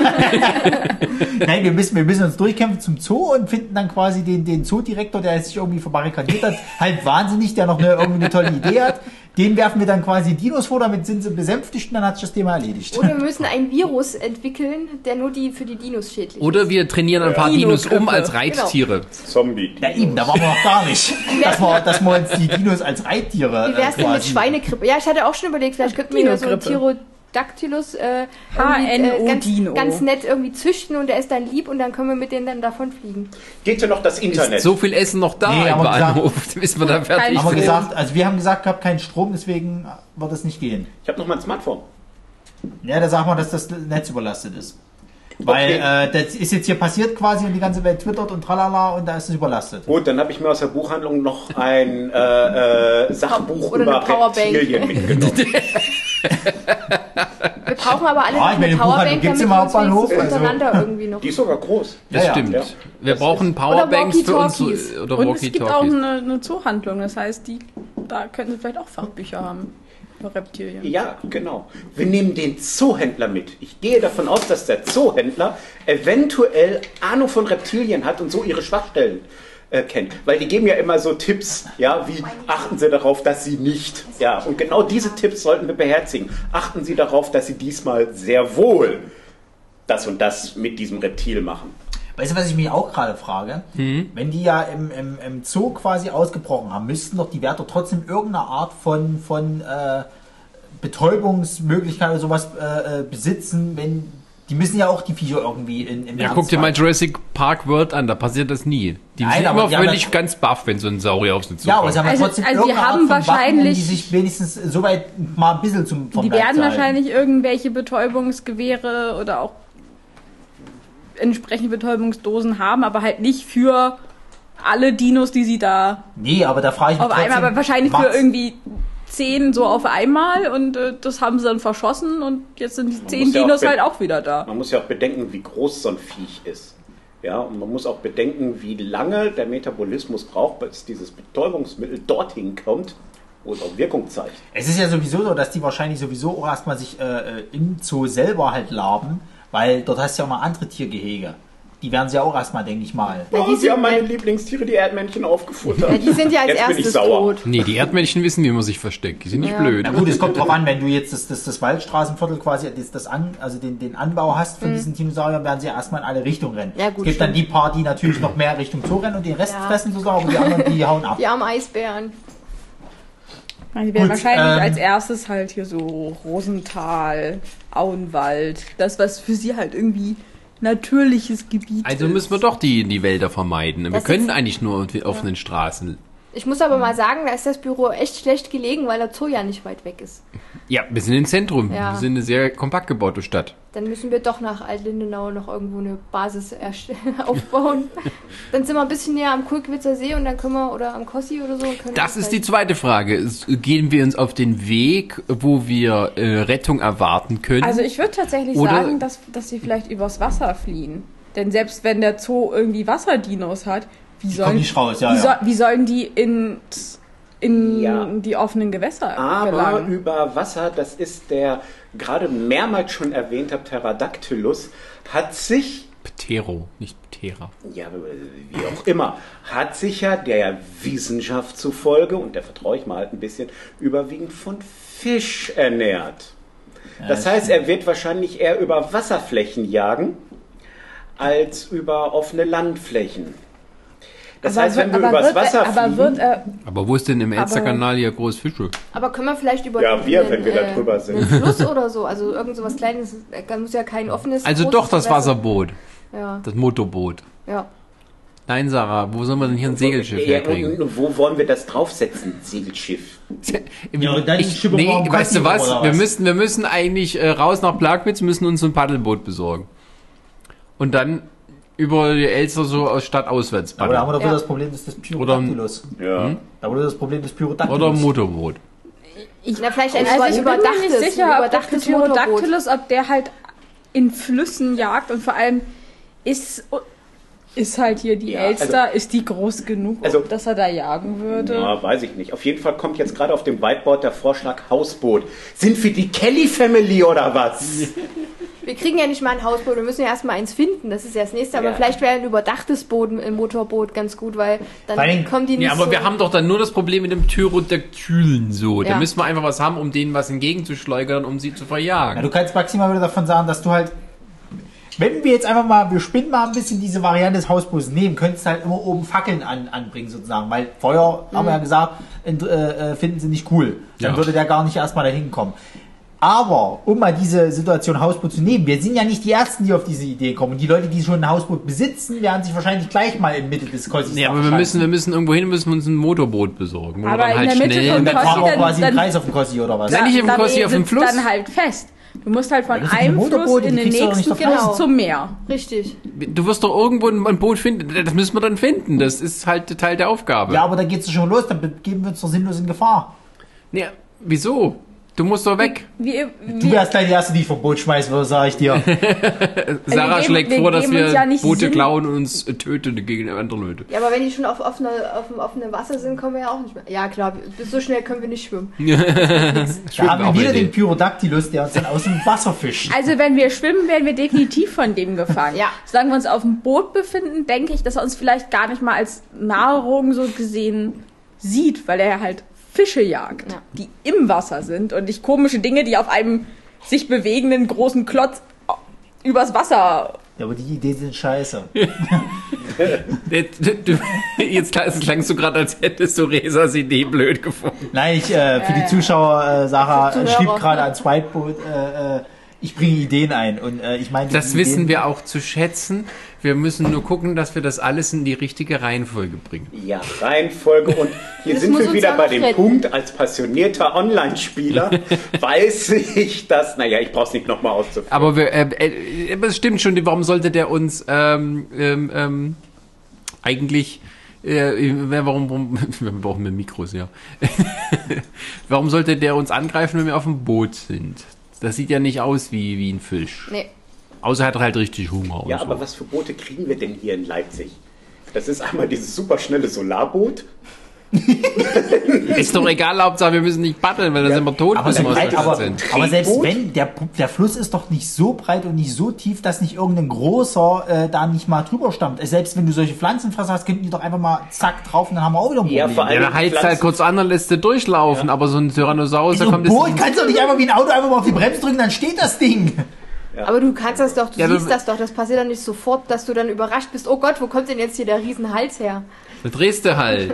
[SPEAKER 2] <laughs> Nein, wir müssen, wir müssen uns durchkämpfen zum Zoo und finden dann quasi den, den Zoodirektor, der sich irgendwie verbarrikadiert hat, halt wahnsinnig, der noch eine, irgendwie eine tolle Idee hat. Den werfen wir dann quasi Dinos vor, damit sind sie besänftigt und dann hat sich das Thema erledigt.
[SPEAKER 3] Oder wir müssen einen Virus entwickeln, der nur die für die Dinos schädlich
[SPEAKER 1] Oder wir trainieren ein paar Dinos um als Reittiere.
[SPEAKER 2] Genau.
[SPEAKER 4] Zombie.
[SPEAKER 2] Ja, eben, da waren wir noch gar nicht. Dass wir, dass wir uns die Dinos als Reittiere.
[SPEAKER 3] ist. Wie wär's
[SPEAKER 2] äh,
[SPEAKER 3] denn mit
[SPEAKER 2] quasi-
[SPEAKER 3] Schweinegrippe? Ja, ich hatte auch schon überlegt, vielleicht könnten wir hier so einen Pterodactylus äh, irgendwie,
[SPEAKER 5] HNO.
[SPEAKER 3] ganz, ganz nett irgendwie züchten und der ist dann lieb und dann können wir mit denen dann davonfliegen.
[SPEAKER 4] Geht ja noch das Internet.
[SPEAKER 1] Ist so viel Essen noch da
[SPEAKER 2] Nee,
[SPEAKER 1] im
[SPEAKER 2] haben wir gesagt-
[SPEAKER 1] Bahnhof, <laughs> bis wir da fertig
[SPEAKER 2] Haben wir
[SPEAKER 1] sind.
[SPEAKER 2] gesagt, also wir haben gesagt, gehabt keinen Strom, deswegen wird das nicht gehen.
[SPEAKER 4] Ich habe noch mein Smartphone.
[SPEAKER 2] Ja, da sagen wir, dass das Netz überlastet ist. Weil
[SPEAKER 4] Okay.
[SPEAKER 2] äh, das ist jetzt hier passiert quasi und die ganze Welt twittert und tralala und da ist es überlastet.
[SPEAKER 4] Gut, dann habe ich mir aus der Buchhandlung noch ein äh, äh, Sachbuch
[SPEAKER 3] Oder eine
[SPEAKER 4] über
[SPEAKER 3] Powerbank.
[SPEAKER 4] Reptilien mitgenommen.
[SPEAKER 3] Wir brauchen aber alle
[SPEAKER 2] Ja, ich
[SPEAKER 3] noch
[SPEAKER 2] meine, die Buchhandlung
[SPEAKER 3] eine Powerbank,
[SPEAKER 2] gibt's
[SPEAKER 3] damit
[SPEAKER 2] im
[SPEAKER 3] wir uns
[SPEAKER 2] Hauptbahnhof,
[SPEAKER 3] wenigstens
[SPEAKER 2] also.
[SPEAKER 3] untereinander irgendwie noch.
[SPEAKER 4] Die ist sogar groß.
[SPEAKER 1] Das
[SPEAKER 2] Ja, ja.
[SPEAKER 1] stimmt.
[SPEAKER 4] Ja.
[SPEAKER 1] Wir brauchen
[SPEAKER 3] Oder
[SPEAKER 1] Powerbanks für uns
[SPEAKER 3] Walkie-Talkies.
[SPEAKER 1] oder
[SPEAKER 5] Und es gibt auch
[SPEAKER 1] Walkie-Talkies.
[SPEAKER 5] eine, eine Zoohandlung, das heißt, die, da könnten sie vielleicht auch Fachbücher haben. Über Reptilien.
[SPEAKER 4] Ja, genau. Wir nehmen den Zoohändler mit. Ich gehe davon aus, dass der Zoohändler eventuell Ahnung von Reptilien hat und so ihre Schwachstellen äh, kennt. Weil die geben ja immer so Tipps, ja, wie achten Sie darauf, dass Sie nicht. Ja, und genau diese Tipps sollten wir beherzigen. Achten Sie darauf, dass Sie diesmal sehr wohl das und das mit diesem Reptil machen.
[SPEAKER 2] Weißt du, was ich mich auch gerade frage?
[SPEAKER 1] Hm?
[SPEAKER 2] Wenn die ja im, im, im Zoo quasi ausgebrochen haben, müssten doch die Wärter trotzdem irgendeine Art von, von äh, Betäubungsmöglichkeit oder sowas äh, äh, besitzen, wenn die müssen ja auch die Viecher irgendwie in, im
[SPEAKER 1] Ja, guck dir
[SPEAKER 2] Ernstfall-
[SPEAKER 1] mal Jurassic Park World an, da passiert das nie. Die
[SPEAKER 2] Nein,
[SPEAKER 1] sind
[SPEAKER 2] aber
[SPEAKER 1] immer
[SPEAKER 2] die haben
[SPEAKER 1] völlig
[SPEAKER 2] ja-
[SPEAKER 1] ganz baff, wenn so ein Saurier auf sie zukommt.
[SPEAKER 2] Ja, aber sie haben ja
[SPEAKER 5] Also-
[SPEAKER 2] trotzdem
[SPEAKER 5] also die
[SPEAKER 2] irgendeine Art
[SPEAKER 5] haben
[SPEAKER 2] von Waffen, um die
[SPEAKER 5] wahrscheinlich-
[SPEAKER 2] sich wenigstens so weit mal ein bisschen zum vom
[SPEAKER 5] Die
[SPEAKER 2] Leib
[SPEAKER 5] werden
[SPEAKER 2] zu halten.
[SPEAKER 5] wahrscheinlich irgendwelche Betäubungsgewehre oder auch entsprechende Betäubungsdosen haben, aber halt nicht für alle Dinos, die sie da
[SPEAKER 2] Nee, aber da frage ich mich
[SPEAKER 5] auf einmal,
[SPEAKER 2] trotzdem,
[SPEAKER 5] aber wahrscheinlich für
[SPEAKER 2] macht's-
[SPEAKER 5] irgendwie zehn so auf einmal und äh, das haben sie dann verschossen und jetzt sind die zehn
[SPEAKER 4] muss ja auch
[SPEAKER 5] Dinos
[SPEAKER 4] be-
[SPEAKER 5] halt auch wieder da.
[SPEAKER 4] Man muss ja auch bedenken, wie groß so ein Viech ist. Ja, und man muss auch bedenken, wie lange der Metabolismus braucht, bis dieses Betäubungsmittel dorthin kommt, wo es auch Wirkung zeigt.
[SPEAKER 2] Es ist ja sowieso so, dass die wahrscheinlich sowieso auch erstmal sich äh, äh, im Zoo selber halt laben, weil dort hast du ja auch mal andere Tiergehege. Die werden sie ja auch erstmal, denke ich mal.
[SPEAKER 4] Oh, Sie haben meine Lieblingstiere, die Erdmännchen, aufgefuttert.
[SPEAKER 3] Ja, die sind ja als
[SPEAKER 4] Jetzt bin ich
[SPEAKER 3] erstes
[SPEAKER 4] sauer.
[SPEAKER 3] tot.
[SPEAKER 1] nee, die Erdmännchen wissen, wie man sich versteckt. Die sind nicht blöd.
[SPEAKER 2] Na gut, es kommt drauf an, wenn du jetzt das, das, das Waldstraßenviertel quasi, das, das an, also den, den Anbau hast von diesen Dinosauriern, werden sie ja erstmal in alle Richtungen rennen.
[SPEAKER 3] Mhm. Ja, gut,
[SPEAKER 2] es gibt dann
[SPEAKER 3] stimmt.
[SPEAKER 2] die paar, die natürlich noch mehr Richtung Zoo rennen und den Rest
[SPEAKER 3] Ja.
[SPEAKER 2] fressen sozusagen, aber die anderen, die hauen ab.
[SPEAKER 3] Die armen Eisbären.
[SPEAKER 5] Die werden
[SPEAKER 2] Gut,
[SPEAKER 5] wahrscheinlich
[SPEAKER 2] ähm,
[SPEAKER 5] als erstes halt hier so Rosenthal, Auenwald, das, was für sie halt irgendwie natürliches Gebiet
[SPEAKER 1] Also
[SPEAKER 5] ist.
[SPEAKER 1] müssen wir doch die, die Wälder vermeiden. Wir
[SPEAKER 3] Das
[SPEAKER 1] können
[SPEAKER 3] ist-
[SPEAKER 1] eigentlich nur auf den offenen Straßen.
[SPEAKER 3] Ich muss aber
[SPEAKER 5] Mhm.
[SPEAKER 3] mal sagen, da ist das Büro echt schlecht gelegen, weil der Zoo ja nicht weit weg ist.
[SPEAKER 1] Ja, wir sind im Zentrum.
[SPEAKER 3] Ja.
[SPEAKER 1] Wir sind eine sehr kompakt gebaute Stadt.
[SPEAKER 3] Dann müssen wir doch nach Altlindenau noch irgendwo eine Basis erst- <laughs> aufbauen.
[SPEAKER 5] <laughs>
[SPEAKER 3] dann sind wir ein bisschen näher am Kulkwitzer See und dann können wir, oder am Kossi oder so. und Können
[SPEAKER 1] Das
[SPEAKER 3] uns
[SPEAKER 1] ist die
[SPEAKER 3] dann-
[SPEAKER 1] zweite Frage. Es- Gehen wir uns auf den Weg, wo wir äh, Rettung erwarten können?
[SPEAKER 5] Also ich würde tatsächlich
[SPEAKER 1] Oder-
[SPEAKER 5] sagen, dass, dass sie vielleicht übers Wasser fliehen. Denn selbst wenn der Zoo irgendwie Wasserdinos hat, wie sollen
[SPEAKER 2] kommen nicht raus, ja,
[SPEAKER 5] wie,
[SPEAKER 2] ja.
[SPEAKER 5] soll- wie sollen die in, in
[SPEAKER 4] Ja.
[SPEAKER 5] die offenen Gewässer
[SPEAKER 4] <laughs> Aber
[SPEAKER 5] gelangen?
[SPEAKER 4] über Wasser, das ist der gerade mehrmals schon erwähnte Pterodactylus, hat sich,
[SPEAKER 1] Ptero, nicht Ptera.
[SPEAKER 4] ja, äh, wie auch immer, hat sich ja der Wissenschaft zufolge, und da vertraue ich mal halt ein bisschen, überwiegend von Fisch ernährt. Das heißt, er wird wahrscheinlich eher über Wasserflächen jagen als über offene Landflächen. Das
[SPEAKER 5] Aber
[SPEAKER 4] heißt, wenn
[SPEAKER 5] wird-
[SPEAKER 4] wir
[SPEAKER 5] aber
[SPEAKER 4] übers
[SPEAKER 5] wird er-
[SPEAKER 4] Wasser
[SPEAKER 5] Aber wird äh,
[SPEAKER 4] fliegen,
[SPEAKER 5] er,
[SPEAKER 1] Aber wo ist denn im Elsterkanal hier groß Fische?
[SPEAKER 3] Aber können wir vielleicht über äh,
[SPEAKER 4] Ja, wir, wenn wir da drüber sind.
[SPEAKER 3] einen Fluss oder so, also irgend
[SPEAKER 5] Mhm.
[SPEAKER 3] sowas Kleines, äh, muss ja kein offenes.
[SPEAKER 1] Also
[SPEAKER 3] großes
[SPEAKER 1] doch das Wasserboot,
[SPEAKER 3] Ja,
[SPEAKER 1] das Motorboot.
[SPEAKER 3] ja.
[SPEAKER 1] Nein, Sarah, wo sollen wir denn hier ein Segelschiff
[SPEAKER 4] ja, und,
[SPEAKER 1] herkriegen?
[SPEAKER 4] und wo wollen wir das draufsetzen, ein Segelschiff?
[SPEAKER 2] Ja, und dann
[SPEAKER 1] ich,
[SPEAKER 2] schippen wir
[SPEAKER 1] nee,
[SPEAKER 2] mal einen
[SPEAKER 1] weißt du
[SPEAKER 2] Kasten
[SPEAKER 1] was?
[SPEAKER 2] oder
[SPEAKER 1] Wir
[SPEAKER 2] was?
[SPEAKER 1] müssen, wir müssen eigentlich äh, raus nach Plagwitz, müssen uns ein Paddelboot besorgen. Und dann über die Elster so aus Stadt auswärts
[SPEAKER 2] Aber da haben
[SPEAKER 1] paddeln.
[SPEAKER 2] wir doch wieder
[SPEAKER 3] Ja.
[SPEAKER 2] das Problem des, des Pyrodactylus.
[SPEAKER 4] Ja.
[SPEAKER 1] Hm?
[SPEAKER 2] Da wurde das Problem des Pyrodactylus.
[SPEAKER 1] Oder ein Motorboot.
[SPEAKER 3] Na, vielleicht ein
[SPEAKER 5] also ich bin mir
[SPEAKER 3] überdachtes,
[SPEAKER 5] nicht sicher,
[SPEAKER 3] ein
[SPEAKER 5] ob der
[SPEAKER 3] überdachtes Motorboot.
[SPEAKER 5] Pterodactylus, ob der halt in Flüssen jagt und vor allem ist, ist halt hier die
[SPEAKER 4] Ja,
[SPEAKER 5] Elster, ist die groß genug,
[SPEAKER 4] Also-
[SPEAKER 5] ob, dass er da jagen würde?
[SPEAKER 4] Ja, weiß ich nicht. Auf jeden Fall kommt jetzt gerade auf dem Whiteboard der Vorschlag Hausboot. Sind wir die Kelly Family oder was?
[SPEAKER 3] Wir kriegen ja nicht mal ein Hausboot, wir müssen ja erstmal eins finden, das ist ja das nächste. Aber
[SPEAKER 4] Ja.
[SPEAKER 3] vielleicht wäre ein überdachtes Boden im Motorboot ganz gut, weil dann
[SPEAKER 2] Vor allen Dingen-
[SPEAKER 3] kommen die nicht
[SPEAKER 1] Ja, aber
[SPEAKER 3] so
[SPEAKER 1] wir haben doch dann nur das Problem mit dem Tyrodaktylen so. Da
[SPEAKER 3] Ja.
[SPEAKER 1] müssen wir einfach was haben, um denen was entgegenzuschleudern, um sie zu
[SPEAKER 2] Ja,
[SPEAKER 1] verjagen.
[SPEAKER 2] du kannst maximal wieder davon sagen, dass du halt. Wenn wir jetzt einfach mal, wir spinnen mal ein bisschen diese Variante des Hausbus nehmen, könntest halt immer oben Fackeln an, anbringen sozusagen, weil Feuer, haben
[SPEAKER 5] Mhm.
[SPEAKER 2] wir ja gesagt, ent- äh, äh, finden sie nicht cool. Dann
[SPEAKER 1] Ja.
[SPEAKER 2] würde der gar nicht erstmal dahin kommen. Aber, um mal diese Situation Hausboot zu nehmen, wir sind ja nicht die Ersten, die auf diese Idee kommen. Und die Leute, die schon ein Hausboot besitzen, werden sich wahrscheinlich gleich mal in Mitte des Kreuzes
[SPEAKER 1] Ja, aber wir
[SPEAKER 2] verschanzen.
[SPEAKER 1] müssen, wir müssen irgendwo hin, müssen wir uns ein Motorboot besorgen. Wo
[SPEAKER 5] Aber
[SPEAKER 1] wir dann
[SPEAKER 5] in
[SPEAKER 1] halt
[SPEAKER 5] der Mitte
[SPEAKER 1] schnell.
[SPEAKER 5] vom
[SPEAKER 2] Und dann fahren wir
[SPEAKER 5] Kossi,
[SPEAKER 2] auch quasi
[SPEAKER 5] dann-
[SPEAKER 2] einen Kreis auf dem Kossi oder was?
[SPEAKER 1] Nein, nicht im
[SPEAKER 5] Dann
[SPEAKER 1] Kossi, auf dem
[SPEAKER 5] sitzt
[SPEAKER 1] Fluss.
[SPEAKER 5] Dann halt fest. Du musst halt von
[SPEAKER 2] das ist ein
[SPEAKER 5] einem Fluss
[SPEAKER 2] Motorboot,
[SPEAKER 5] in
[SPEAKER 2] die
[SPEAKER 5] den
[SPEAKER 2] kriegst du doch nicht
[SPEAKER 5] nächsten
[SPEAKER 2] auf
[SPEAKER 5] Fluss
[SPEAKER 3] Eis.
[SPEAKER 5] zum Meer.
[SPEAKER 3] richtig.
[SPEAKER 1] Du wirst doch irgendwo ein ein Boot finden. Das müssen wir dann finden. Das ist halt Teil der Aufgabe.
[SPEAKER 2] Ja, aber da geht's doch schon los, dann begeben wir uns doch sinnlos in Gefahr.
[SPEAKER 1] Nee, wieso? Du musst doch weg.
[SPEAKER 5] Wir,
[SPEAKER 2] Du
[SPEAKER 5] wir,
[SPEAKER 2] wärst gleich die Erste, die ich vom Boot schmeißen würde, sag
[SPEAKER 1] <laughs>
[SPEAKER 2] ich dir.
[SPEAKER 1] Sarah
[SPEAKER 5] geben-
[SPEAKER 1] schlägt
[SPEAKER 5] wir
[SPEAKER 1] vor, dass
[SPEAKER 5] geben
[SPEAKER 1] wir
[SPEAKER 5] uns ja nicht
[SPEAKER 1] Boote
[SPEAKER 5] Sinn.
[SPEAKER 1] klauen und uns äh, töten gegen andere Leute.
[SPEAKER 3] Ja, aber wenn die schon auf, offene, auf dem offenen Wasser sind, kommen wir ja auch nicht mehr. Ja, klar, bis so schnell können wir nicht schwimmen.
[SPEAKER 2] Da haben
[SPEAKER 1] auch
[SPEAKER 2] wir wieder
[SPEAKER 1] eine
[SPEAKER 2] den
[SPEAKER 1] Idee.
[SPEAKER 2] Pyrodactylus, der uns dann aus dem Wasser fischt.
[SPEAKER 5] also wenn wir schwimmen, werden wir definitiv von dem gefangen.
[SPEAKER 3] <laughs> Ja.
[SPEAKER 5] Solange wir uns auf dem Boot befinden, denke ich, dass er uns vielleicht gar nicht mal als Nahrung so gesehen sieht, weil er halt Fische jagt,
[SPEAKER 3] Ja.
[SPEAKER 5] die im Wasser sind und nicht komische Dinge, die auf einem sich bewegenden großen Klotz übers Wasser.
[SPEAKER 2] Ja, aber die Ideen sind scheiße.
[SPEAKER 1] Äh, du- du- <laughs> Jetzt klang- es klangst du gerade, als hättest du Resas Idee blöd gefunden.
[SPEAKER 2] Nein, ich, äh, für die Zuschauer, äh, Sarah
[SPEAKER 3] Für die
[SPEAKER 2] äh, schrieb
[SPEAKER 3] Zuhörer.
[SPEAKER 2] gerade ans Whiteboard, äh, äh, ich bringe Ideen ein. Und äh, ich meine,
[SPEAKER 1] Das wissen wir auch zu schätzen. Wir müssen nur gucken, dass wir das alles in die richtige Reihenfolge bringen.
[SPEAKER 4] Ja, Reihenfolge und hier
[SPEAKER 3] Das
[SPEAKER 4] sind
[SPEAKER 3] muss
[SPEAKER 4] wir
[SPEAKER 3] uns
[SPEAKER 4] wieder
[SPEAKER 3] auch
[SPEAKER 4] bei
[SPEAKER 3] noch
[SPEAKER 4] dem
[SPEAKER 3] retten.
[SPEAKER 4] Punkt, als passionierter Online-Spieler weiß ich das, naja, ich brauch's nicht nochmal auszuführen.
[SPEAKER 1] Aber wir, äh, äh, aber es stimmt schon, warum sollte der uns ähm, ähm, ähm, eigentlich. Äh, warum, warum, <laughs> wir brauchen mehr Mikros, ja. <laughs> warum sollte der uns angreifen, wenn wir auf dem Boot sind? Das sieht ja nicht aus wie, wie ein Fisch.
[SPEAKER 3] Nee.
[SPEAKER 1] Außer er hat halt richtig Hunger.
[SPEAKER 4] Ja,
[SPEAKER 1] und so.
[SPEAKER 4] aber was für Boote kriegen wir denn hier in Leipzig? Das ist einmal dieses superschnelle Solarboot.
[SPEAKER 1] Ist doch egal, Hauptsache wir müssen nicht paddeln, weil dann sind wir tot,
[SPEAKER 2] Aber,
[SPEAKER 1] bis wir
[SPEAKER 2] selbst-
[SPEAKER 1] aus der Stadt
[SPEAKER 2] aber,
[SPEAKER 1] sind.
[SPEAKER 2] aber selbst
[SPEAKER 4] Boot?
[SPEAKER 2] wenn, der, der Fluss ist doch nicht so breit und nicht so tief, dass nicht irgendein großer äh, da nicht mal drüber stammt. Äh, Selbst wenn du solche Pflanzenfresser hast, könnten die doch einfach mal zack drauf und dann haben wir auch wieder ein Problem.
[SPEAKER 4] Ja, vor allem-
[SPEAKER 1] Ja, dann heizt halt kurz an, dann lässt er durchlaufen, aber so ein Tyrannosaurus,
[SPEAKER 2] so
[SPEAKER 1] da
[SPEAKER 2] ein
[SPEAKER 1] kommt
[SPEAKER 2] Boot kannst du doch nicht einfach wie ein Auto einfach mal auf die Bremse drücken, dann steht das Ding.
[SPEAKER 3] Aber du kannst das doch, du
[SPEAKER 1] Ja, aber-
[SPEAKER 3] siehst das doch, das passiert doch nicht sofort, dass du dann überrascht bist, oh Gott, wo kommt denn jetzt hier der Riesenhals her?
[SPEAKER 1] das drehst du halt.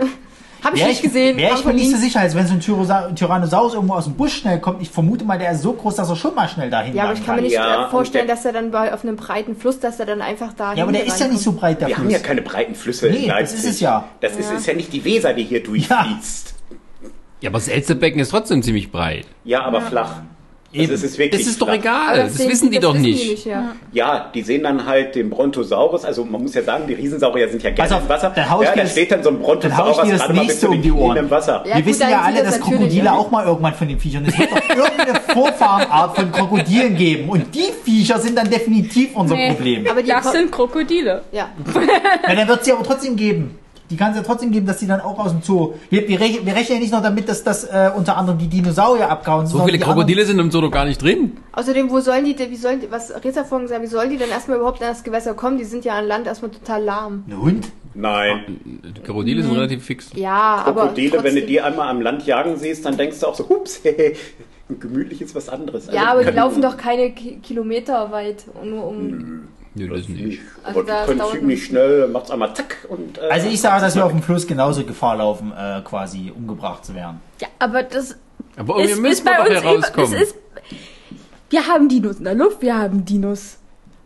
[SPEAKER 3] Hab ich
[SPEAKER 2] Wäre
[SPEAKER 3] nicht gesehen.
[SPEAKER 2] Wäre
[SPEAKER 3] kam
[SPEAKER 2] ich mir
[SPEAKER 3] von
[SPEAKER 2] nicht so
[SPEAKER 3] links.
[SPEAKER 2] sicher, als wenn so ein Tyrosa Tyrannosaurus irgendwo aus dem Busch schnell kommt. Ich vermute mal, der ist so groß, dass er schon mal schnell dahin
[SPEAKER 3] ja, aber
[SPEAKER 2] lang
[SPEAKER 3] ich kann mir nicht
[SPEAKER 4] Ja,
[SPEAKER 3] äh, vorstellen,
[SPEAKER 4] und der-
[SPEAKER 3] dass er dann bei, auf einem breiten Fluss, dass er dann einfach da
[SPEAKER 2] Ja, aber der ist ja nicht so breit, der
[SPEAKER 4] Wir haben
[SPEAKER 2] Fluss.
[SPEAKER 4] ja keine breiten Flüsse
[SPEAKER 2] Nee,
[SPEAKER 4] in
[SPEAKER 2] das
[SPEAKER 4] Leipzig.
[SPEAKER 2] ist es ja.
[SPEAKER 4] Das ist, ist ja nicht die Weser, die hier durchfließt.
[SPEAKER 1] Ja, aber das Elsterbecken ist trotzdem ziemlich breit.
[SPEAKER 4] Ja, aber flach. Also es ist wirklich
[SPEAKER 1] Das ist doch
[SPEAKER 4] flach.
[SPEAKER 1] egal, das, wissen die doch nicht.
[SPEAKER 3] ja.
[SPEAKER 4] Ja, die sehen dann halt den Brontosaurus. Also man muss ja sagen, die Riesensaurier sind ja gerne
[SPEAKER 2] Pass auf,
[SPEAKER 4] im Wasser.
[SPEAKER 2] dann hau ich
[SPEAKER 4] ja,
[SPEAKER 2] dir
[SPEAKER 4] da
[SPEAKER 2] das-
[SPEAKER 4] steht dann so ein
[SPEAKER 2] dann hau ich
[SPEAKER 4] Brontosaurus
[SPEAKER 2] dir das
[SPEAKER 4] gerade mal bis
[SPEAKER 2] nächste
[SPEAKER 4] zu den
[SPEAKER 2] um die
[SPEAKER 4] Knien
[SPEAKER 2] Ohren.
[SPEAKER 4] im Wasser.
[SPEAKER 3] Ja,
[SPEAKER 2] Wir
[SPEAKER 3] gut,
[SPEAKER 2] wissen
[SPEAKER 3] dann
[SPEAKER 2] ja
[SPEAKER 3] sieht
[SPEAKER 2] alle,
[SPEAKER 3] das
[SPEAKER 2] dass
[SPEAKER 3] natürlich,
[SPEAKER 2] Krokodile
[SPEAKER 3] ja.
[SPEAKER 2] auch mal irgendwann von den Viechern. Es wird doch irgendeine Vorfahrenart von Krokodilen geben. Und die Viecher sind dann definitiv unser
[SPEAKER 5] Nee.
[SPEAKER 2] Problem.
[SPEAKER 3] Aber die
[SPEAKER 5] Das sind Krokodile.
[SPEAKER 3] ja.
[SPEAKER 2] Na, dann wird sie aber trotzdem geben. Die kann es ja trotzdem geben, dass die dann auch aus dem Zoo. Wir, wir, rech wir rechnen ja nicht noch damit, dass das äh, unter anderem die Dinosaurier abkauen.
[SPEAKER 1] So viele Krokodile sind im Zoo gar nicht drin.
[SPEAKER 3] Außerdem, wo sollen die, denn- wie sollen die, was Reza vorhin gesagt, hat, wie sollen die denn erstmal überhaupt an das Gewässer kommen? Die sind ja an Land erstmal total lahm.
[SPEAKER 2] Ein Hund?
[SPEAKER 4] Nein.
[SPEAKER 1] Die Krokodile sind relativ fix.
[SPEAKER 3] Ja,
[SPEAKER 4] Krokodile,
[SPEAKER 3] aber
[SPEAKER 4] wenn du
[SPEAKER 3] trotzdem.
[SPEAKER 4] die einmal am Land jagen siehst, dann denkst du auch so, hups, <laughs> hey, gemütlich ist was anderes. Also,
[SPEAKER 3] Ja, aber die
[SPEAKER 4] können- Mhm.
[SPEAKER 3] laufen doch keine Ki Kilometer weit, nur um.
[SPEAKER 1] Nö, das nicht.
[SPEAKER 3] Also
[SPEAKER 4] Hm. Aber
[SPEAKER 3] das
[SPEAKER 4] du könntest
[SPEAKER 3] dauert
[SPEAKER 4] ziemlich
[SPEAKER 3] ein-
[SPEAKER 4] schnell, macht's einmal zack und. Äh,
[SPEAKER 2] Also ich sage, dass wir auf dem Fluss genauso Gefahr laufen, äh, quasi umgebracht zu werden.
[SPEAKER 5] Ja, aber das
[SPEAKER 1] Aber
[SPEAKER 5] ist,
[SPEAKER 1] irgendwie
[SPEAKER 5] ist
[SPEAKER 1] müssen wir
[SPEAKER 5] bei
[SPEAKER 1] doch
[SPEAKER 5] uns
[SPEAKER 1] hier
[SPEAKER 5] über, es
[SPEAKER 1] rauskommen.
[SPEAKER 5] ist, Wir haben Dinos in der Luft, wir haben Dinos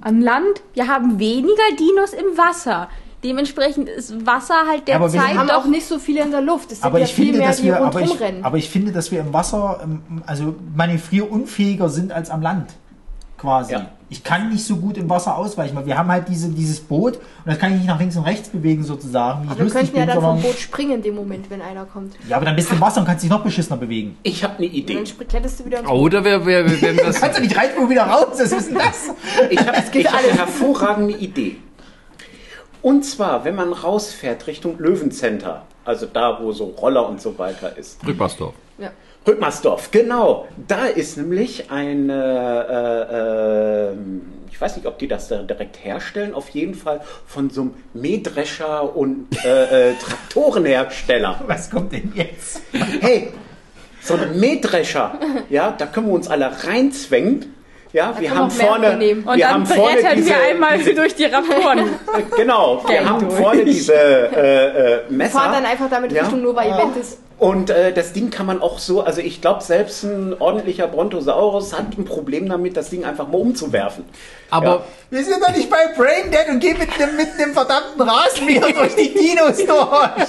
[SPEAKER 5] am Land, wir haben weniger Dinos im Wasser. Dementsprechend ist Wasser halt der
[SPEAKER 2] Aber wir
[SPEAKER 5] Zeit
[SPEAKER 3] haben
[SPEAKER 5] doch
[SPEAKER 3] auch nicht so viele in der Luft. Es sind
[SPEAKER 2] Aber
[SPEAKER 3] ja
[SPEAKER 2] ich
[SPEAKER 3] viel
[SPEAKER 2] finde,
[SPEAKER 3] mehr,
[SPEAKER 2] dass
[SPEAKER 3] die
[SPEAKER 2] wir, aber
[SPEAKER 3] rundherum
[SPEAKER 2] ich,
[SPEAKER 3] rennen.
[SPEAKER 2] aber ich finde, dass wir im Wasser, ähm, also manövrierunfähiger sind als am Land. Quasi.
[SPEAKER 4] Ja.
[SPEAKER 2] Ich kann nicht so gut im Wasser ausweichen, weil wir haben halt diese, dieses Boot und das kann ich nicht nach links und rechts bewegen sozusagen. Wie ich
[SPEAKER 3] wir
[SPEAKER 2] lustig
[SPEAKER 3] könnten ja
[SPEAKER 2] bin,
[SPEAKER 3] dann vom
[SPEAKER 2] sondern,
[SPEAKER 3] Boot springen in dem Moment, wenn einer kommt.
[SPEAKER 2] ja, aber dann bist du im Wasser und kannst dich noch beschissener bewegen.
[SPEAKER 4] Ich habe eine
[SPEAKER 3] Und
[SPEAKER 4] Idee.
[SPEAKER 3] dann spr- kletterst du wieder ins Boot.
[SPEAKER 1] Oder wer, wer, wer, wenn
[SPEAKER 2] Das
[SPEAKER 1] das <laughs>
[SPEAKER 2] kannst du nicht rein, wo wieder raus ist. Was ist denn das?
[SPEAKER 3] Mhm.
[SPEAKER 4] Ich
[SPEAKER 3] <laughs>
[SPEAKER 4] habe hab eine hervorragende Idee. Und zwar, wenn man rausfährt Richtung Löwencenter, also da, wo so Roller und so weiter ist.
[SPEAKER 1] Rückbarsdorf.
[SPEAKER 3] Ja.
[SPEAKER 4] Rüttmersdorf, genau. Da ist nämlich eine, äh, ähm, ich weiß nicht, ob die das da direkt herstellen, auf jeden Fall von so einem Mähdrescher und äh, äh, Traktorenhersteller.
[SPEAKER 2] Was kommt denn jetzt?
[SPEAKER 4] Hey, so ein Mähdrescher, ja, da können wir uns alle reinzwängen. Ja, wir
[SPEAKER 3] können wir
[SPEAKER 4] haben
[SPEAKER 3] auch mehr
[SPEAKER 4] vorne,
[SPEAKER 3] mitnehmen.
[SPEAKER 5] Und
[SPEAKER 4] wir
[SPEAKER 5] dann
[SPEAKER 4] haben vorne
[SPEAKER 5] brettern
[SPEAKER 4] diese,
[SPEAKER 5] wir einmal
[SPEAKER 4] diese,
[SPEAKER 5] durch die Raptoren.
[SPEAKER 4] <laughs> genau,
[SPEAKER 3] <laughs>
[SPEAKER 4] wir
[SPEAKER 5] Ja,
[SPEAKER 4] haben
[SPEAKER 5] durch.
[SPEAKER 4] vorne diese äh, äh, Messer.
[SPEAKER 3] Fahr dann einfach damit
[SPEAKER 4] Ja.
[SPEAKER 3] Richtung Nova Eventis.
[SPEAKER 4] Und äh, das Ding kann man auch so, also ich glaube, selbst ein ordentlicher Brontosaurus hat ein Problem damit, das Ding einfach mal umzuwerfen.
[SPEAKER 1] Aber
[SPEAKER 2] Wir sind doch nicht bei Braindead und gehen mit dem, mit dem verdammten Rasenmäher durch die Dinos durch.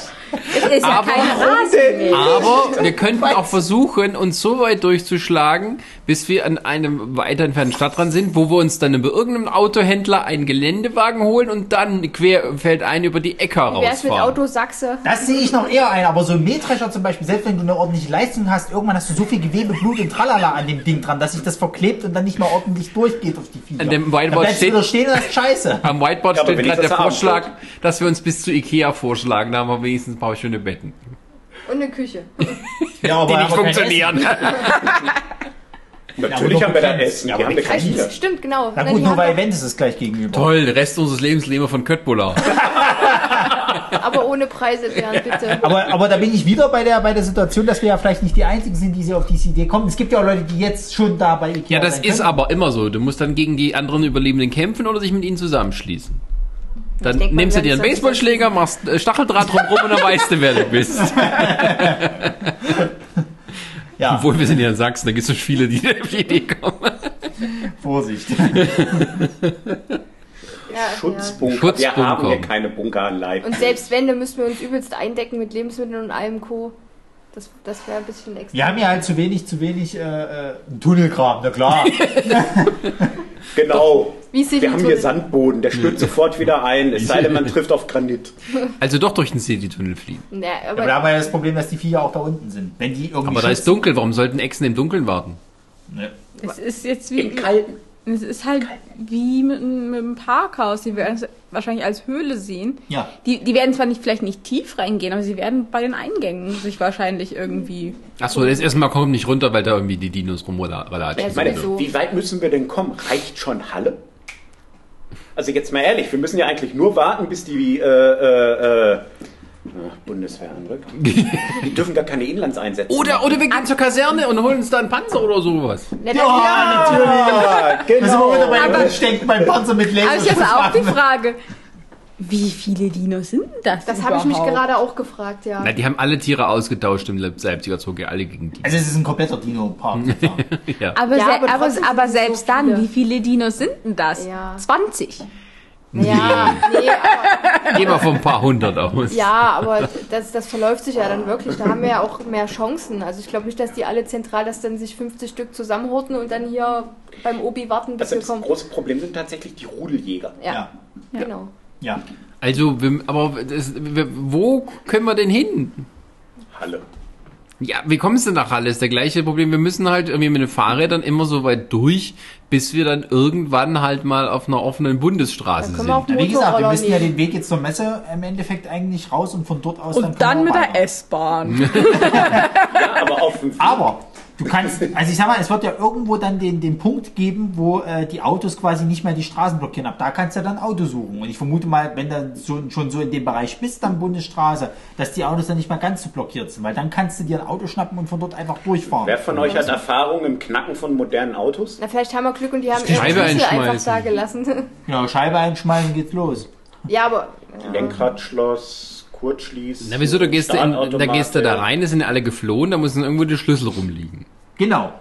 [SPEAKER 5] Es ist ja
[SPEAKER 1] Aber-
[SPEAKER 5] kein
[SPEAKER 4] Warum
[SPEAKER 5] Rasen.
[SPEAKER 4] denn?
[SPEAKER 1] Aber
[SPEAKER 4] <laughs>
[SPEAKER 1] wir könnten auch versuchen, uns so weit durchzuschlagen, bis wir an einem weiter entfernten Stadtrand sind, wo wir uns dann bei irgendeinem Autohändler einen Geländewagen holen und dann quer fällt ein über die Äcker
[SPEAKER 3] Wie wär's mit
[SPEAKER 1] rausfahren.
[SPEAKER 3] Autosachse?
[SPEAKER 2] Das sehe ich noch eher ein, aber so ein Mähdrescher zum Beispiel, selbst wenn du eine ordentliche Leistung hast, irgendwann hast du so viel Gewebe, Blut und Tralala an dem Ding dran, dass sich das verklebt und dann nicht mal ordentlich durchgeht auf die Viecher.
[SPEAKER 1] An dem
[SPEAKER 2] dann
[SPEAKER 1] Whiteboard
[SPEAKER 2] bleibst du
[SPEAKER 1] steht-
[SPEAKER 2] wieder stehen und das ist scheiße.
[SPEAKER 1] Am Whiteboard
[SPEAKER 4] Ja, aber
[SPEAKER 1] steht gerade
[SPEAKER 4] wenigstens
[SPEAKER 1] der
[SPEAKER 4] haben wir
[SPEAKER 1] Vorschlag, dass wir uns bis zu Ikea vorschlagen. Da haben wir wenigstens ein paar schöne Betten,
[SPEAKER 3] Und eine Küche.
[SPEAKER 2] Ja, aber,
[SPEAKER 1] die nicht
[SPEAKER 2] aber kein Essen.
[SPEAKER 1] funktionieren.
[SPEAKER 4] Natürlich
[SPEAKER 2] Ja,
[SPEAKER 4] haben wir da
[SPEAKER 2] aber
[SPEAKER 4] Essen,
[SPEAKER 2] die
[SPEAKER 4] wir haben eine
[SPEAKER 2] Kantine.
[SPEAKER 4] Kantine.
[SPEAKER 3] Stimmt, genau.
[SPEAKER 2] Na
[SPEAKER 3] Na,
[SPEAKER 2] gut,
[SPEAKER 3] die
[SPEAKER 2] nur
[SPEAKER 3] haben
[SPEAKER 2] bei
[SPEAKER 3] doch-
[SPEAKER 2] Event ist es gleich
[SPEAKER 1] <laughs>
[SPEAKER 2] gegenüber.
[SPEAKER 1] Toll, den Rest unseres Lebens leben wir von Köttbullar.
[SPEAKER 3] aber ohne Preise wären, bitte.
[SPEAKER 2] Aber, aber da bin ich wieder bei der, bei der Situation, dass wir ja vielleicht nicht die Einzigen sind, die so auf diese Idee kommen. Es gibt ja auch Leute, die jetzt schon da bei Ikea
[SPEAKER 1] Ja, das
[SPEAKER 2] sein
[SPEAKER 1] ist
[SPEAKER 2] können.
[SPEAKER 1] aber immer so. Du musst dann gegen die anderen Überlebenden kämpfen oder sich mit ihnen zusammenschließen. Dann
[SPEAKER 3] denk mal,
[SPEAKER 1] nimmst du
[SPEAKER 3] wir
[SPEAKER 1] dir
[SPEAKER 3] haben
[SPEAKER 1] einen
[SPEAKER 3] uns doch
[SPEAKER 1] Baseballschläger, machst äh, Stacheldraht drumrum und dann weißt du, wer du
[SPEAKER 3] <laughs>
[SPEAKER 1] bist.
[SPEAKER 2] Ja,
[SPEAKER 1] Obwohl wir sind ja in Sachsen, da gibt es so viele, die <laughs> auf die Idee kommen.
[SPEAKER 2] Vorsicht.
[SPEAKER 3] Ja,
[SPEAKER 4] Schutzbunker.
[SPEAKER 1] Schutzbunker.
[SPEAKER 4] Wir haben hier keine Bunkeranleitung.
[SPEAKER 3] Und selbst wenn, dann müssten wir uns übelst eindecken mit Lebensmitteln und allem Co. Das, das wäre ein bisschen extra.
[SPEAKER 2] Wir haben ja halt zu wenig, zu wenig äh, äh, Tunnelgraben,
[SPEAKER 1] <laughs>
[SPEAKER 2] na klar.
[SPEAKER 4] Genau.
[SPEAKER 3] Wie sieht
[SPEAKER 4] Wir
[SPEAKER 3] die
[SPEAKER 4] haben hier
[SPEAKER 3] Tunnel-
[SPEAKER 4] Sandboden, der stürzt sofort wieder ein, es sei denn, man trifft auf Granit.
[SPEAKER 1] Also doch durch den City-Tunnel fliehen.
[SPEAKER 3] Nee,
[SPEAKER 2] Aber da
[SPEAKER 3] aber
[SPEAKER 2] haben wir ja das Problem, dass die Viecher auch da unten sind. Wenn die irgendwie
[SPEAKER 1] Aber da
[SPEAKER 2] Schutz-
[SPEAKER 1] ist dunkel, warum sollten Echsen im Dunkeln warten?
[SPEAKER 2] Ne.
[SPEAKER 5] Es ist jetzt
[SPEAKER 4] Im
[SPEAKER 5] wie.
[SPEAKER 4] Kalten.
[SPEAKER 5] Es ist halt wie mit, einem- mit einem Parkhaus, den wir als, wahrscheinlich als Höhle sehen.
[SPEAKER 2] Ja.
[SPEAKER 5] Die, die werden zwar nicht vielleicht nicht tief reingehen, aber sie werden bei den Eingängen sich wahrscheinlich irgendwie.
[SPEAKER 1] Achso, das erste Mal kommt nicht runter, weil da irgendwie die Dinos
[SPEAKER 3] Ja,
[SPEAKER 4] Ich
[SPEAKER 1] rumrelatschen.
[SPEAKER 4] meine,
[SPEAKER 3] Sowieso.
[SPEAKER 4] wie weit müssen wir denn kommen? Reicht schon Halle? Also jetzt mal ehrlich, wir müssen ja eigentlich nur warten, bis die äh, äh, äh, na, Bundeswehr
[SPEAKER 1] <laughs>
[SPEAKER 4] anrückt. Die dürfen gar keine Inlandseinsätze.
[SPEAKER 1] Oder, oder wir gehen zur Kaserne und holen uns da einen Panzer oder sowas.
[SPEAKER 3] nee,
[SPEAKER 2] Ja,
[SPEAKER 3] das-
[SPEAKER 2] Oh, natürlich.
[SPEAKER 4] Ja,
[SPEAKER 2] Das ist
[SPEAKER 4] genau.
[SPEAKER 2] immer wieder bei
[SPEAKER 5] Aber-
[SPEAKER 2] aber Stecken beim Panzer mit Laser.
[SPEAKER 5] Aber ich jetzt auch die Frage, wie viele Dinos sind denn das?
[SPEAKER 3] das habe ich mich
[SPEAKER 5] überhaupt?
[SPEAKER 3] gerade auch gefragt, ja.
[SPEAKER 1] Na, die haben alle Tiere ausgetauscht im Leipziger Zoo, ja, alle gegen die.
[SPEAKER 2] Also es ist ein kompletter Dino-Park. sozusagen.
[SPEAKER 1] Ja.
[SPEAKER 5] Aber,
[SPEAKER 3] Ja,
[SPEAKER 5] se
[SPEAKER 3] aber
[SPEAKER 5] aber, aber,
[SPEAKER 3] trotzdem sind es so
[SPEAKER 5] selbst
[SPEAKER 3] viele.
[SPEAKER 5] dann, wie viele Dinos sind denn das?
[SPEAKER 3] Ja.
[SPEAKER 5] 20.
[SPEAKER 2] <laughs>
[SPEAKER 3] ja, nee, aber,
[SPEAKER 1] Gehen wir von ein paar hundert aus.
[SPEAKER 3] ja, aber das, das verläuft sich ja dann wirklich. Da haben wir ja auch mehr Chancen. Also ich glaube nicht, dass die alle zentral, dass dann sich 50 Stück zusammenhorten und dann hier beim Obi warten, bis
[SPEAKER 4] Also
[SPEAKER 3] wir
[SPEAKER 4] das
[SPEAKER 3] kommen.
[SPEAKER 4] große Problem sind tatsächlich die Rudeljäger.
[SPEAKER 3] Ja,
[SPEAKER 2] ja.
[SPEAKER 3] genau.
[SPEAKER 2] Ja.
[SPEAKER 1] Also, wir, aber das, wir, wo können wir denn hin?
[SPEAKER 4] Halle.
[SPEAKER 1] Ja, wie kommst du nach Halle? Ist der gleiche Problem. Wir müssen halt irgendwie mit den Fahrrädern immer so weit durch, bis wir dann irgendwann halt mal auf einer offenen Bundesstraße
[SPEAKER 3] Dann
[SPEAKER 1] sind.
[SPEAKER 3] können wir auch
[SPEAKER 2] Na, Also Wie gesagt, wir
[SPEAKER 3] Motorroller
[SPEAKER 2] müssen ja
[SPEAKER 3] nehmen.
[SPEAKER 2] den Weg jetzt zur Messe im Endeffekt eigentlich raus und von dort aus
[SPEAKER 5] Und dann
[SPEAKER 2] können
[SPEAKER 5] mit
[SPEAKER 2] wir
[SPEAKER 5] der
[SPEAKER 2] weiter.
[SPEAKER 5] S-Bahn.
[SPEAKER 4] Ja, aber auf dem Weg.
[SPEAKER 2] Aber Du kannst, also ich sag mal, es wird ja irgendwo dann den, den Punkt geben, wo äh, die Autos quasi nicht mehr die Straßen blockieren. Ab da kannst du ja dann Auto suchen. Und ich vermute mal, wenn du so, schon so in dem Bereich bist, dann Bundesstraße, dass die Autos dann nicht mehr ganz so blockiert sind, weil dann kannst du dir ein Auto schnappen und von dort einfach durchfahren.
[SPEAKER 4] Wer von euch hat Erfahrung im Knacken von modernen Autos?
[SPEAKER 3] Na, vielleicht haben wir Glück und die haben
[SPEAKER 1] Scheibe
[SPEAKER 3] ihren Schlüssel einfach
[SPEAKER 1] einschmeißen.
[SPEAKER 3] da gelassen.
[SPEAKER 2] Genau, Scheibe einschmeißen, geht's los.
[SPEAKER 3] <laughs> ja, aber
[SPEAKER 4] Lenkradschloss, Kurzschließ.
[SPEAKER 1] Na, wieso, da gehst, du in, da
[SPEAKER 4] Startautomatik.
[SPEAKER 1] gehst du da rein, da sind alle geflohen, da müssen irgendwo die Schlüssel rumliegen.
[SPEAKER 2] Genau.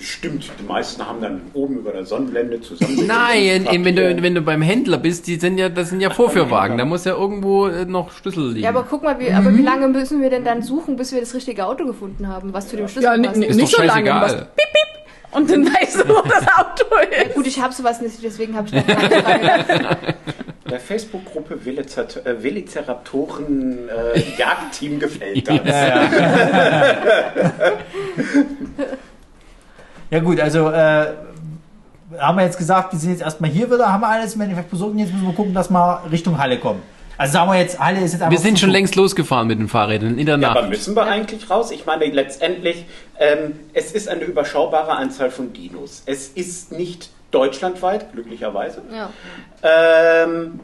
[SPEAKER 4] Stimmt, die meisten haben dann oben über der Sonnenblende zusammen.
[SPEAKER 1] Nein, eben, wenn du, wenn du beim Händler bist, die sind ja, das sind ja Vorführwagen, da muss ja irgendwo äh, noch Schlüssel liegen.
[SPEAKER 3] Ja, aber guck mal, wie, aber wie lange müssen wir denn dann suchen, bis wir das richtige Auto gefunden haben, was zu dem Schlüssel
[SPEAKER 5] Ja,
[SPEAKER 3] passt?
[SPEAKER 5] n- n-
[SPEAKER 1] ist
[SPEAKER 5] nicht
[SPEAKER 1] doch
[SPEAKER 5] so
[SPEAKER 3] um
[SPEAKER 5] lange.
[SPEAKER 1] scheißegal.
[SPEAKER 5] Was- Und dann weißt <laughs> du, wo das Auto ist.
[SPEAKER 3] Gut, ich habe sowas nicht, deswegen habe ich noch keine Frage.
[SPEAKER 4] In der Facebook-Gruppe Velizat- äh, Velociraptoren äh, Jagdteam gefällt das.
[SPEAKER 2] Ja gut, also äh, haben wir jetzt gesagt, wir sind jetzt erstmal hier wieder, haben wir alles im Endeffekt besorgt und jetzt müssen wir gucken, dass wir Richtung Halle kommen. Also sagen wir jetzt, Halle ist jetzt einfach
[SPEAKER 1] wir sind schon
[SPEAKER 2] zu-
[SPEAKER 1] längst losgefahren mit den Fahrrädern in der Nacht.
[SPEAKER 4] Aber müssen wir eigentlich raus? Ich meine, letztendlich, ähm, es ist eine überschaubare Anzahl von Dinos. Es ist nicht deutschlandweit, glücklicherweise.
[SPEAKER 3] Ja.
[SPEAKER 4] Ähm,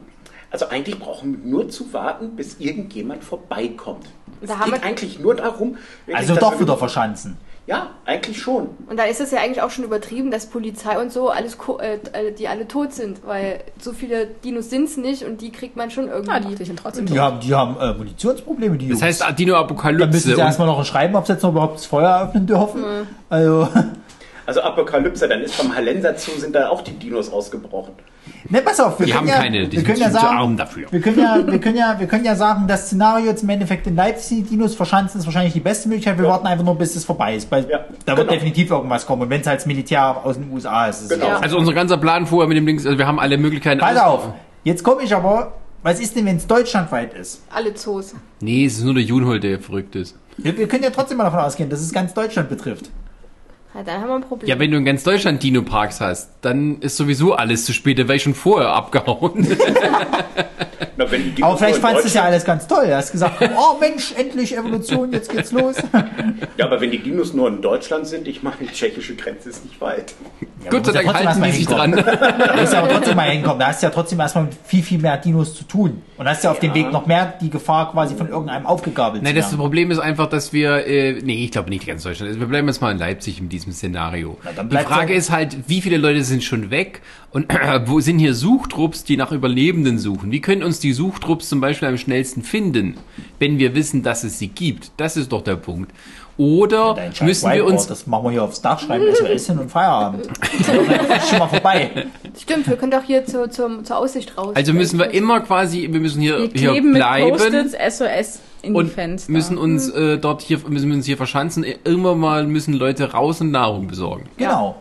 [SPEAKER 4] also eigentlich brauchen wir nur zu warten, bis irgendjemand vorbeikommt. Es
[SPEAKER 3] Da haben
[SPEAKER 4] geht
[SPEAKER 3] wir-
[SPEAKER 4] eigentlich nur darum, wirklich,
[SPEAKER 2] Also
[SPEAKER 4] dass
[SPEAKER 2] doch
[SPEAKER 4] wir-
[SPEAKER 2] wieder verschanzen.
[SPEAKER 4] Ja, eigentlich schon.
[SPEAKER 3] Und da ist es ja eigentlich auch schon übertrieben, dass Polizei und so alles, ko- äh, äh, die alle tot sind, weil so viele Dinos sind's nicht und die kriegt man schon irgendwie.
[SPEAKER 5] Ah, doch, die sind trotzdem
[SPEAKER 2] Die haben, die haben äh, Munitionsprobleme, die
[SPEAKER 1] Das heißt Dino
[SPEAKER 2] Dann müssen
[SPEAKER 1] Apokalypse.
[SPEAKER 2] sie erstmal noch ein Schreiben absetzen, ob überhaupt das Feuer eröffnen dürfen. Also, <laughs>
[SPEAKER 4] Also Apokalypse, dann ist vom Hallenser zu, sind da auch die Dinos ausgebrochen.
[SPEAKER 2] ne, pass auf, wir
[SPEAKER 1] Die
[SPEAKER 2] können
[SPEAKER 1] haben
[SPEAKER 2] ja,
[SPEAKER 1] keine, die
[SPEAKER 2] wir
[SPEAKER 1] sind
[SPEAKER 2] können ja
[SPEAKER 1] zu- zu arm
[SPEAKER 2] sagen,
[SPEAKER 1] dafür.
[SPEAKER 2] wir können ja, wir können ja, wir können ja sagen, das Szenario jetzt im Endeffekt in Leipzig, die Dinos verschanzen, ist wahrscheinlich die beste Möglichkeit. Wir warten einfach nur, bis es vorbei ist, weil
[SPEAKER 4] Ja,
[SPEAKER 2] da wird
[SPEAKER 4] genau.
[SPEAKER 2] definitiv irgendwas kommen. Und wenn es halt das Militär aus den USA ist, ist es
[SPEAKER 4] Genau.
[SPEAKER 2] auch-
[SPEAKER 3] Ja.
[SPEAKER 1] Also unser ganzer Plan vorher mit dem Dings, also wir haben alle Möglichkeiten.
[SPEAKER 2] Pass
[SPEAKER 1] aus-
[SPEAKER 2] Halt auf, jetzt komme ich aber, was ist denn, wenn es deutschlandweit ist?
[SPEAKER 3] Alle Zoos.
[SPEAKER 1] Nee, es ist nur der Junhold, der verrückt ist.
[SPEAKER 2] Wir, wir können ja trotzdem mal davon ausgehen, dass es ganz Deutschland betrifft.
[SPEAKER 3] Ja, dann haben wir ein Problem.
[SPEAKER 1] Ja, wenn du in ganz Deutschland Dino-Parks hast, dann ist sowieso alles zu spät. Da wäre ich schon vorher <laughs> abgehauen.
[SPEAKER 4] Na, wenn die Dinos
[SPEAKER 2] Aber vielleicht
[SPEAKER 4] nur in
[SPEAKER 2] fandst du es ja
[SPEAKER 4] Deutschland-
[SPEAKER 2] alles ganz toll. Du hast gesagt, <laughs> oh Mensch, endlich Evolution, jetzt geht's los.
[SPEAKER 4] Ja, aber wenn die Dinos nur in Deutschland sind, ich meine, die tschechische Grenze ist nicht weit.
[SPEAKER 1] Gott sei Dank
[SPEAKER 2] muss ja trotzdem
[SPEAKER 1] halten die
[SPEAKER 2] erstmal
[SPEAKER 1] sich
[SPEAKER 2] hinkommen.
[SPEAKER 1] dran.
[SPEAKER 2] Da musst du aber trotzdem mal hinkommen. Da hast du ja trotzdem erstmal mit viel, viel mehr Dinos zu tun. Und hast ja auf dem Weg noch mehr die Gefahr quasi von irgendeinem aufgegabelt
[SPEAKER 1] Nein,
[SPEAKER 2] zu
[SPEAKER 1] das
[SPEAKER 2] werden.
[SPEAKER 1] Problem ist einfach, dass wir, äh, nee, ich glaube nicht ganz Deutschland. Also Wir bleiben jetzt mal in Leipzig in diesem Szenario.
[SPEAKER 2] Na, dann
[SPEAKER 1] die
[SPEAKER 2] bleibt
[SPEAKER 1] Frage
[SPEAKER 2] so-
[SPEAKER 1] ist halt, wie viele Leute sind schon weg und <clears throat> wo sind hier Suchtrupps, die nach Überlebenden suchen? Wie können uns die Suchtrupps zum Beispiel am schnellsten finden, wenn wir wissen, dass es sie gibt? Das ist doch der Punkt. Oder
[SPEAKER 2] Dein scheiß
[SPEAKER 1] müssen wir
[SPEAKER 2] Whiteboard,
[SPEAKER 1] uns
[SPEAKER 2] Das machen wir hier aufs Dach, schreiben SOS hin
[SPEAKER 1] <laughs>
[SPEAKER 2] und Feierabend. Das ist schon mal vorbei.
[SPEAKER 3] Stimmt, wir können doch hier zu, zum, zur Aussicht raus.
[SPEAKER 1] Also müssen wir immer quasi, wir müssen hier,
[SPEAKER 5] Wir
[SPEAKER 1] hier
[SPEAKER 5] kleben mit
[SPEAKER 1] bleiben
[SPEAKER 5] Post-its SOS in die
[SPEAKER 1] und
[SPEAKER 5] Fenster. Hm.
[SPEAKER 1] müssen uns äh, dort hier müssen wir uns hier verschanzen. Immer mal müssen Leute raus und Nahrung besorgen.
[SPEAKER 2] Genau.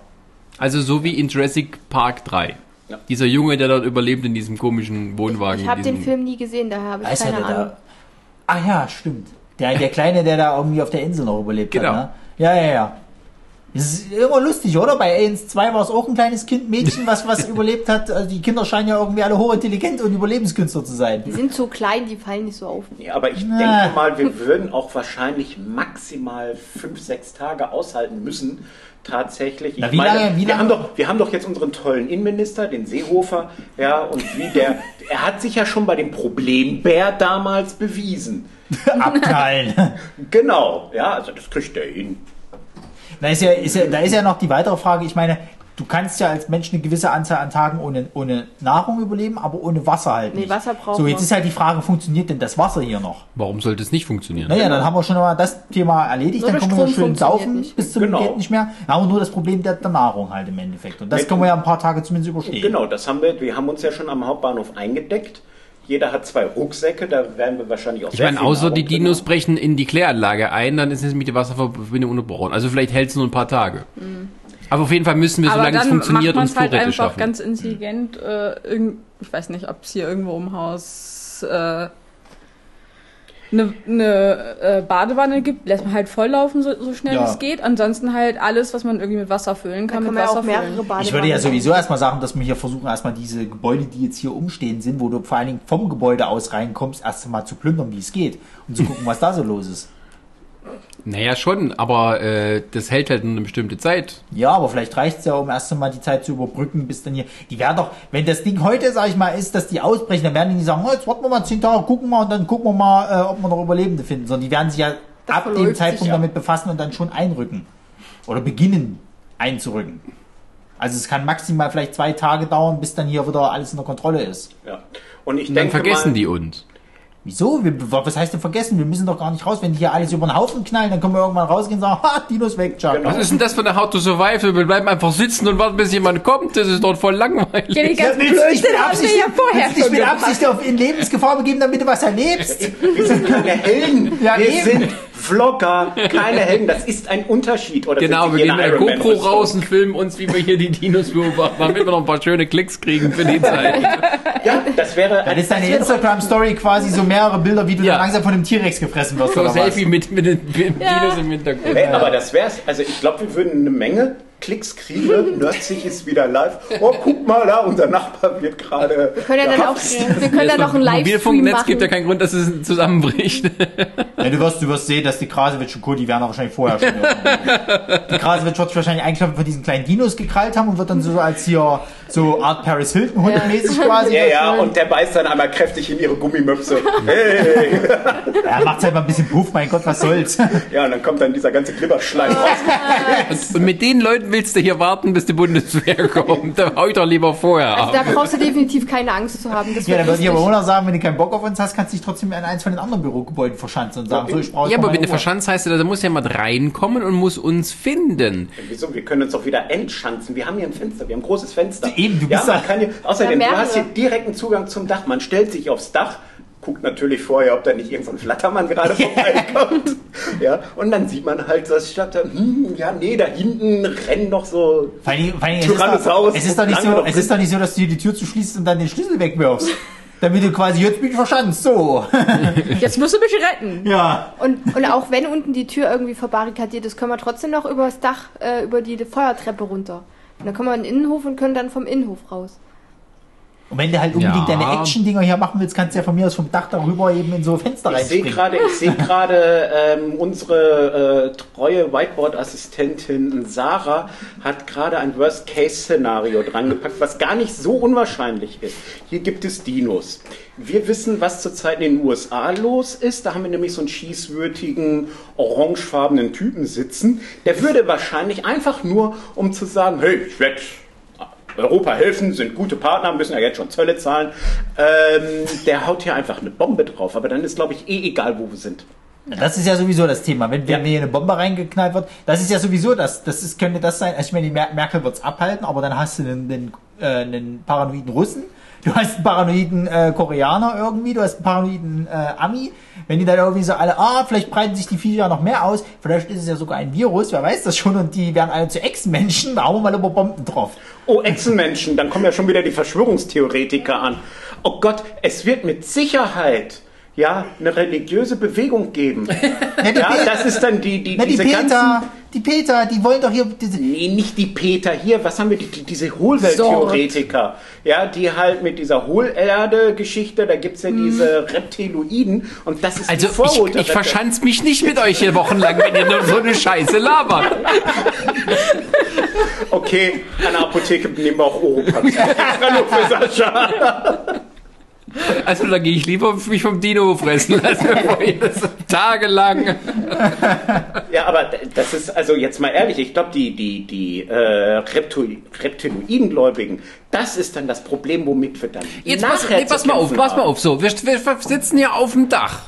[SPEAKER 1] Also so wie in Jurassic Park 3.
[SPEAKER 4] Ja.
[SPEAKER 1] Dieser Junge, der dort überlebt in diesem komischen Wohnwagen.
[SPEAKER 3] Ich habe
[SPEAKER 1] diesem-
[SPEAKER 3] den Film nie gesehen, daher habe ich
[SPEAKER 2] Weiß ja,
[SPEAKER 3] keine
[SPEAKER 2] der
[SPEAKER 3] Ahnung.
[SPEAKER 2] da. Ach ja, stimmt. Der, der Kleine, der da irgendwie auf der Insel noch überlebt
[SPEAKER 1] Genau.
[SPEAKER 2] hat. Ne? Ja, ja, ja. Das ist immer lustig, oder? Bei Aliens 2 war es auch ein kleines Kind, Mädchen, was, was überlebt hat. Also die Kinder scheinen ja irgendwie alle hochintelligent und Überlebenskünstler zu sein.
[SPEAKER 3] <laughs> Die sind so klein, die fallen nicht so auf.
[SPEAKER 4] Ja, aber ich
[SPEAKER 2] Na.
[SPEAKER 4] denke mal, wir würden auch wahrscheinlich maximal fünf, sechs Tage aushalten müssen. Tatsächlich. Ich
[SPEAKER 2] Na, wie lange- wie
[SPEAKER 4] wir,
[SPEAKER 2] lange-
[SPEAKER 4] haben doch, wir haben doch jetzt unseren tollen Innenminister, den Seehofer, ja, und wie
[SPEAKER 1] <laughs>
[SPEAKER 4] der, er hat sich ja schon bei dem Problembär damals bewiesen.
[SPEAKER 2] Abknallen.
[SPEAKER 4] Genau, ja, also das kriegt er hin.
[SPEAKER 2] Da ist, ja, ist ja, da ist ja noch die weitere Frage. Ich meine, du kannst ja als Mensch eine gewisse Anzahl an Tagen ohne, ohne Nahrung überleben, aber ohne Wasser halt
[SPEAKER 3] Nee,
[SPEAKER 2] nicht.
[SPEAKER 3] Wasser brauchen
[SPEAKER 2] So, jetzt
[SPEAKER 3] wir.
[SPEAKER 2] ist halt die Frage, funktioniert denn das Wasser hier noch?
[SPEAKER 1] Warum sollte es nicht funktionieren?
[SPEAKER 2] Naja, dann haben wir schon mal das Thema erledigt.
[SPEAKER 3] Genau. Nur
[SPEAKER 2] dann
[SPEAKER 3] der
[SPEAKER 2] können wir
[SPEAKER 3] Strom
[SPEAKER 2] schön
[SPEAKER 3] funktioniert
[SPEAKER 2] saufen
[SPEAKER 3] nicht.
[SPEAKER 2] bis zum
[SPEAKER 4] Genau.
[SPEAKER 2] geht nicht mehr. Dann haben wir nur das Problem der, der Nahrung halt im Endeffekt. Und das
[SPEAKER 4] Mit-
[SPEAKER 2] können wir ja ein paar Tage zumindest überstehen.
[SPEAKER 4] Genau, das haben wir, wir haben uns ja schon am Hauptbahnhof eingedeckt. Jeder hat zwei Rucksäcke, da werden wir wahrscheinlich auch
[SPEAKER 1] Ich
[SPEAKER 4] sehr
[SPEAKER 1] meine,
[SPEAKER 4] viel
[SPEAKER 1] außer
[SPEAKER 4] Nahrung
[SPEAKER 1] die
[SPEAKER 4] drin
[SPEAKER 1] Dinos
[SPEAKER 4] haben.
[SPEAKER 1] brechen in die Kläranlage ein, dann ist es mit der Wasserverbindung unterbrochen. Also vielleicht hält es nur ein paar Tage. Aber auf jeden Fall müssen wir,
[SPEAKER 5] Mhm. Aber
[SPEAKER 1] solange es
[SPEAKER 5] dann macht
[SPEAKER 1] funktioniert,
[SPEAKER 5] man
[SPEAKER 1] uns
[SPEAKER 5] es halt
[SPEAKER 1] Vorräte
[SPEAKER 5] einfach
[SPEAKER 1] schaffen.
[SPEAKER 5] ganz intelligent. Äh, irgend, ich weiß nicht, ob es hier irgendwo im Haus äh, eine eine, äh, Badewanne gibt. Lässt man halt volllaufen, so, so schnell
[SPEAKER 2] Ja.
[SPEAKER 5] es geht. Ansonsten halt alles, was man irgendwie mit Wasser füllen
[SPEAKER 3] Da
[SPEAKER 5] kann,
[SPEAKER 3] kann
[SPEAKER 5] mit
[SPEAKER 3] man ja
[SPEAKER 5] Wasser
[SPEAKER 3] auch mehrere
[SPEAKER 5] füllen.
[SPEAKER 3] Badewannen.
[SPEAKER 2] Ich würde ja sowieso erstmal sagen, dass wir hier versuchen, erstmal diese Gebäude, die jetzt hier umstehen sind, wo du vor allen Dingen vom Gebäude aus reinkommst, erst mal zu plündern, wie es geht. Und zu gucken, was da so los ist.
[SPEAKER 1] Naja, schon, aber äh, das hält halt eine bestimmte Zeit.
[SPEAKER 2] Ja, aber vielleicht reicht's ja, um erst einmal die Zeit zu überbrücken, bis dann hier. Die werden doch, wenn das Ding heute, sag ich mal, ist, dass die ausbrechen, dann werden die nicht sagen, oh, jetzt warten wir mal zehn Tage, gucken wir und dann gucken wir mal, äh, ob wir noch Überlebende finden, sondern die werden sich ja ab dem
[SPEAKER 5] verläuft sich
[SPEAKER 2] Zeitpunkt
[SPEAKER 5] ja.
[SPEAKER 2] damit befassen und dann schon einrücken. Oder beginnen einzurücken. Also es kann maximal vielleicht zwei Tage dauern, bis dann hier wieder alles in der Kontrolle ist.
[SPEAKER 4] Ja. Und ich
[SPEAKER 1] Und dann
[SPEAKER 4] denke
[SPEAKER 1] vergessen
[SPEAKER 4] mal,
[SPEAKER 1] die uns.
[SPEAKER 2] Wieso? Wir, was heißt denn vergessen? Wir müssen doch gar nicht raus. Wenn die hier alles über den Haufen knallen, dann können wir irgendwann rausgehen und sagen, <laughs> ha, Dinos weg, ciao.
[SPEAKER 4] Genau.
[SPEAKER 1] Was ist denn das für eine How to Survive? Wir bleiben einfach sitzen und warten, bis jemand kommt. Das ist dort voll langweilig.
[SPEAKER 5] Ja, die ganzen
[SPEAKER 2] willst du dich mit
[SPEAKER 5] Blödsinn haben wir
[SPEAKER 2] Absicht,
[SPEAKER 5] ja vorher
[SPEAKER 2] willst du dich
[SPEAKER 5] schon
[SPEAKER 2] mit
[SPEAKER 5] gemacht.
[SPEAKER 2] Absicht auf in Lebensgefahr begeben, damit du was erlebst?
[SPEAKER 4] Wir sind keine Helden.
[SPEAKER 2] <laughs> Ja,
[SPEAKER 4] wir
[SPEAKER 2] eben.
[SPEAKER 4] sind Vlogger, keine Helden. Das ist ein Unterschied. Oder
[SPEAKER 1] Genau, wir
[SPEAKER 4] sind
[SPEAKER 1] gehen
[SPEAKER 4] hier
[SPEAKER 1] mit der
[SPEAKER 4] eine Iron Man
[SPEAKER 1] GoPro
[SPEAKER 4] Rüstung?
[SPEAKER 1] raus und filmen uns, wie wir hier die Dinos beobachten, damit wir noch ein paar schöne Klicks kriegen für die Zeit.
[SPEAKER 4] Ja, das wäre
[SPEAKER 2] Dann
[SPEAKER 4] ein,
[SPEAKER 2] ist deine Instagram-Story quasi so mehrere Bilder, wie du
[SPEAKER 1] Ja.
[SPEAKER 2] dann langsam von dem T-Rex gefressen
[SPEAKER 1] <laughs>
[SPEAKER 2] wirst
[SPEAKER 1] So ein
[SPEAKER 2] oder was?
[SPEAKER 1] Selfie mit, mit den mit den Dinos im Hintergrund.
[SPEAKER 4] Hey, aber das wär's. Also ich glaube, wir würden eine Menge Klicks kriegen. Nörzig ist wieder live. Oh, guck mal da, unser Nachbar wird gerade.
[SPEAKER 3] Wir können ja dann auch, wir können dann noch einen Livestream
[SPEAKER 1] Mobilfunknetz gibt ja
[SPEAKER 3] machen.
[SPEAKER 1] keinen Grund, dass es zusammenbricht.
[SPEAKER 2] Ja, du, wirst, du wirst sehen, dass die Krasewitsch und Co., die werden auch wahrscheinlich vorher schon. irgendwo. die Krasewitsch wird sich wahrscheinlich eingeschlafen von diesen kleinen Dinos gekrallt haben und wird dann so als hier so Art Paris Hilton hundemäßig quasi.
[SPEAKER 4] Ja, ja,
[SPEAKER 2] das-
[SPEAKER 4] und der beißt dann einmal kräftig in ihre Gummimöpse. Hey.
[SPEAKER 2] ja, macht's halt mal ein bisschen Puff, mein Gott, was soll's.
[SPEAKER 4] Ja, und dann kommt dann dieser ganze Glibberschleim
[SPEAKER 3] Oh.
[SPEAKER 4] raus.
[SPEAKER 1] Und, und mit den Leuten willst du hier warten, bis die Bundeswehr <laughs> kommt. Da hau ich doch lieber vorher
[SPEAKER 3] Also
[SPEAKER 1] ab.
[SPEAKER 3] da brauchst du definitiv keine Angst zu haben. Das
[SPEAKER 2] Ah, Ja,
[SPEAKER 3] wird
[SPEAKER 2] dann würde ich
[SPEAKER 3] lustig.
[SPEAKER 2] aber auch noch sagen, wenn du keinen Bock auf uns hast, kannst du dich trotzdem in eins von den anderen Bürogebäuden verschanzen und sagen, so, ich brauche
[SPEAKER 1] Ja, aber wenn du
[SPEAKER 2] meine Uhr.
[SPEAKER 1] verschanzt heißt, da muss jemand reinkommen und muss uns finden.
[SPEAKER 4] Wieso? Wir können uns doch wieder entschanzen. Wir haben hier ein Fenster, wir haben ein großes Fenster.
[SPEAKER 2] Eben, du
[SPEAKER 4] ja,
[SPEAKER 2] bist
[SPEAKER 4] man
[SPEAKER 2] da-
[SPEAKER 4] kann hier, Außerdem,
[SPEAKER 3] Ja,
[SPEAKER 4] du
[SPEAKER 3] mehrere.
[SPEAKER 4] hast hier direkten Zugang zum Dach. Man stellt sich aufs Dach, guckt natürlich vorher, ob da nicht irgendein Flattermann gerade vorbeikommt. ja, und dann sieht man halt, dass statt, hm, ja, nee, da hinten rennen noch so.
[SPEAKER 2] Vor allen Dingen- vor allen Dingen, es ist doch-
[SPEAKER 4] Tyrannosaurus
[SPEAKER 2] es ist doch nicht
[SPEAKER 4] lange
[SPEAKER 2] so,
[SPEAKER 4] noch
[SPEAKER 2] es
[SPEAKER 4] drin.
[SPEAKER 2] ist doch nicht so, dass du dir die Tür zuschließt und dann den Schlüssel wegwirfst. <laughs> Damit du quasi jetzt mich verschanzt, so.
[SPEAKER 4] <laughs>
[SPEAKER 5] Jetzt musst du mich retten.
[SPEAKER 2] Ja.
[SPEAKER 3] Und, und auch wenn unten die Tür irgendwie verbarrikadiert ist, können wir trotzdem noch übers Dach, äh, über die Feuertreppe runter. Und dann kommen wir in den Innenhof und können dann vom Innenhof raus.
[SPEAKER 2] Und wenn du halt unbedingt
[SPEAKER 1] Ja.
[SPEAKER 2] deine Action-Dinger hier machen willst, kannst du ja von mir aus vom Dach darüber eben in so Fenster
[SPEAKER 4] Ich sehe
[SPEAKER 2] reinspringen.
[SPEAKER 4] gerade,
[SPEAKER 2] <laughs>
[SPEAKER 4] ich sehe gerade ähm, unsere äh, treue Whiteboard-Assistentin Sarah hat gerade ein Worst-Case-Szenario drangepackt, was gar nicht so unwahrscheinlich ist. Hier gibt es Dinos. Wir wissen, was zurzeit in den USA los ist. Da haben wir nämlich so einen schießwürdigen, orangefarbenen Typen sitzen. Der würde wahrscheinlich einfach nur, um zu sagen, hey, ich werde Europa helfen, sind gute Partner, müssen ja jetzt schon Zölle zahlen. Ähm, der haut hier einfach eine Bombe drauf, aber dann ist, glaube ich, eh egal, wo wir sind.
[SPEAKER 2] Das ist ja sowieso das Thema. Wenn, wenn
[SPEAKER 4] Ja.
[SPEAKER 2] mir hier eine Bombe reingeknallt wird, das ist ja sowieso das. Das ist, könnte das sein. Also ich meine, die Mer Merkel wird's abhalten, aber dann hast du einen, einen, äh, einen paranoiden Russen, du hast einen paranoiden äh, Koreaner irgendwie, du hast einen paranoiden äh, Ami. Wenn die dann irgendwie so alle, ah, vielleicht breiten sich die Viecher ja noch mehr aus, vielleicht ist es ja sogar ein Virus, wer weiß das schon, und die werden alle zu Ex-Menschen, da hauen wir mal über Bomben drauf.
[SPEAKER 4] <laughs> Oh, Echsenmenschen, dann kommen ja schon wieder die Verschwörungstheoretiker an. Oh Gott, es wird mit Sicherheit ja eine religiöse Bewegung geben.
[SPEAKER 2] Na, Ne, die,
[SPEAKER 4] Ja,
[SPEAKER 2] Pe-
[SPEAKER 4] das ist dann die, die,
[SPEAKER 2] na, die
[SPEAKER 4] diese
[SPEAKER 2] Peter,
[SPEAKER 4] ganzen...
[SPEAKER 2] die Peter, die wollen doch hier, diese,
[SPEAKER 4] Nee, nicht die Peter hier. Was haben wir? Die, die, diese Hohlwelttheoretiker. Ja, die halt mit dieser Hohlerde-Geschichte, da gibt's ja diese Reptiloiden. Und das ist
[SPEAKER 1] Also
[SPEAKER 4] die
[SPEAKER 1] ich,
[SPEAKER 4] Vorhut
[SPEAKER 1] ich verschanz mich nicht mit euch hier wochenlang, wenn ihr nur so eine Scheiße labert.
[SPEAKER 4] Okay, an der Apotheke nehmen wir auch <laughs> Oropax. Extra nur für Sascha.
[SPEAKER 1] Also da gehe ich lieber mich vom Dino fressen lassen, bevor ihr das tagelang.
[SPEAKER 4] Ja, aber das ist, also jetzt mal ehrlich, ich glaube, die, die, die äh, Reptil Reptiloidengläubigen, das ist dann das Problem, womit wir dann
[SPEAKER 1] Jetzt pass,
[SPEAKER 4] nachher
[SPEAKER 1] nee,
[SPEAKER 4] zu
[SPEAKER 1] pass mal auf,
[SPEAKER 4] kämpfen
[SPEAKER 1] pass mal
[SPEAKER 4] haben.
[SPEAKER 1] auf. So, wir, wir wir sitzen hier auf dem Dach.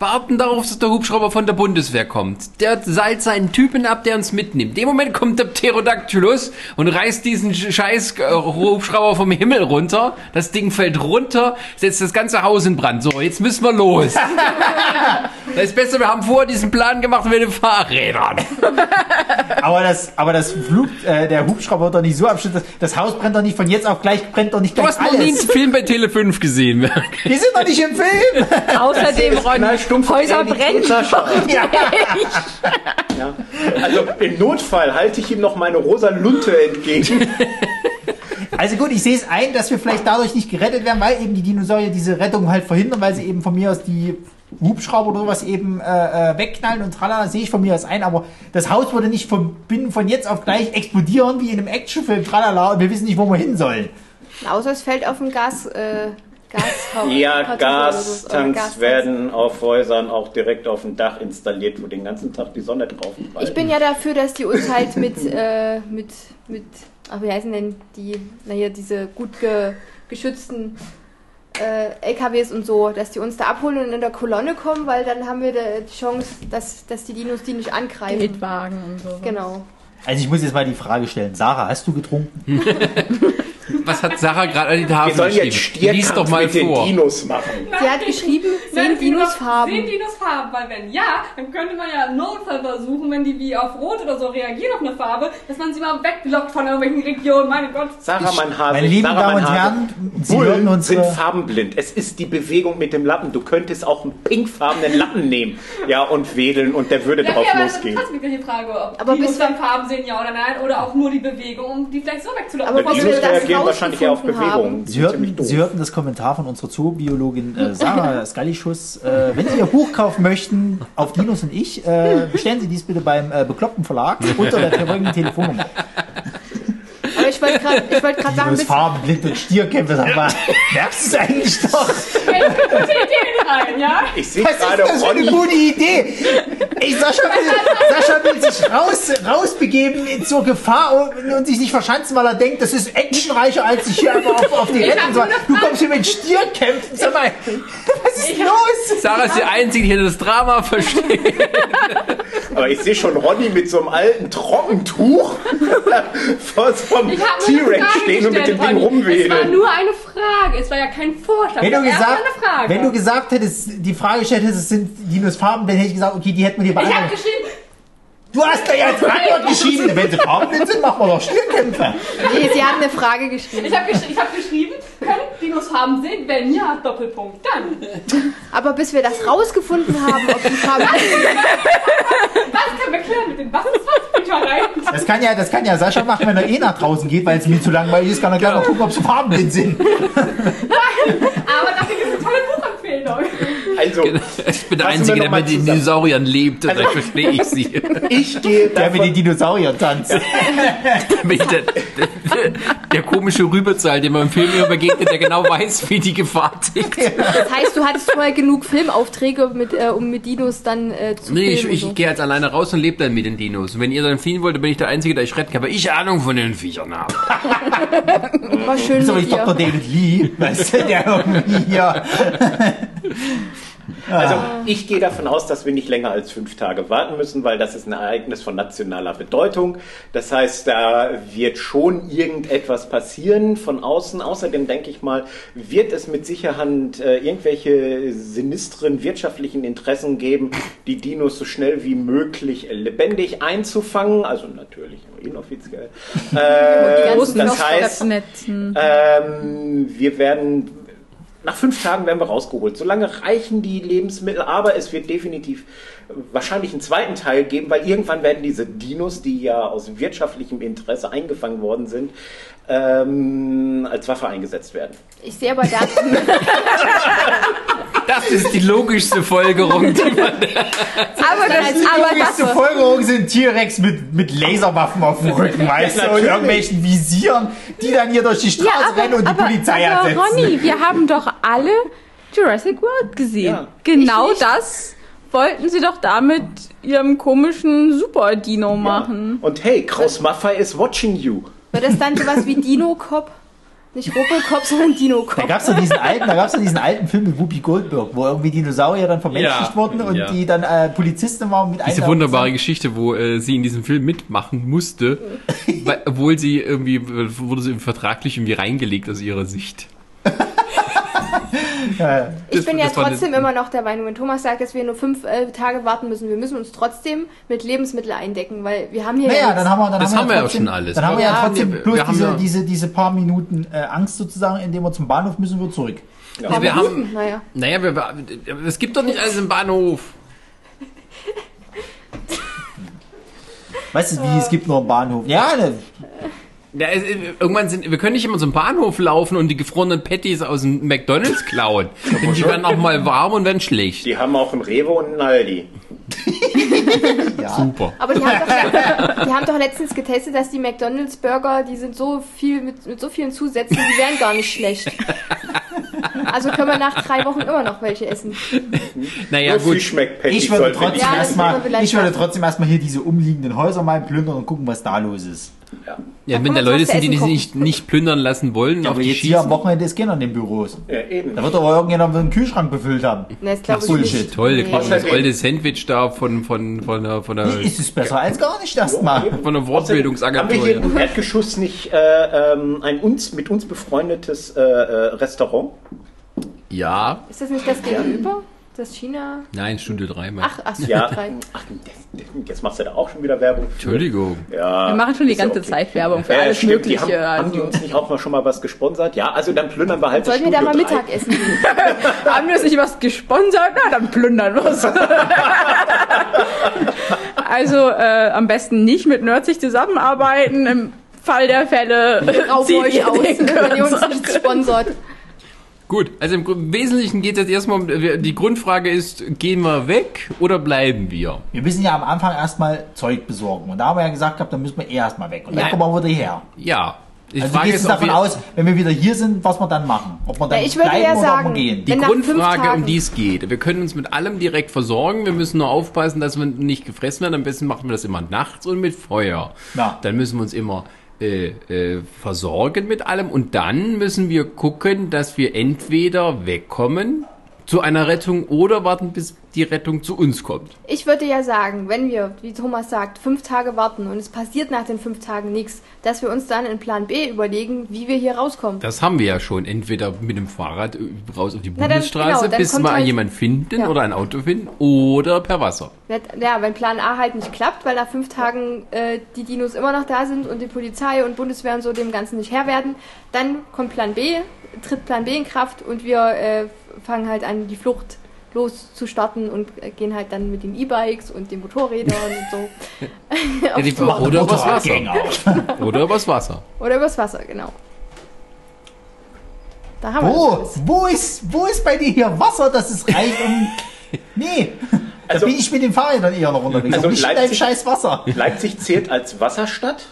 [SPEAKER 1] Warten darauf, dass der Hubschrauber von der Bundeswehr kommt. Der seilt seinen Typen ab, der uns mitnimmt. In dem Moment kommt der Pterodactylus und reißt diesen Sch- scheiß äh, Hubschrauber vom Himmel runter. Das Ding fällt runter, setzt das ganze Haus in Brand. So, jetzt müssen wir
[SPEAKER 4] <laughs>
[SPEAKER 1] los. das ist besser, wir haben vorher diesen Plan gemacht mit den Fahrrädern.
[SPEAKER 2] Aber das, aber das Flug, äh, der Hubschrauber wird doch nicht so abschüttet. Das Haus brennt doch nicht von jetzt auf gleich, brennt doch nicht
[SPEAKER 1] Du
[SPEAKER 2] gleich
[SPEAKER 1] hast noch nie einen
[SPEAKER 2] alles.
[SPEAKER 1] Film bei Tele 5 gesehen.
[SPEAKER 2] Wir sind doch nicht
[SPEAKER 1] <laughs>
[SPEAKER 2] im Film. <laughs>
[SPEAKER 5] Außerdem, Ron,
[SPEAKER 4] Knallstumpf
[SPEAKER 5] Häuser
[SPEAKER 4] Andy
[SPEAKER 5] brennen.
[SPEAKER 4] Sascha.
[SPEAKER 1] <laughs>
[SPEAKER 2] ja.
[SPEAKER 4] Ja. Also im Notfall halte ich ihm noch meine rosa Lunte entgegen.
[SPEAKER 2] Also gut, ich sehe es ein, dass wir vielleicht dadurch nicht gerettet werden, weil eben die Dinosaurier diese Rettung halt verhindern, weil sie eben von mir aus die Hubschrauber oder sowas eben äh, äh, wegknallen und tralala, sehe ich von mir aus ein, aber das Haus würde nicht von, bin von jetzt auf gleich explodieren wie in einem Actionfilm, tralala, und wir wissen nicht, wo wir hin sollen.
[SPEAKER 3] Außer es fällt auf den Gas, äh, Gashaus.
[SPEAKER 4] <laughs> Ja, Gastanks werden auf Häusern auch direkt auf dem Dach installiert, wo den ganzen Tag die Sonne drauf knallt.
[SPEAKER 3] Ich bin ja dafür, dass die uns halt
[SPEAKER 4] <laughs>
[SPEAKER 3] mit, äh, mit, mit, ach, wie heißen denn die, naja, diese gut ge, geschützten äh, LKWs und so, dass die uns da abholen und in der Kolonne kommen, weil dann haben wir da die Chance, dass, dass die Dinos die nicht angreifen.
[SPEAKER 5] Mitwagen und so.
[SPEAKER 3] Genau.
[SPEAKER 2] Also ich muss jetzt mal die Frage stellen, Sarah, hast du getrunken?
[SPEAKER 1] Was hat Sarah gerade an die Tafel
[SPEAKER 4] Wir sollen jetzt
[SPEAKER 1] geschrieben? Lies doch
[SPEAKER 4] Stierkampf
[SPEAKER 1] mal
[SPEAKER 4] mit den
[SPEAKER 1] vor.
[SPEAKER 4] Dinos machen.
[SPEAKER 3] Sie hat geschrieben, sehen Dinos
[SPEAKER 6] Sehen
[SPEAKER 3] Farben.
[SPEAKER 6] Dinos Farben, weil wenn ja, dann könnte man ja einen Notfall versuchen, wenn die wie auf Rot oder so reagieren auf eine Farbe, dass man sie mal wegblockt von irgendwelchen Regionen. Meine Gott.
[SPEAKER 4] Sarah, mein
[SPEAKER 1] Also
[SPEAKER 4] Hase.
[SPEAKER 2] Meine lieben
[SPEAKER 4] Sarah,
[SPEAKER 2] Damen
[SPEAKER 4] mein
[SPEAKER 2] und
[SPEAKER 4] Hase.
[SPEAKER 2] Herren, Sie hören
[SPEAKER 4] Bullen
[SPEAKER 2] unsere...
[SPEAKER 4] sind farbenblind. Es ist die Bewegung mit dem Lappen. Du könntest auch einen pinkfarbenen Lappen
[SPEAKER 6] <laughs>
[SPEAKER 4] nehmen. Ja, und wedeln und der würde
[SPEAKER 6] Ja,
[SPEAKER 4] drauf
[SPEAKER 6] okay, aber das ist
[SPEAKER 4] losgehen.
[SPEAKER 6] trotzdem die Frage, ob
[SPEAKER 3] Aber
[SPEAKER 6] Dinos
[SPEAKER 3] bis wir-
[SPEAKER 6] dann Farben sehen, ja oder nein, oder auch nur die Bewegung, um die vielleicht so wegzulocken.
[SPEAKER 3] Aber
[SPEAKER 4] Die
[SPEAKER 3] bis wir
[SPEAKER 4] Dinos
[SPEAKER 3] das
[SPEAKER 4] reagieren wahrscheinlich eher auf
[SPEAKER 3] rausgefunden
[SPEAKER 4] Bewegungen. Die
[SPEAKER 2] Sie
[SPEAKER 4] sind ziemlich
[SPEAKER 2] hörten,
[SPEAKER 4] doof.
[SPEAKER 2] Sie hörten das Kommentar von unserer Zoobiologin äh, <laughs> Sarah Skallyschuss. Äh, wenn Sie Ihr Buch kaufen möchten, auf Dinos und ich, äh, bestellen Sie dies bitte beim äh, Bekloppten Verlag unter der folgenden Telefonnummer.
[SPEAKER 3] Aber ich wollte gerade wollt grad sagen,
[SPEAKER 2] Dinos,
[SPEAKER 3] bis,
[SPEAKER 2] Farben, Blind und Stierkämpfe, sag mal, merkst du es eigentlich doch?
[SPEAKER 6] Ideen rein, ja?
[SPEAKER 3] <laughs>
[SPEAKER 4] Ich sehe
[SPEAKER 2] Was ist
[SPEAKER 4] gerade
[SPEAKER 2] das für eine
[SPEAKER 4] Ronny.
[SPEAKER 2] gute Idee? Ey, Sascha will, Sascha will sich raus, rausbegeben in- zur Gefahr und, und sich nicht verschanzen, weil er denkt, das ist actionreicher, als sich hier einfach auf, auf die Retten soll. Du kommst hier mit Stierkämpfen, sag mal, was ist los?
[SPEAKER 1] Sarah ist die Einzige, die das Drama versteht.
[SPEAKER 4] Aber ich sehe schon Ronny mit so einem alten Trockentuch <laughs> vor so einem
[SPEAKER 6] Ich habe nur eine
[SPEAKER 4] T-Rex
[SPEAKER 6] Frage
[SPEAKER 4] stehen
[SPEAKER 6] gestellt,
[SPEAKER 4] und mit dem Ding
[SPEAKER 6] Ronny. Es war
[SPEAKER 4] rumwedeln.
[SPEAKER 6] nur eine Frage, es war ja kein Vorschlag.
[SPEAKER 2] Wenn
[SPEAKER 6] es
[SPEAKER 2] du,
[SPEAKER 6] war erst
[SPEAKER 2] gesagt,
[SPEAKER 6] eine Frage.
[SPEAKER 2] wenn du gesagt hättest, die Frage gestellt hättest, es sind Dinos Farben, dann hätte ich gesagt, okay, die hätten wir dir
[SPEAKER 6] ich habe
[SPEAKER 2] beantwortet.
[SPEAKER 6] geschrieben,
[SPEAKER 2] Du hast da ja als Antwort geschrieben, wenn sie Farben sind, machen wir doch Stierkämpfe.
[SPEAKER 3] nee, sie hat eine Frage geschrieben.
[SPEAKER 6] ich habe gesch ich hab geschrieben, können Dinos Farben sehen? Wenn ja, Doppelpunkt, dann.
[SPEAKER 3] Aber bis wir das rausgefunden haben, ob die
[SPEAKER 4] <laughs>
[SPEAKER 3] Farben
[SPEAKER 6] Das kann man klären mit den was
[SPEAKER 3] <laughs>
[SPEAKER 6] ist was Büchereien.
[SPEAKER 2] Das kann ja, das kann ja Sascha machen, wenn er eh nach draußen geht, weil es mir zu langweilig ist, kann er gerne noch gucken, ob sie farbenblind sind.
[SPEAKER 6] Aber das ist eine tolle Buchempfehlung. <laughs>
[SPEAKER 4] Also,
[SPEAKER 1] Ich bin der
[SPEAKER 4] Fassen wir
[SPEAKER 1] Einzige,
[SPEAKER 4] noch
[SPEAKER 1] der
[SPEAKER 4] mal
[SPEAKER 1] mit den
[SPEAKER 4] zusammen. Also-
[SPEAKER 1] Dinosauriern lebt. Und dann verstehe ich sie.
[SPEAKER 4] ich gehe
[SPEAKER 2] Der mit den
[SPEAKER 4] davon...
[SPEAKER 2] Dinosauriern tanzt.
[SPEAKER 1] Bin ich Der, der, der komische Rübezahl, dem man im Film immer begegnet, der genau weiß, wie die Gefahr tickt.
[SPEAKER 3] Das heißt, du hattest vorher genug Filmaufträge, mit, äh, um mit Dinos dann äh, zu
[SPEAKER 1] Nee, ich,
[SPEAKER 3] filmen.
[SPEAKER 1] ich
[SPEAKER 3] und
[SPEAKER 1] gehe jetzt alleine raus und lebe dann mit den Dinos. Und wenn ihr dann fliehen wollt, dann bin ich der Einzige, der ich retten kann, weil ich Ahnung von den Viechern habe.
[SPEAKER 3] so. War schön
[SPEAKER 2] So wie
[SPEAKER 3] mit
[SPEAKER 2] Dr.
[SPEAKER 3] dir.
[SPEAKER 2] David Lee, weißt du, der irgendwie hier.
[SPEAKER 4] Also ich gehe davon aus, dass wir nicht länger als fünf Tage warten müssen, weil das ist ein Ereignis von nationaler Bedeutung. Das heißt, da wird schon irgendetwas passieren von außen. Außerdem denke ich mal, wird es mit Sicherheit äh, irgendwelche sinistren wirtschaftlichen Interessen geben, die Dinos so schnell wie möglich lebendig einzufangen. Also natürlich nur inoffiziell. Äh,
[SPEAKER 3] ganzen
[SPEAKER 4] das heißt,
[SPEAKER 5] Netzen.
[SPEAKER 4] ähm, wir werden nach fünf Tagen werden wir rausgeholt. Solange reichen die Lebensmittel, aber es wird definitiv äh, wahrscheinlich einen zweiten Teil geben, weil irgendwann werden diese Dinos, die ja aus wirtschaftlichem Interesse eingefangen worden sind, ähm, als Waffe eingesetzt werden.
[SPEAKER 3] Ich sehe aber da,
[SPEAKER 1] Das ist die logischste Folgerung, die man
[SPEAKER 3] aber das,
[SPEAKER 2] Die
[SPEAKER 3] aber
[SPEAKER 2] logischste
[SPEAKER 3] das
[SPEAKER 2] Folgerung sind T-Rex mit, mit Laserwaffen auf dem Rücken, weißt du, und
[SPEAKER 4] natürlich.
[SPEAKER 2] irgendwelchen Visieren, die dann hier durch die Straße rennen und die Polizei
[SPEAKER 5] aber
[SPEAKER 2] ersetzen.
[SPEAKER 5] Ronny, wir haben doch alle Jurassic World gesehen.
[SPEAKER 4] Ja.
[SPEAKER 5] Genau
[SPEAKER 3] Ich nicht.
[SPEAKER 5] das wollten sie doch da mit ihrem komischen Super-Dino machen.
[SPEAKER 4] Und hey, Kraus Maffei is watching you.
[SPEAKER 3] War das dann sowas wie Dino-Cop? Nicht Robocop, sondern
[SPEAKER 2] Da
[SPEAKER 3] Dino-Cop.
[SPEAKER 2] gab's doch diesen alten, da gab's doch diesen alten Film mit Whoopi Goldberg, wo irgendwie Dinosaurier dann vermenschlicht
[SPEAKER 1] Ja,
[SPEAKER 2] wurden und
[SPEAKER 1] ja.
[SPEAKER 2] die dann äh, Polizisten waren mit
[SPEAKER 1] Diese
[SPEAKER 2] einer-
[SPEAKER 1] wunderbare Geschichte, wo äh, sie in diesem Film mitmachen musste,
[SPEAKER 3] <laughs>
[SPEAKER 1] weil, obwohl sie irgendwie, äh, wurde sie vertraglich irgendwie reingelegt aus ihrer Sicht.
[SPEAKER 2] <laughs> Ja.
[SPEAKER 3] Ich bin ja
[SPEAKER 1] das war eine-
[SPEAKER 3] trotzdem immer noch der Meinung, wenn Thomas sagt, dass wir nur fünf äh, Tage warten müssen, wir müssen uns trotzdem mit Lebensmitteln eindecken, weil wir haben hier
[SPEAKER 2] Naja,
[SPEAKER 3] nichts.
[SPEAKER 2] dann haben wir, dann
[SPEAKER 1] Das
[SPEAKER 2] haben
[SPEAKER 1] haben
[SPEAKER 2] wir
[SPEAKER 1] wir
[SPEAKER 2] ja
[SPEAKER 1] ja
[SPEAKER 2] trotzdem,
[SPEAKER 1] schon alles.
[SPEAKER 2] Dann haben wir ja,
[SPEAKER 1] Ja,
[SPEAKER 2] trotzdem
[SPEAKER 1] wir-
[SPEAKER 2] bloß
[SPEAKER 1] wir haben
[SPEAKER 2] diese,
[SPEAKER 1] ja-
[SPEAKER 2] diese, diese paar Minuten äh, Angst sozusagen, indem wir zum Bahnhof müssen, wir zurück.
[SPEAKER 1] Also wir haben,
[SPEAKER 3] Naja.
[SPEAKER 1] naja, wir, wir- es gibt doch nicht alles im Bahnhof.
[SPEAKER 2] Weißt du, wie es gibt nur einen Bahnhof. Ja, ne,
[SPEAKER 1] Ja, es- äh, irgendwann sind, wir können nicht immer zum Bahnhof laufen und die gefrorenen Patties aus dem McDonalds klauen.
[SPEAKER 2] <laughs>
[SPEAKER 1] Denn die werden auch mal warm und werden schlecht.
[SPEAKER 7] Die haben auch einen Rewe und einen Aldi.
[SPEAKER 1] Super.
[SPEAKER 3] Aber die
[SPEAKER 1] <laughs>
[SPEAKER 3] haben, doch, die haben doch letztens getestet, dass die McDonalds Burger, die sind so viel mit, mit so vielen Zusätzen, die wären gar nicht schlecht. Also können wir nach drei Wochen immer noch welche essen.
[SPEAKER 1] Naja,
[SPEAKER 7] Nur
[SPEAKER 1] gut.
[SPEAKER 7] Fischmeck-Patty
[SPEAKER 2] Ich würde
[SPEAKER 7] sollte
[SPEAKER 2] trotzdem
[SPEAKER 3] Ja, das
[SPEAKER 2] erstmal,
[SPEAKER 3] können wir vielleicht
[SPEAKER 2] ich würde
[SPEAKER 3] machen.
[SPEAKER 2] trotzdem erstmal hier diese umliegenden Häuser mal plündern und gucken, was da los ist.
[SPEAKER 1] Ja,
[SPEAKER 3] Da
[SPEAKER 1] wenn
[SPEAKER 3] kann
[SPEAKER 1] da
[SPEAKER 3] man
[SPEAKER 1] Leute
[SPEAKER 3] was zu
[SPEAKER 1] sind, die
[SPEAKER 3] essen
[SPEAKER 1] nicht,
[SPEAKER 3] kochen.
[SPEAKER 1] nicht, nicht plündern lassen wollen, auf
[SPEAKER 2] Aber
[SPEAKER 1] die
[SPEAKER 2] jetzt hier am
[SPEAKER 1] schießen.
[SPEAKER 2] Wochenende ist keiner in den Büros.
[SPEAKER 7] Ja, eben.
[SPEAKER 2] Da wird doch irgendjemand einen Kühlschrank befüllt haben.
[SPEAKER 3] Ne, das glaube ich
[SPEAKER 2] Bullshit.
[SPEAKER 3] nicht.
[SPEAKER 1] Toll, da kriegt man das
[SPEAKER 7] Außerdem-
[SPEAKER 1] alte Sandwich da von, von, von der, von der,
[SPEAKER 2] Ist es besser als gar nicht erstmal?
[SPEAKER 1] von der
[SPEAKER 7] Haben wir
[SPEAKER 1] Wortbildungsagentur.
[SPEAKER 7] hier
[SPEAKER 1] ja.
[SPEAKER 7] im Erdgeschoss nicht äh, ähm, ein uns, mit uns befreundetes äh, äh, Restaurant?
[SPEAKER 1] Ja,
[SPEAKER 3] Ist das nicht das Gegenüber? Das China?
[SPEAKER 1] nein, Stunde dreimal.
[SPEAKER 3] Ach, ach so,
[SPEAKER 7] Ja.
[SPEAKER 3] drei.
[SPEAKER 7] Ach, das- jetzt machst du da auch schon wieder Werbung. für.
[SPEAKER 1] Entschuldigung.
[SPEAKER 7] Ja,
[SPEAKER 5] Wir machen schon die
[SPEAKER 7] Ah, ist ja
[SPEAKER 5] ganze
[SPEAKER 7] okay.
[SPEAKER 5] Zeit Werbung für
[SPEAKER 7] Ja,
[SPEAKER 5] alles
[SPEAKER 7] stimmt, die
[SPEAKER 5] Mögliche.
[SPEAKER 7] Haben, haben die
[SPEAKER 5] Also,
[SPEAKER 7] uns nicht auch mal schon mal was gesponsert? Ja, also dann plündern wir halt
[SPEAKER 3] Sollten wir
[SPEAKER 7] das
[SPEAKER 3] da mal
[SPEAKER 7] Studio drei. <laughs>
[SPEAKER 3] Mittagessen gehen?
[SPEAKER 5] haben wir uns nicht was gesponsert? Na, dann plündern wir
[SPEAKER 7] <laughs>
[SPEAKER 5] es. also äh, am besten nicht mit Nerdsig zusammenarbeiten. Im Fall der Fälle
[SPEAKER 3] Rauf
[SPEAKER 5] zieht
[SPEAKER 3] euch
[SPEAKER 5] ihr
[SPEAKER 3] aus,
[SPEAKER 5] den
[SPEAKER 3] wenn ihr uns
[SPEAKER 5] Kürzeren.
[SPEAKER 3] nicht sponsort.
[SPEAKER 1] Gut, also im Gru- Wesentlichen geht es jetzt erstmal um, wir- die Grundfrage ist, gehen wir weg oder bleiben wir?
[SPEAKER 2] Wir müssen ja am Anfang erstmal Zeug besorgen. Und da haben wir ja gesagt gehabt, dann müssen wir eh erstmal weg. Und dann
[SPEAKER 1] Nein.
[SPEAKER 2] kommen wir wieder her.
[SPEAKER 1] Ja. Ich
[SPEAKER 2] Also gehst du
[SPEAKER 1] ob
[SPEAKER 2] davon
[SPEAKER 1] wir-
[SPEAKER 2] aus, wenn wir wieder hier sind, was wir dann machen. Ob wir dann
[SPEAKER 3] Ja, ich würde
[SPEAKER 2] bleiben
[SPEAKER 3] ja
[SPEAKER 2] oder ob
[SPEAKER 3] sagen,
[SPEAKER 2] wir gehen.
[SPEAKER 1] Die
[SPEAKER 3] Wenn nach fünf
[SPEAKER 1] Grundfrage, um
[SPEAKER 3] Tagen-
[SPEAKER 1] die es geht. Wir können uns mit allem direkt versorgen. Wir müssen nur aufpassen, dass wir nicht gefressen werden. Am besten machen wir das immer nachts und mit Feuer.
[SPEAKER 2] Ja.
[SPEAKER 1] Dann müssen wir uns immer äh, äh, versorgen mit allem. Und dann müssen wir gucken, dass wir entweder wegkommen zu einer Rettung oder warten, bis die Rettung zu uns kommt.
[SPEAKER 3] Ich würde ja sagen, wenn wir, wie Thomas sagt, fünf Tage warten und es passiert nach den fünf Tagen nichts, dass wir uns dann in Plan B überlegen, wie wir hier rauskommen.
[SPEAKER 1] Das haben wir ja schon. Entweder mit dem Fahrrad raus auf die
[SPEAKER 3] dann-
[SPEAKER 1] Bundesstraße,
[SPEAKER 3] genau, dann
[SPEAKER 1] bis
[SPEAKER 3] kommt
[SPEAKER 1] wir
[SPEAKER 3] halt-
[SPEAKER 1] jemanden finden
[SPEAKER 3] Ja.
[SPEAKER 1] oder ein Auto finden oder per
[SPEAKER 3] <laughs>
[SPEAKER 1] Wasser.
[SPEAKER 3] Ja, wenn Plan A halt nicht klappt, weil nach fünf Tagen äh, die Dinos immer noch da sind und die Polizei und Bundeswehr und so dem Ganzen nicht Herr werden, dann kommt Plan B, tritt Plan B in Kraft und wir äh, fangen halt an, die Flucht loszustarten und äh, gehen halt dann mit den E-Bikes und den Motorrädern und
[SPEAKER 2] <laughs>
[SPEAKER 3] so.
[SPEAKER 1] Ja, die-
[SPEAKER 2] Machen
[SPEAKER 1] oder übers
[SPEAKER 2] Motorradgänger.
[SPEAKER 1] Wasser. Oder übers Wasser.
[SPEAKER 3] Oder übers Wasser, genau. Da haben wir
[SPEAKER 2] Wo?
[SPEAKER 3] das.
[SPEAKER 2] Wo ist, wo ist bei dir hier Wasser, dass es reicht
[SPEAKER 1] <laughs>
[SPEAKER 2] um... Nee,
[SPEAKER 7] Also-
[SPEAKER 2] da bin ich mit den Fahrrädern eher noch unterwegs.
[SPEAKER 7] Also
[SPEAKER 2] Also nicht mit deinem
[SPEAKER 7] Leipzig-
[SPEAKER 2] scheiß Wasser.
[SPEAKER 7] Leipzig zählt als Wasserstadt,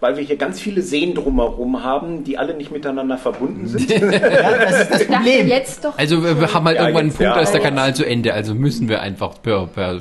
[SPEAKER 7] weil wir hier ganz viele Seen drumherum haben, die alle nicht miteinander verbunden sind.
[SPEAKER 2] Das ist das
[SPEAKER 3] Ich dachte
[SPEAKER 2] Problem.
[SPEAKER 3] jetzt doch.
[SPEAKER 1] Also wir, wir haben halt
[SPEAKER 7] Ja,
[SPEAKER 1] irgendwann einen
[SPEAKER 7] jetzt,
[SPEAKER 1] Punkt,
[SPEAKER 7] ja.
[SPEAKER 1] da ist der
[SPEAKER 3] Ja, jetzt.
[SPEAKER 1] Kanal zu Ende. Also müssen wir einfach per, per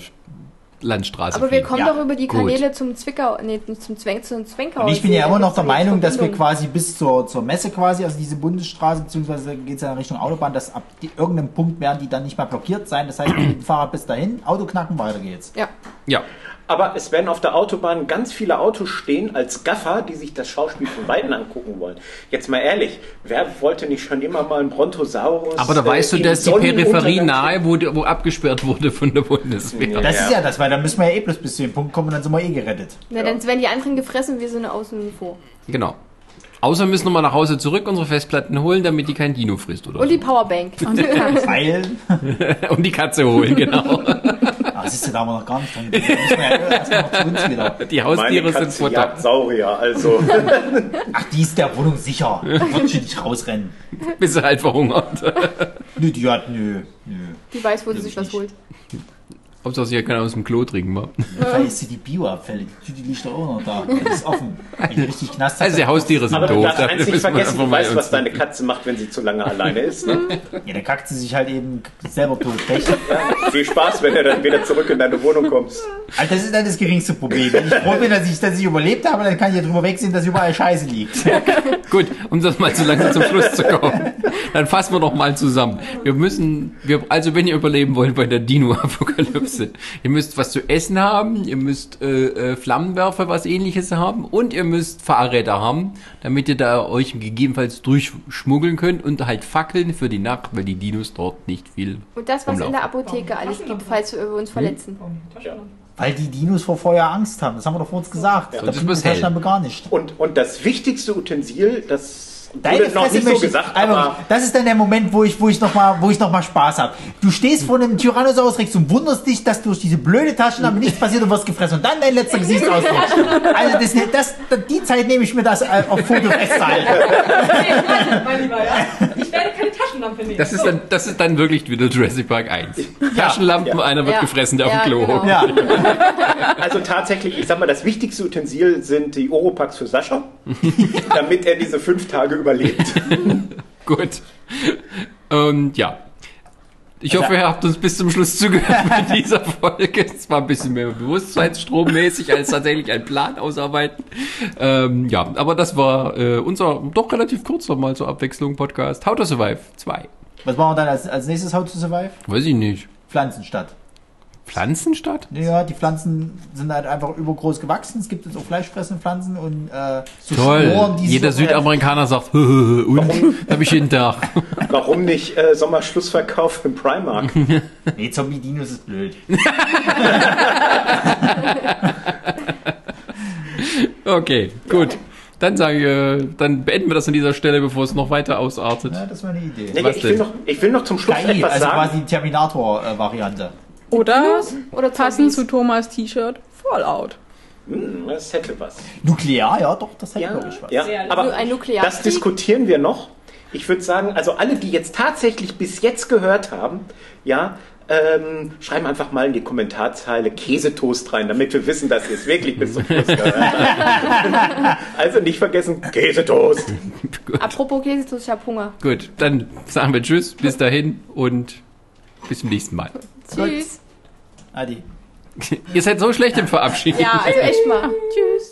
[SPEAKER 1] Landstraße
[SPEAKER 3] aber wir
[SPEAKER 1] fliegen.
[SPEAKER 3] kommen
[SPEAKER 2] Ja,
[SPEAKER 3] doch über die
[SPEAKER 1] gut.
[SPEAKER 3] Kanäle zum Zwickau, nee, zum Zwäng, zum Zwenkau.
[SPEAKER 2] Und ich bin ja immer noch der Meinung, dass wir
[SPEAKER 3] Verbindung.
[SPEAKER 2] quasi bis zur, zur Messe quasi, also diese Bundesstraße, beziehungsweise geht es ja in Richtung Autobahn, dass ab die, irgendeinem Punkt werden die dann nicht mehr blockiert sein. Das heißt, mit dem Fahrrad bis dahin, Auto knacken, weiter geht's.
[SPEAKER 3] Ja.
[SPEAKER 1] Ja,
[SPEAKER 7] Aber es werden auf der Autobahn ganz viele Autos stehen als Gaffer, die sich das Schauspiel von Weitem angucken wollen. Jetzt mal ehrlich, wer wollte nicht schon immer mal einen Brontosaurus?
[SPEAKER 1] aber da
[SPEAKER 7] äh,
[SPEAKER 1] weißt du,
[SPEAKER 7] im
[SPEAKER 1] dass die Peripherie
[SPEAKER 7] Sonnenuntergang-
[SPEAKER 1] nahe, wo, die- wo abgesperrt wurde von der Bundeswehr.
[SPEAKER 2] Das
[SPEAKER 7] Ja.
[SPEAKER 2] ist ja das, weil dann müssen wir ja eh bloß bis zu dem Punkt kommen und dann sind wir eh gerettet.
[SPEAKER 3] Na, dann werden die anderen gefressen, wir sind außen vor.
[SPEAKER 1] Genau. Außer wir müssen nochmal nach Hause zurück unsere Festplatten holen, damit die kein Dino frisst, oder?
[SPEAKER 3] Und die Powerbank.
[SPEAKER 2] Weil,
[SPEAKER 1] so. Und die Katze
[SPEAKER 7] <laughs>
[SPEAKER 1] holen, genau.
[SPEAKER 2] ah, siehst du, da haben wir noch gar nicht dran gedacht. Da müssen wir ja erstmal noch zu uns wieder.
[SPEAKER 1] Die
[SPEAKER 7] Meine
[SPEAKER 1] Haustiere sind
[SPEAKER 7] Katze
[SPEAKER 1] Futter.
[SPEAKER 7] jagt Saurier,
[SPEAKER 1] <laughs>
[SPEAKER 7] also.
[SPEAKER 2] Ach, die ist der Wohnung sicher. Die wird schon nicht rausrennen.
[SPEAKER 1] Bis sie halt verhungert.
[SPEAKER 2] Nö, die hat, nö, nö.
[SPEAKER 3] Die weiß, wo sie
[SPEAKER 2] Das
[SPEAKER 3] sich
[SPEAKER 2] ist
[SPEAKER 3] was holt.
[SPEAKER 1] Hauptsache, sie kann aus dem Klo trinken. wa?
[SPEAKER 2] Da ist sie die Bioabfälle. Die Tüte liegt doch auch noch da. Die ist offen. Wenn die richtig knast,
[SPEAKER 1] Also die Haustiere sind
[SPEAKER 7] Aber du
[SPEAKER 1] doof.
[SPEAKER 7] darfst
[SPEAKER 1] da
[SPEAKER 7] eins nicht
[SPEAKER 1] müssen wir
[SPEAKER 7] vergessen, du
[SPEAKER 1] einfach mal
[SPEAKER 7] weißt,
[SPEAKER 1] uns-
[SPEAKER 7] was deine Katze macht, wenn sie zu lange alleine ist. Ne?
[SPEAKER 2] Ja, dann kackt sie sich halt eben selber tot. Pech.
[SPEAKER 7] Viel Spaß, wenn du dann wieder zurück in deine Wohnung kommst.
[SPEAKER 2] Also das ist dann das geringste Problem. Wenn ich
[SPEAKER 4] <laughs>
[SPEAKER 2] froh bin, dass ich, dass ich überlebt habe, dann kann ich ja drüber wegsehen, dass überall Scheiße liegt.
[SPEAKER 1] Gut, um das mal zu langsam zum Schluss zu kommen, dann fassen wir doch mal zusammen. Wir müssen, wir, also wenn ihr überleben wollt bei der Dino-Apokalypse, ihr müsst was zu essen haben, ihr müsst äh, äh, Flammenwerfer, was ähnliches haben und ihr müsst Fahrräder haben, damit ihr da euch gegebenenfalls durchschmuggeln könnt und halt Fackeln für die Nacht, weil die Dinos dort nicht viel.
[SPEAKER 3] Und das, was in
[SPEAKER 1] Umlauf.
[SPEAKER 3] der Apotheke alles gibt, falls wir uns verletzen.
[SPEAKER 2] Weil die Dinos vor Feuer Angst haben. Das haben wir doch vor uns gesagt.
[SPEAKER 1] Und das muss
[SPEAKER 2] das
[SPEAKER 1] hell.
[SPEAKER 2] gar nicht.
[SPEAKER 7] Und, und das wichtigste Utensil, das
[SPEAKER 4] Das wurde noch
[SPEAKER 2] Fresse
[SPEAKER 4] nicht so
[SPEAKER 2] möchte ich-
[SPEAKER 4] gesagt,
[SPEAKER 2] Albert,
[SPEAKER 4] aber
[SPEAKER 2] das ist dann der Moment, wo ich, wo ich nochmal, wo ich noch mal Spaß habe. Du stehst vor einem Tyrannosaurus Rex und wunderst dich, dass durch diese blöde Taschenlampe nichts passiert und wirst gefressen und dann dein letzter Gesichtsausdruck. Also das, das, das, die Zeit nehme ich mir das äh, auf Foto
[SPEAKER 4] <laughs>
[SPEAKER 2] festzuhalten.
[SPEAKER 6] Hey, warte, mein Lieber, ja? Ich werde keine Taschenlampe nehmen.
[SPEAKER 1] Das ist, dann, das ist dann wirklich wieder Jurassic Park 1. Taschenlampen, einer wird
[SPEAKER 3] Ja.
[SPEAKER 1] gefressen, der auf dem
[SPEAKER 3] Ja,
[SPEAKER 1] Klo
[SPEAKER 3] genau.
[SPEAKER 1] hockt.
[SPEAKER 2] Ja.
[SPEAKER 4] also tatsächlich, ich sag mal, das wichtigste Utensil sind die Oropax für
[SPEAKER 2] <laughs>
[SPEAKER 4] Sascha, damit er diese fünf Tage überlebt.
[SPEAKER 1] Gut. Und ja. Ich hoffe, ihr habt uns bis zum Schluss zugehört mit dieser Folge. Es war ein bisschen mehr bewusstseinstrommäßig als tatsächlich ein Plan ausarbeiten. Ähm, ja, aber das war äh, unser doch relativ kurzer mal zur Abwechslung Podcast How to Survive 2.
[SPEAKER 2] Was machen wir dann als, als nächstes How to Survive?
[SPEAKER 1] Weiß ich nicht.
[SPEAKER 2] Pflanzenstadt.
[SPEAKER 1] Pflanzenstadt?
[SPEAKER 2] Ja, die Pflanzen sind halt einfach übergroß gewachsen. Es gibt jetzt auch fleischfressende Pflanzen und äh, so
[SPEAKER 1] Toll.
[SPEAKER 2] die äh,
[SPEAKER 1] Jeder
[SPEAKER 2] so,
[SPEAKER 1] Südamerikaner sagt, <laughs> und habe ich jeden Tag.
[SPEAKER 4] Warum nicht äh, Sommerschlussverkauf im Primark?
[SPEAKER 2] Nee, Zombie-Dinos ist
[SPEAKER 1] <laughs>
[SPEAKER 2] blöd. Ne,
[SPEAKER 1] Okay, gut. Dann sage ich, äh, dann beenden wir das an dieser Stelle, bevor es noch weiter ausartet.
[SPEAKER 2] Ja, das war eine Idee.
[SPEAKER 4] Nee,
[SPEAKER 1] Was
[SPEAKER 4] ich,
[SPEAKER 1] denn?
[SPEAKER 4] will noch, ich will noch zum Schluss
[SPEAKER 2] KI,
[SPEAKER 4] etwas
[SPEAKER 2] also
[SPEAKER 4] sagen.
[SPEAKER 2] quasi die Terminator-Variante.
[SPEAKER 5] Oder
[SPEAKER 3] Oder
[SPEAKER 5] passend
[SPEAKER 3] Zombies.
[SPEAKER 5] zu Thomas T-Shirt Fallout.
[SPEAKER 4] Hm, das hätte was.
[SPEAKER 2] Nuklear, ja doch, das hätte
[SPEAKER 4] Ja,
[SPEAKER 2] wirklich was.
[SPEAKER 4] ja.
[SPEAKER 6] Sehr.
[SPEAKER 4] aber
[SPEAKER 3] Nur ein Nuklearkrieg.
[SPEAKER 4] das diskutieren wir noch. Ich würde sagen, also alle, die jetzt tatsächlich bis jetzt gehört haben, ja, ähm, schreiben einfach mal in die Kommentarzeile Käsetoast rein, damit wir wissen, dass ihr es wirklich bis zum Schluss gehört habt.
[SPEAKER 2] <laughs>
[SPEAKER 4] also nicht vergessen, Käsetoast.
[SPEAKER 3] Apropos Käsetoast, ich hab Hunger.
[SPEAKER 1] Gut, dann sagen wir Tschüss, bis dahin und bis zum nächsten Mal.
[SPEAKER 3] Tschüss.
[SPEAKER 2] Adi.
[SPEAKER 1] Ihr seid so schlecht im Verabschieden.
[SPEAKER 3] also Ja, also Ah, echt mal. Tschüss.